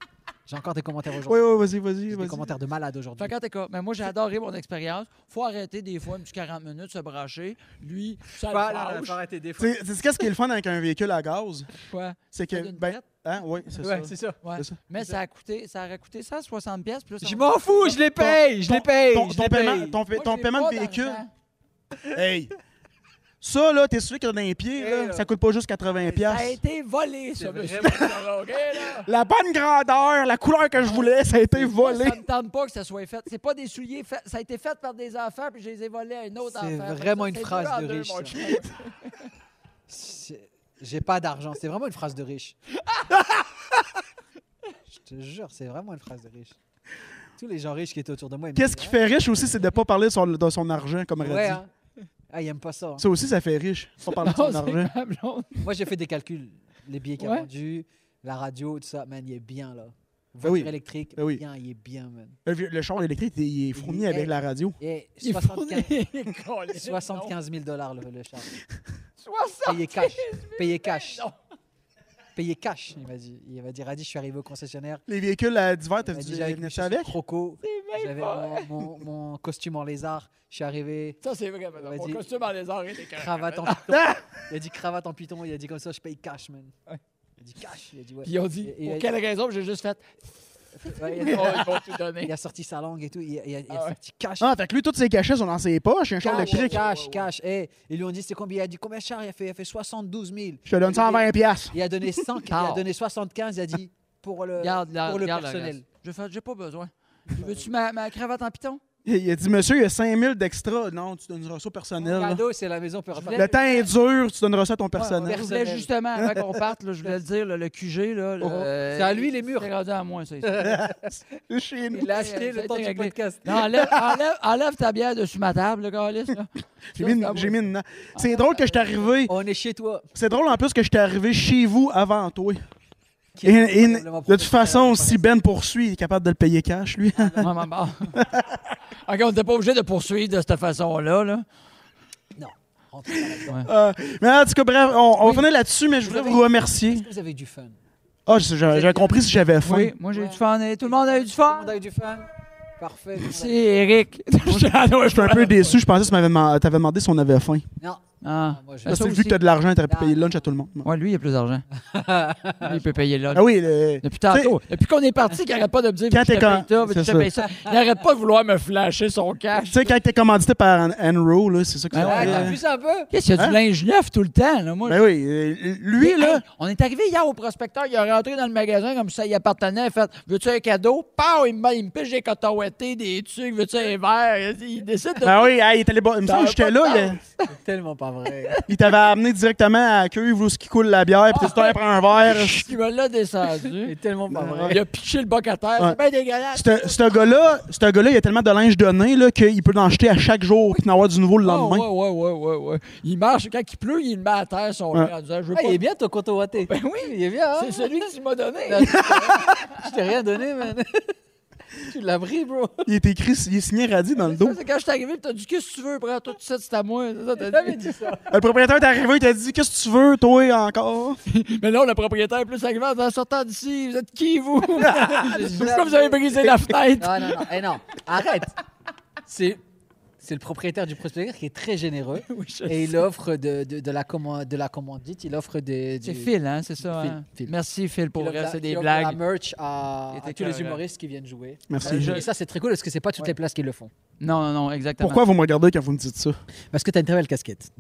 Speaker 3: J'ai encore des commentaires
Speaker 1: Oui,
Speaker 3: aujourd'hui.
Speaker 1: oui, vas-y, vas-y.
Speaker 3: J'ai des
Speaker 1: vas-y.
Speaker 3: commentaires de malade aujourd'hui.
Speaker 2: Fait qu'en tout cas, mais moi, j'ai adoré mon expérience. Faut arrêter des fois, un petit 40 minutes, se brancher. Lui, ça le fâche.
Speaker 3: arrêter des
Speaker 1: Tu sais, tu sais qu'est-ce qui est le fun avec un véhicule à gaz?
Speaker 2: Quoi?
Speaker 1: C'est
Speaker 2: Ça
Speaker 1: que.
Speaker 2: donne
Speaker 1: Ben,
Speaker 2: traite?
Speaker 1: hein, oui, c'est ça.
Speaker 3: Ouais, c'est ça.
Speaker 2: Ouais.
Speaker 1: c'est ça.
Speaker 2: Mais ça a coûté, ça aurait coûté 160 pièces plus.
Speaker 3: Je m'en fous, je les paye, je les paye,
Speaker 1: Ton,
Speaker 3: je
Speaker 1: ton
Speaker 3: les
Speaker 1: paiement,
Speaker 3: paye.
Speaker 1: ton, pa-
Speaker 2: Moi,
Speaker 1: ton
Speaker 2: j'ai
Speaker 1: paiement
Speaker 2: pas
Speaker 1: de véhicule.
Speaker 2: d'argent.
Speaker 1: Hey! Ça, là, t'es sûr que dans les pieds, là,
Speaker 3: Hey, là.
Speaker 1: ça coûte pas juste 80$.
Speaker 2: Ça a
Speaker 1: piastres.
Speaker 2: été volé,
Speaker 3: C'est
Speaker 2: ça,
Speaker 3: vrai.
Speaker 2: monsieur.
Speaker 4: OK, là.
Speaker 1: La bonne grandeur, la couleur que je voulais, ça a été volé.
Speaker 2: Moi, ça me tente pas que ça soit fait. C'est pas des souliers faits. Ça a été fait par des enfants, puis je les ai volés à une autre enfant.
Speaker 3: C'est
Speaker 2: Fait que
Speaker 3: vraiment
Speaker 2: ça,
Speaker 3: une
Speaker 2: c'est
Speaker 3: phrase
Speaker 2: deux en
Speaker 3: de
Speaker 2: deux,
Speaker 3: riche,
Speaker 2: mon
Speaker 3: ça.
Speaker 2: chum.
Speaker 3: C'est- J'ai pas d'argent. C'est vraiment une phrase de riche. je te jure, c'est vraiment une phrase de riche. Tous les gens riches qui étaient autour de moi. ils me
Speaker 1: Qu'est-ce
Speaker 3: disaient,
Speaker 1: qui fait riche aussi, c'est de pas parler de son, de son argent, comme
Speaker 3: Ah,
Speaker 1: Reddy.
Speaker 3: Ouais, hein. Ah, ils aiment pas ça. hein.
Speaker 1: Ça aussi, ça fait riche. Pas parler de
Speaker 4: Non,
Speaker 1: son
Speaker 4: c'est
Speaker 1: argent.
Speaker 4: ma blonde.
Speaker 3: Moi, j'ai fait des calculs. Les billets qu'il a
Speaker 4: Ouais.
Speaker 3: vendus, la radio, tout ça. Man, il est bien là.
Speaker 1: Ben
Speaker 3: Voiture
Speaker 1: oui.
Speaker 3: électrique,
Speaker 1: Ben oui.
Speaker 3: bien, il est bien, man.
Speaker 1: Le, vieux- le char électrique, il est fourni
Speaker 3: Il est-
Speaker 1: avec la radio.
Speaker 3: Et
Speaker 4: Il
Speaker 3: 75,
Speaker 4: fournit- Il colle.
Speaker 3: 75 000 dollars le, le char.
Speaker 4: 60.
Speaker 3: Payé cash. Payé cash.
Speaker 4: non.
Speaker 3: Payé cash, il m'a dit. Il m'a dit, Radi, je suis arrivé au concessionnaire.
Speaker 1: Les véhicules à divers,
Speaker 3: Il
Speaker 1: t'as
Speaker 3: m'a
Speaker 1: dit,
Speaker 3: dit, j'avais
Speaker 1: venez
Speaker 3: sur
Speaker 1: avec?
Speaker 3: Croco.
Speaker 4: C'est même
Speaker 3: J'avais
Speaker 4: pas-
Speaker 3: mon, mon- mon costume en lézard. Je suis arrivé,
Speaker 4: Ça, c'est vrai. madame.
Speaker 3: Vas-y.
Speaker 4: Mon costume en lézard était carré.
Speaker 3: cravate en python. Il a dit cravate en python. Il a dit comme ça, je paye cash, man.
Speaker 4: Ouais.
Speaker 3: Il a dit cash. Il a dit ouais.
Speaker 4: Puis ils ont dit,
Speaker 3: Et- et-
Speaker 4: pour quelle raison? Puis J'ai juste fait,
Speaker 3: Ouais,
Speaker 4: oh,
Speaker 3: il, a,
Speaker 4: ils vont tout donner.
Speaker 3: il a sorti sa langue et tout. Il a, il a- il a
Speaker 4: Ah ouais.
Speaker 3: sorti cash.
Speaker 1: Ah, fait que lui, toutes ses cachets sont dans ses poches, il y a un char
Speaker 3: Cash,
Speaker 1: électrique.
Speaker 3: cash, cash. Hey, ils lui ont dit c'est combien Il a dit combien de char Il a fait, il a fait 72 000.
Speaker 1: Je te donne 120 pièces.
Speaker 3: Il a donné 100, il a donné 75. Il a dit pour le,
Speaker 2: Garde la-
Speaker 3: Euh, pour le
Speaker 2: garde la
Speaker 3: personnel.
Speaker 2: reste. Je fais, j'ai pas besoin. Veux-tu ma, ma cravate en piton?
Speaker 1: Il, il a dit, monsieur, il y a 5000 d'extra. Non, tu donneras ça au personnel. là.
Speaker 3: Cadeau, c'est la maison. peut-
Speaker 1: Le temps est dur, tu donneras ça à ton personnel.
Speaker 2: Je voulais
Speaker 3: Personnel.
Speaker 2: justement, avant qu'on parte, là, je voulais le dire, là, le QG, là, le-
Speaker 1: Oh.
Speaker 2: euh,
Speaker 3: C'est à lui, les murs.
Speaker 2: C'est rendu à moi, ça. ici.
Speaker 1: Chez nous.
Speaker 3: Il l'a acheté
Speaker 2: Ça a
Speaker 3: le
Speaker 2: été
Speaker 3: temps du
Speaker 2: réglé.
Speaker 3: podcast.
Speaker 2: Non, enlève, enlève, enlève ta bière de sous ma table, le gars, là.
Speaker 1: J'ai mis, une- j'ai mis une- C'est drôle que je suis arrivé.
Speaker 3: On est chez toi.
Speaker 1: C'est drôle en plus que je suis arrivé chez vous avant toi.
Speaker 3: Qui
Speaker 1: Et-
Speaker 3: est
Speaker 1: et-
Speaker 3: probablement
Speaker 1: de toute
Speaker 3: professionnel,
Speaker 1: façon,
Speaker 3: apparaît.
Speaker 1: si Ben poursuit, il est capable de le payer cash, lui.
Speaker 2: Maman, bon. OK, on n'était pas obligé de poursuivre de cette façon-là. Là.
Speaker 3: Non. rentre pas là-dedans.
Speaker 1: Euh, mais en tout cas, bref, on, on va
Speaker 3: Oui.
Speaker 1: finir là-dessus, mais je voulais
Speaker 3: Vous
Speaker 1: vous remercier.
Speaker 3: Est-ce que vous avez eu du fun
Speaker 1: Ah, j'ai- j'ai j'ai compris si j'avais faim.
Speaker 2: Oui, moi, j'ai eu du fun. et Tout le monde a eu du
Speaker 3: Tout le
Speaker 2: fun.
Speaker 3: monde a eu du fun Parfait. tout le monde a-
Speaker 2: C'est Eric. Ah, non,
Speaker 1: Je suis un peu déçu, je pensais que tu m'avais deman- t'avais demandé si on avait faim.
Speaker 3: Non,
Speaker 2: Ah.
Speaker 3: non, moi je.
Speaker 2: Ça
Speaker 1: Parce que
Speaker 2: aussi.
Speaker 1: vu que tu as de l'argent, tu aurais pu
Speaker 3: Ah.
Speaker 1: payer le lunch à tout le monde.
Speaker 2: Ouais, lui, il a plus d'argent. Lui, il peut payer là.
Speaker 1: Ah oui, le-
Speaker 2: Depuis tantôt, depuis qu'on est parti, qu'il arrête pas de me dire
Speaker 1: Quand t'es
Speaker 2: veux-tu que je te
Speaker 1: quand-
Speaker 2: paye ça, veux-tu que je
Speaker 1: c'est
Speaker 2: te paye ça. Il arrête pas de vouloir me flasher son
Speaker 1: tu
Speaker 2: cash.
Speaker 1: sais, quand t'es commandité par An- Enro, là, c'est ça que
Speaker 2: Ben
Speaker 1: ça
Speaker 3: Ouais,
Speaker 2: ouais,
Speaker 1: fait.
Speaker 3: Ah, t'as plus un peu
Speaker 2: Qu'est-ce qu'il y a
Speaker 1: Hein?
Speaker 2: du linge neuf tout le temps? Là, moi,
Speaker 1: Ben oui, euh, lui, là,
Speaker 2: Hey, on est arrivé hier au prospecteur, il est rentré dans le magasin comme ça, il appartenait, il a fait Veux-tu un cadeau? Pow! Il me, il me piche des cotonouettés, des trucs, veux-tu un verre? Il, il décide de.
Speaker 1: Ben oui, hey, il est allé boire- Il me semble que j'étais là. il-
Speaker 3: C'est tellement pas vrai.
Speaker 1: Il t'avait amené directement à la cuve où ce qui coule la bière, puis t'es allé prendre un verre.
Speaker 2: Il me l'a descendu.
Speaker 3: C'est tellement pas vrai.
Speaker 2: il a piché le bac à terre.
Speaker 1: Ouais.
Speaker 2: C'est bien dégueulasse.
Speaker 1: Ce ce gars-là, ce gars-là, il a tellement de linge donné là, qu'il peut en acheter à chaque jour puis en avoir du nouveau le
Speaker 2: Ah, ouais,
Speaker 1: lendemain.
Speaker 2: ouais, ouais, ouais, ouais. Il marche, quand il pleut, il le met à terre son
Speaker 1: Ouais.
Speaker 2: verre en disant, Je veux
Speaker 3: Ah,
Speaker 2: pas-
Speaker 3: il est bien ton coton watté.
Speaker 2: Ben oui,
Speaker 3: Il est bien, hein
Speaker 2: c'est celui que tu m'as donné.
Speaker 3: Je t'ai rien donné, man.
Speaker 2: Tu
Speaker 4: l'a pris, bro.
Speaker 1: Il est écrit, il est signé radis dans le dos.
Speaker 4: Ça, C'est quand je suis arrivé, pis t'as dit, qu'est-ce que tu veux, prends tout ça, c'est à moi. C'est ça, t'as dit.
Speaker 3: J'avais dit ça.
Speaker 1: Le propriétaire est arrivé, il t'a dit Qu'est-ce que tu veux, toi, encore
Speaker 4: Mais là, le propriétaire est plus arrivé en disant, sortant d'ici, vous êtes qui, vous?
Speaker 3: Ah,
Speaker 4: Pourquoi vous avez brisé la fenêtre?
Speaker 3: Non, non, non. Eh non. Arrête. C'est c'est le propriétaire du prospecteur qui est très généreux
Speaker 4: Oui, je
Speaker 3: et il
Speaker 4: sais.
Speaker 3: offre de, de, de la, comman- de la commandite, il offre des.
Speaker 2: C'est
Speaker 3: du-
Speaker 2: Phil, hein, c'est ça.
Speaker 3: Phil,
Speaker 2: hein?
Speaker 3: Phil.
Speaker 2: Merci Phil pour
Speaker 3: il offre
Speaker 2: vrai,
Speaker 3: la-
Speaker 2: c'est
Speaker 3: il
Speaker 2: des
Speaker 3: offre La
Speaker 2: blagues.
Speaker 3: merch à,
Speaker 2: Il était
Speaker 3: à tous les
Speaker 2: écœurant.
Speaker 3: humoristes qui viennent jouer.
Speaker 2: Euh,
Speaker 1: Merci.
Speaker 3: Et ça, c'est très cool parce que c'est pas toutes
Speaker 4: Ouais.
Speaker 3: les places qui le font.
Speaker 2: Non, non, non, exactement.
Speaker 1: Pourquoi vous me regardez quand vous me dites ça
Speaker 3: Parce que t'as une très belle casquette.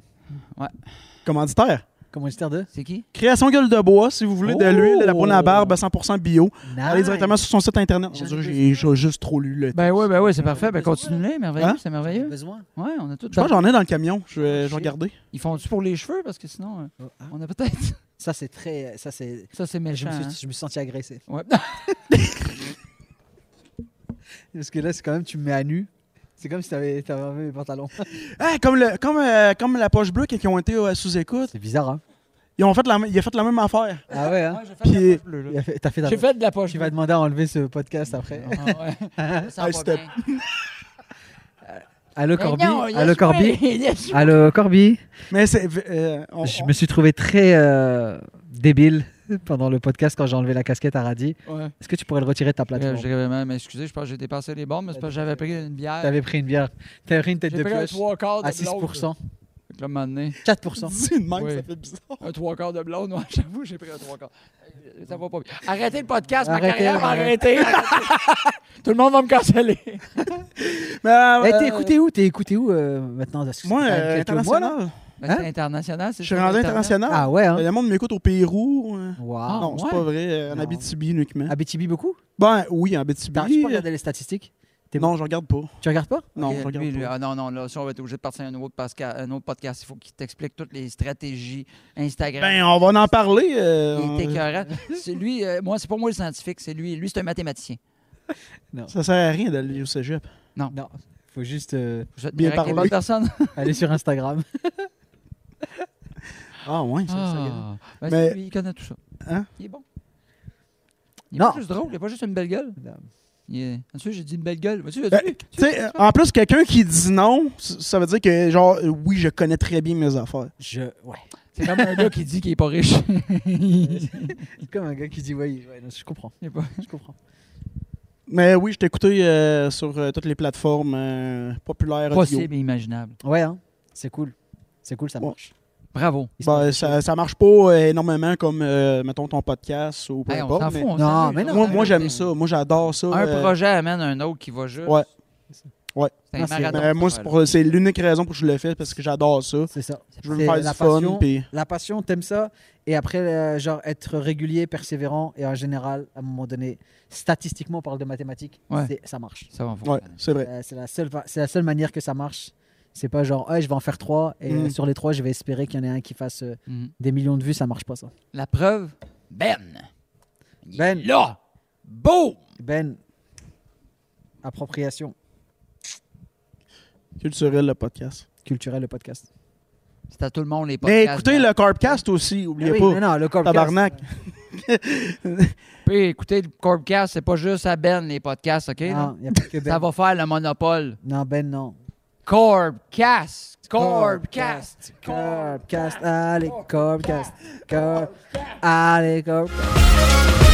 Speaker 1: Commanditaire.
Speaker 3: Commanditaire de
Speaker 2: C'est qui?
Speaker 1: Création gueule de bois, si vous
Speaker 2: Oh!
Speaker 1: voulez, de l'huile, de la poudre à barbe, 100% bio. Allez
Speaker 2: Ah,
Speaker 3: Nice.
Speaker 1: directement sur son site internet. Mon
Speaker 3: J'en ai
Speaker 1: Dieu,
Speaker 3: besoin.
Speaker 1: J'ai j'ai juste trop lu. le-
Speaker 2: Ben oui, ben oui, c'est parfait.
Speaker 3: Ben,
Speaker 2: Ben continuez, merveilleux,
Speaker 1: Hein?
Speaker 2: c'est
Speaker 3: T'en as
Speaker 2: merveilleux.
Speaker 3: besoin.
Speaker 2: Ouais, on a tout.
Speaker 1: Je
Speaker 3: Bah,
Speaker 1: pense que j'en ai dans le camion. Je vais, je vais
Speaker 3: Shit.
Speaker 1: regarder.
Speaker 2: Ils font-tu pour les cheveux? Parce que sinon, euh, on a peut-être.
Speaker 3: Oh, ah. Ça, c'est très. Ça, c'est.
Speaker 2: Ça, c'est
Speaker 3: Je
Speaker 2: méchant.
Speaker 3: me,
Speaker 2: hein.
Speaker 3: suis, je me suis senti agressé.
Speaker 2: Ouais.
Speaker 3: Parce que là, c'est quand même, tu me mets à nu. C'est comme si t'avais t'avais enlevé mes pantalons.
Speaker 1: Ah, comme, le, comme, euh, comme la poche bleue qui qui ont été euh, sous écoute.
Speaker 3: C'est bizarre, hein
Speaker 1: Ils ont fait la, m- il a fait la même affaire.
Speaker 3: Ah ouais, hein
Speaker 2: Ouais, j'ai fait
Speaker 1: Puis-
Speaker 2: la poche bleue, là.
Speaker 3: Il a fait- T'as fait ta-
Speaker 4: J'ai fait de la poche.
Speaker 3: Tu vas demander à enlever ce podcast après.
Speaker 2: Ah ouais. Ça sent
Speaker 1: Hey,
Speaker 2: pas
Speaker 1: stop.
Speaker 2: bien.
Speaker 3: Allô
Speaker 4: Mais
Speaker 3: Corby
Speaker 4: non, il a
Speaker 3: Allô
Speaker 4: joué,
Speaker 3: Corby
Speaker 4: il a joué.
Speaker 3: Allô Corby
Speaker 1: Mais c'est. euh, on-
Speaker 3: Je me suis trouvé très euh, débile pendant le podcast quand j'ai enlevé la casquette à Radi.
Speaker 2: Ouais.
Speaker 3: Est-ce que tu pourrais le retirer de ta
Speaker 2: Euh,
Speaker 3: plateforme
Speaker 2: Je dirais vraiment, m'excuser, je pense que j'ai dépassé les bornes, mais c'est parce que j'avais pris une bière.
Speaker 3: T'avais pris une bière. T'avais pris une tête
Speaker 4: J'ai
Speaker 3: de
Speaker 4: pris un
Speaker 3: pioche
Speaker 4: trois quarts de
Speaker 3: à
Speaker 4: blonde.
Speaker 3: 6%.
Speaker 2: Fait que là, un moment donné,
Speaker 3: 4%.
Speaker 1: Dis une même,
Speaker 2: Oui.
Speaker 1: ça fait bizarre.
Speaker 4: Un trois quarts de blonde, ouais, j'avoue, j'ai pris un trois quarts. Euh, Ça va pas bien. Arrêtez le podcast, ma
Speaker 3: Arrêtez,
Speaker 4: carrière va arrêter. arrêtez. Tout le monde va me canceller.
Speaker 1: Mais, euh,
Speaker 3: Eh, t'es écouté où T'es écouté où euh, maintenant Parce que
Speaker 1: Moi,
Speaker 3: ça fait quand
Speaker 1: euh,
Speaker 3: même quelques mois, là.
Speaker 1: international.
Speaker 2: ben,
Speaker 3: Hein?
Speaker 2: c'est international. c'est
Speaker 1: Je suis
Speaker 2: sur
Speaker 1: rendu
Speaker 2: Internet.
Speaker 1: international. Euh,
Speaker 3: Ah ouais, hein
Speaker 1: Le monde m'écoute au Pérou. euh,
Speaker 3: Waouh.
Speaker 1: non, c'est
Speaker 2: ouais?
Speaker 1: pas vrai. euh, En
Speaker 3: Ah, Non.
Speaker 1: Abitibi uniquement.
Speaker 3: Abitibi beaucoup
Speaker 1: Ben oui, en
Speaker 3: T'arrives
Speaker 1: Abitibi. euh,
Speaker 3: pas à regarder les statistiques T'es
Speaker 1: Non, je regarde pas.
Speaker 3: Tu regardes pas
Speaker 1: Non,
Speaker 2: Ok,
Speaker 1: je regarde
Speaker 2: lui, lui,
Speaker 1: pas.
Speaker 2: ah non, non, là, si on va être obligé de partir à un autre, pasca- un autre podcast, il faut qu'il t'explique toutes les stratégies Instagram.
Speaker 1: Ben, on va en parler. euh,
Speaker 2: il est
Speaker 1: on-
Speaker 2: écœurant. C'est lui, euh, moi, c'est pas moi le scientifique, c'est lui. Lui, c'est un mathématicien.
Speaker 1: Ça sert à rien d'aller au cégep.
Speaker 3: Non. Faut juste euh,
Speaker 2: Je vais te
Speaker 1: Bien
Speaker 2: dire avec les
Speaker 1: parlé.
Speaker 2: bonnes personnes.
Speaker 3: aller sur Instagram.
Speaker 1: Ah, ouais. ça- ça-
Speaker 2: Ah,
Speaker 1: Mais-
Speaker 2: ben, c'est lui, il connaît tout ça.
Speaker 1: Hein?
Speaker 2: Il est bon. Il est
Speaker 3: Non.
Speaker 2: pas juste drôle, il est pas juste une belle gueule.
Speaker 3: Non.
Speaker 2: Il est... Ensuite, j'ai dit une belle gueule. Vas-tu,
Speaker 1: Ben,
Speaker 2: vas-tu?
Speaker 1: tu sais, euh, en plus, quelqu'un qui dit non, c- ça veut dire que, genre, euh, oui, je connais très bien mes affaires.
Speaker 3: Je. Ouais.
Speaker 2: C'est comme un gars qui dit qu'il est pas riche.
Speaker 3: C'est comme un gars qui dit ouais, ouais, non, je comprends.
Speaker 2: Il est pas-
Speaker 3: Je comprends.
Speaker 1: Mais oui, je t'ai écouté euh, sur euh, toutes les plateformes euh, populaires. audio.
Speaker 2: Possible et imaginable.
Speaker 3: Ouais, hein. C'est cool. C'est cool, ça
Speaker 1: Ouais.
Speaker 3: marche.
Speaker 2: Bravo.
Speaker 3: Il se
Speaker 1: Ben,
Speaker 3: passe des
Speaker 1: ça, ça marche pas énormément comme, euh, mettons, ton podcast ou peu
Speaker 2: Hey, on
Speaker 1: importe.
Speaker 2: s'en
Speaker 1: mais
Speaker 2: fout. on
Speaker 3: Non,
Speaker 2: s'amuse,
Speaker 3: mais
Speaker 2: on
Speaker 3: non.
Speaker 1: moi,
Speaker 2: s'amuse.
Speaker 1: moi j'aime ça. Moi, j'adore ça.
Speaker 2: Un
Speaker 1: euh,
Speaker 2: projet amène un autre qui va juste.
Speaker 1: Ouais. Ouais.
Speaker 2: C'est
Speaker 3: Non,
Speaker 2: un
Speaker 3: c'est-
Speaker 2: marathon.
Speaker 1: ben, moi,
Speaker 2: cette
Speaker 1: c'est
Speaker 2: affaire-là.
Speaker 1: pour- c'est l'unique raison pour que je le fais, parce que j'adore ça.
Speaker 3: choses. C'est ça.
Speaker 1: Je veux me
Speaker 3: C'est
Speaker 1: faire
Speaker 3: la
Speaker 1: du fun.
Speaker 3: passion.
Speaker 1: puis-
Speaker 3: La passion, t'aimes ça. Et après, euh, genre, être régulier, persévérant. Et en général, à un moment donné, statistiquement, on parle de mathématiques.
Speaker 2: Ouais.
Speaker 3: c'est- Ça marche.
Speaker 2: Ça va, on va
Speaker 1: Ouais,
Speaker 2: regarder.
Speaker 1: c'est vrai.
Speaker 3: Euh, c'est la, seule fa- c'est la seule manière que ça marche. C'est pas genre, ouais, je vais en faire trois. Et
Speaker 1: Mm.
Speaker 3: euh, sur les trois, je vais espérer qu'il y en ait un qui fasse euh,
Speaker 2: Mhm.
Speaker 3: des millions de vues. Ça marche pas, ça.
Speaker 2: La preuve, Ben. Il est
Speaker 3: Ben.
Speaker 2: Là. Boum.
Speaker 3: Ben, appropriation
Speaker 1: Culturel, le podcast.
Speaker 3: culturelle, le podcast.
Speaker 2: C'est à tout le monde les podcasts.
Speaker 1: Mais écoutez
Speaker 2: Ben.
Speaker 1: le Carpcast aussi,
Speaker 3: Ah
Speaker 1: oubliez
Speaker 3: oui,
Speaker 1: pas.
Speaker 3: mais non, le corpcast.
Speaker 1: Tabarnak.
Speaker 2: Puis écoutez le Corpcast, c'est pas juste à Ben les podcasts, OK? là?
Speaker 1: Ah,
Speaker 3: Non, y a pas que ben.
Speaker 2: Ça va faire le monopole.
Speaker 3: Non, Ben, non.
Speaker 2: Corpcast. Corpcast.
Speaker 3: Corpcast. Allez, Corpcast. Corp- Allez, Corpcast.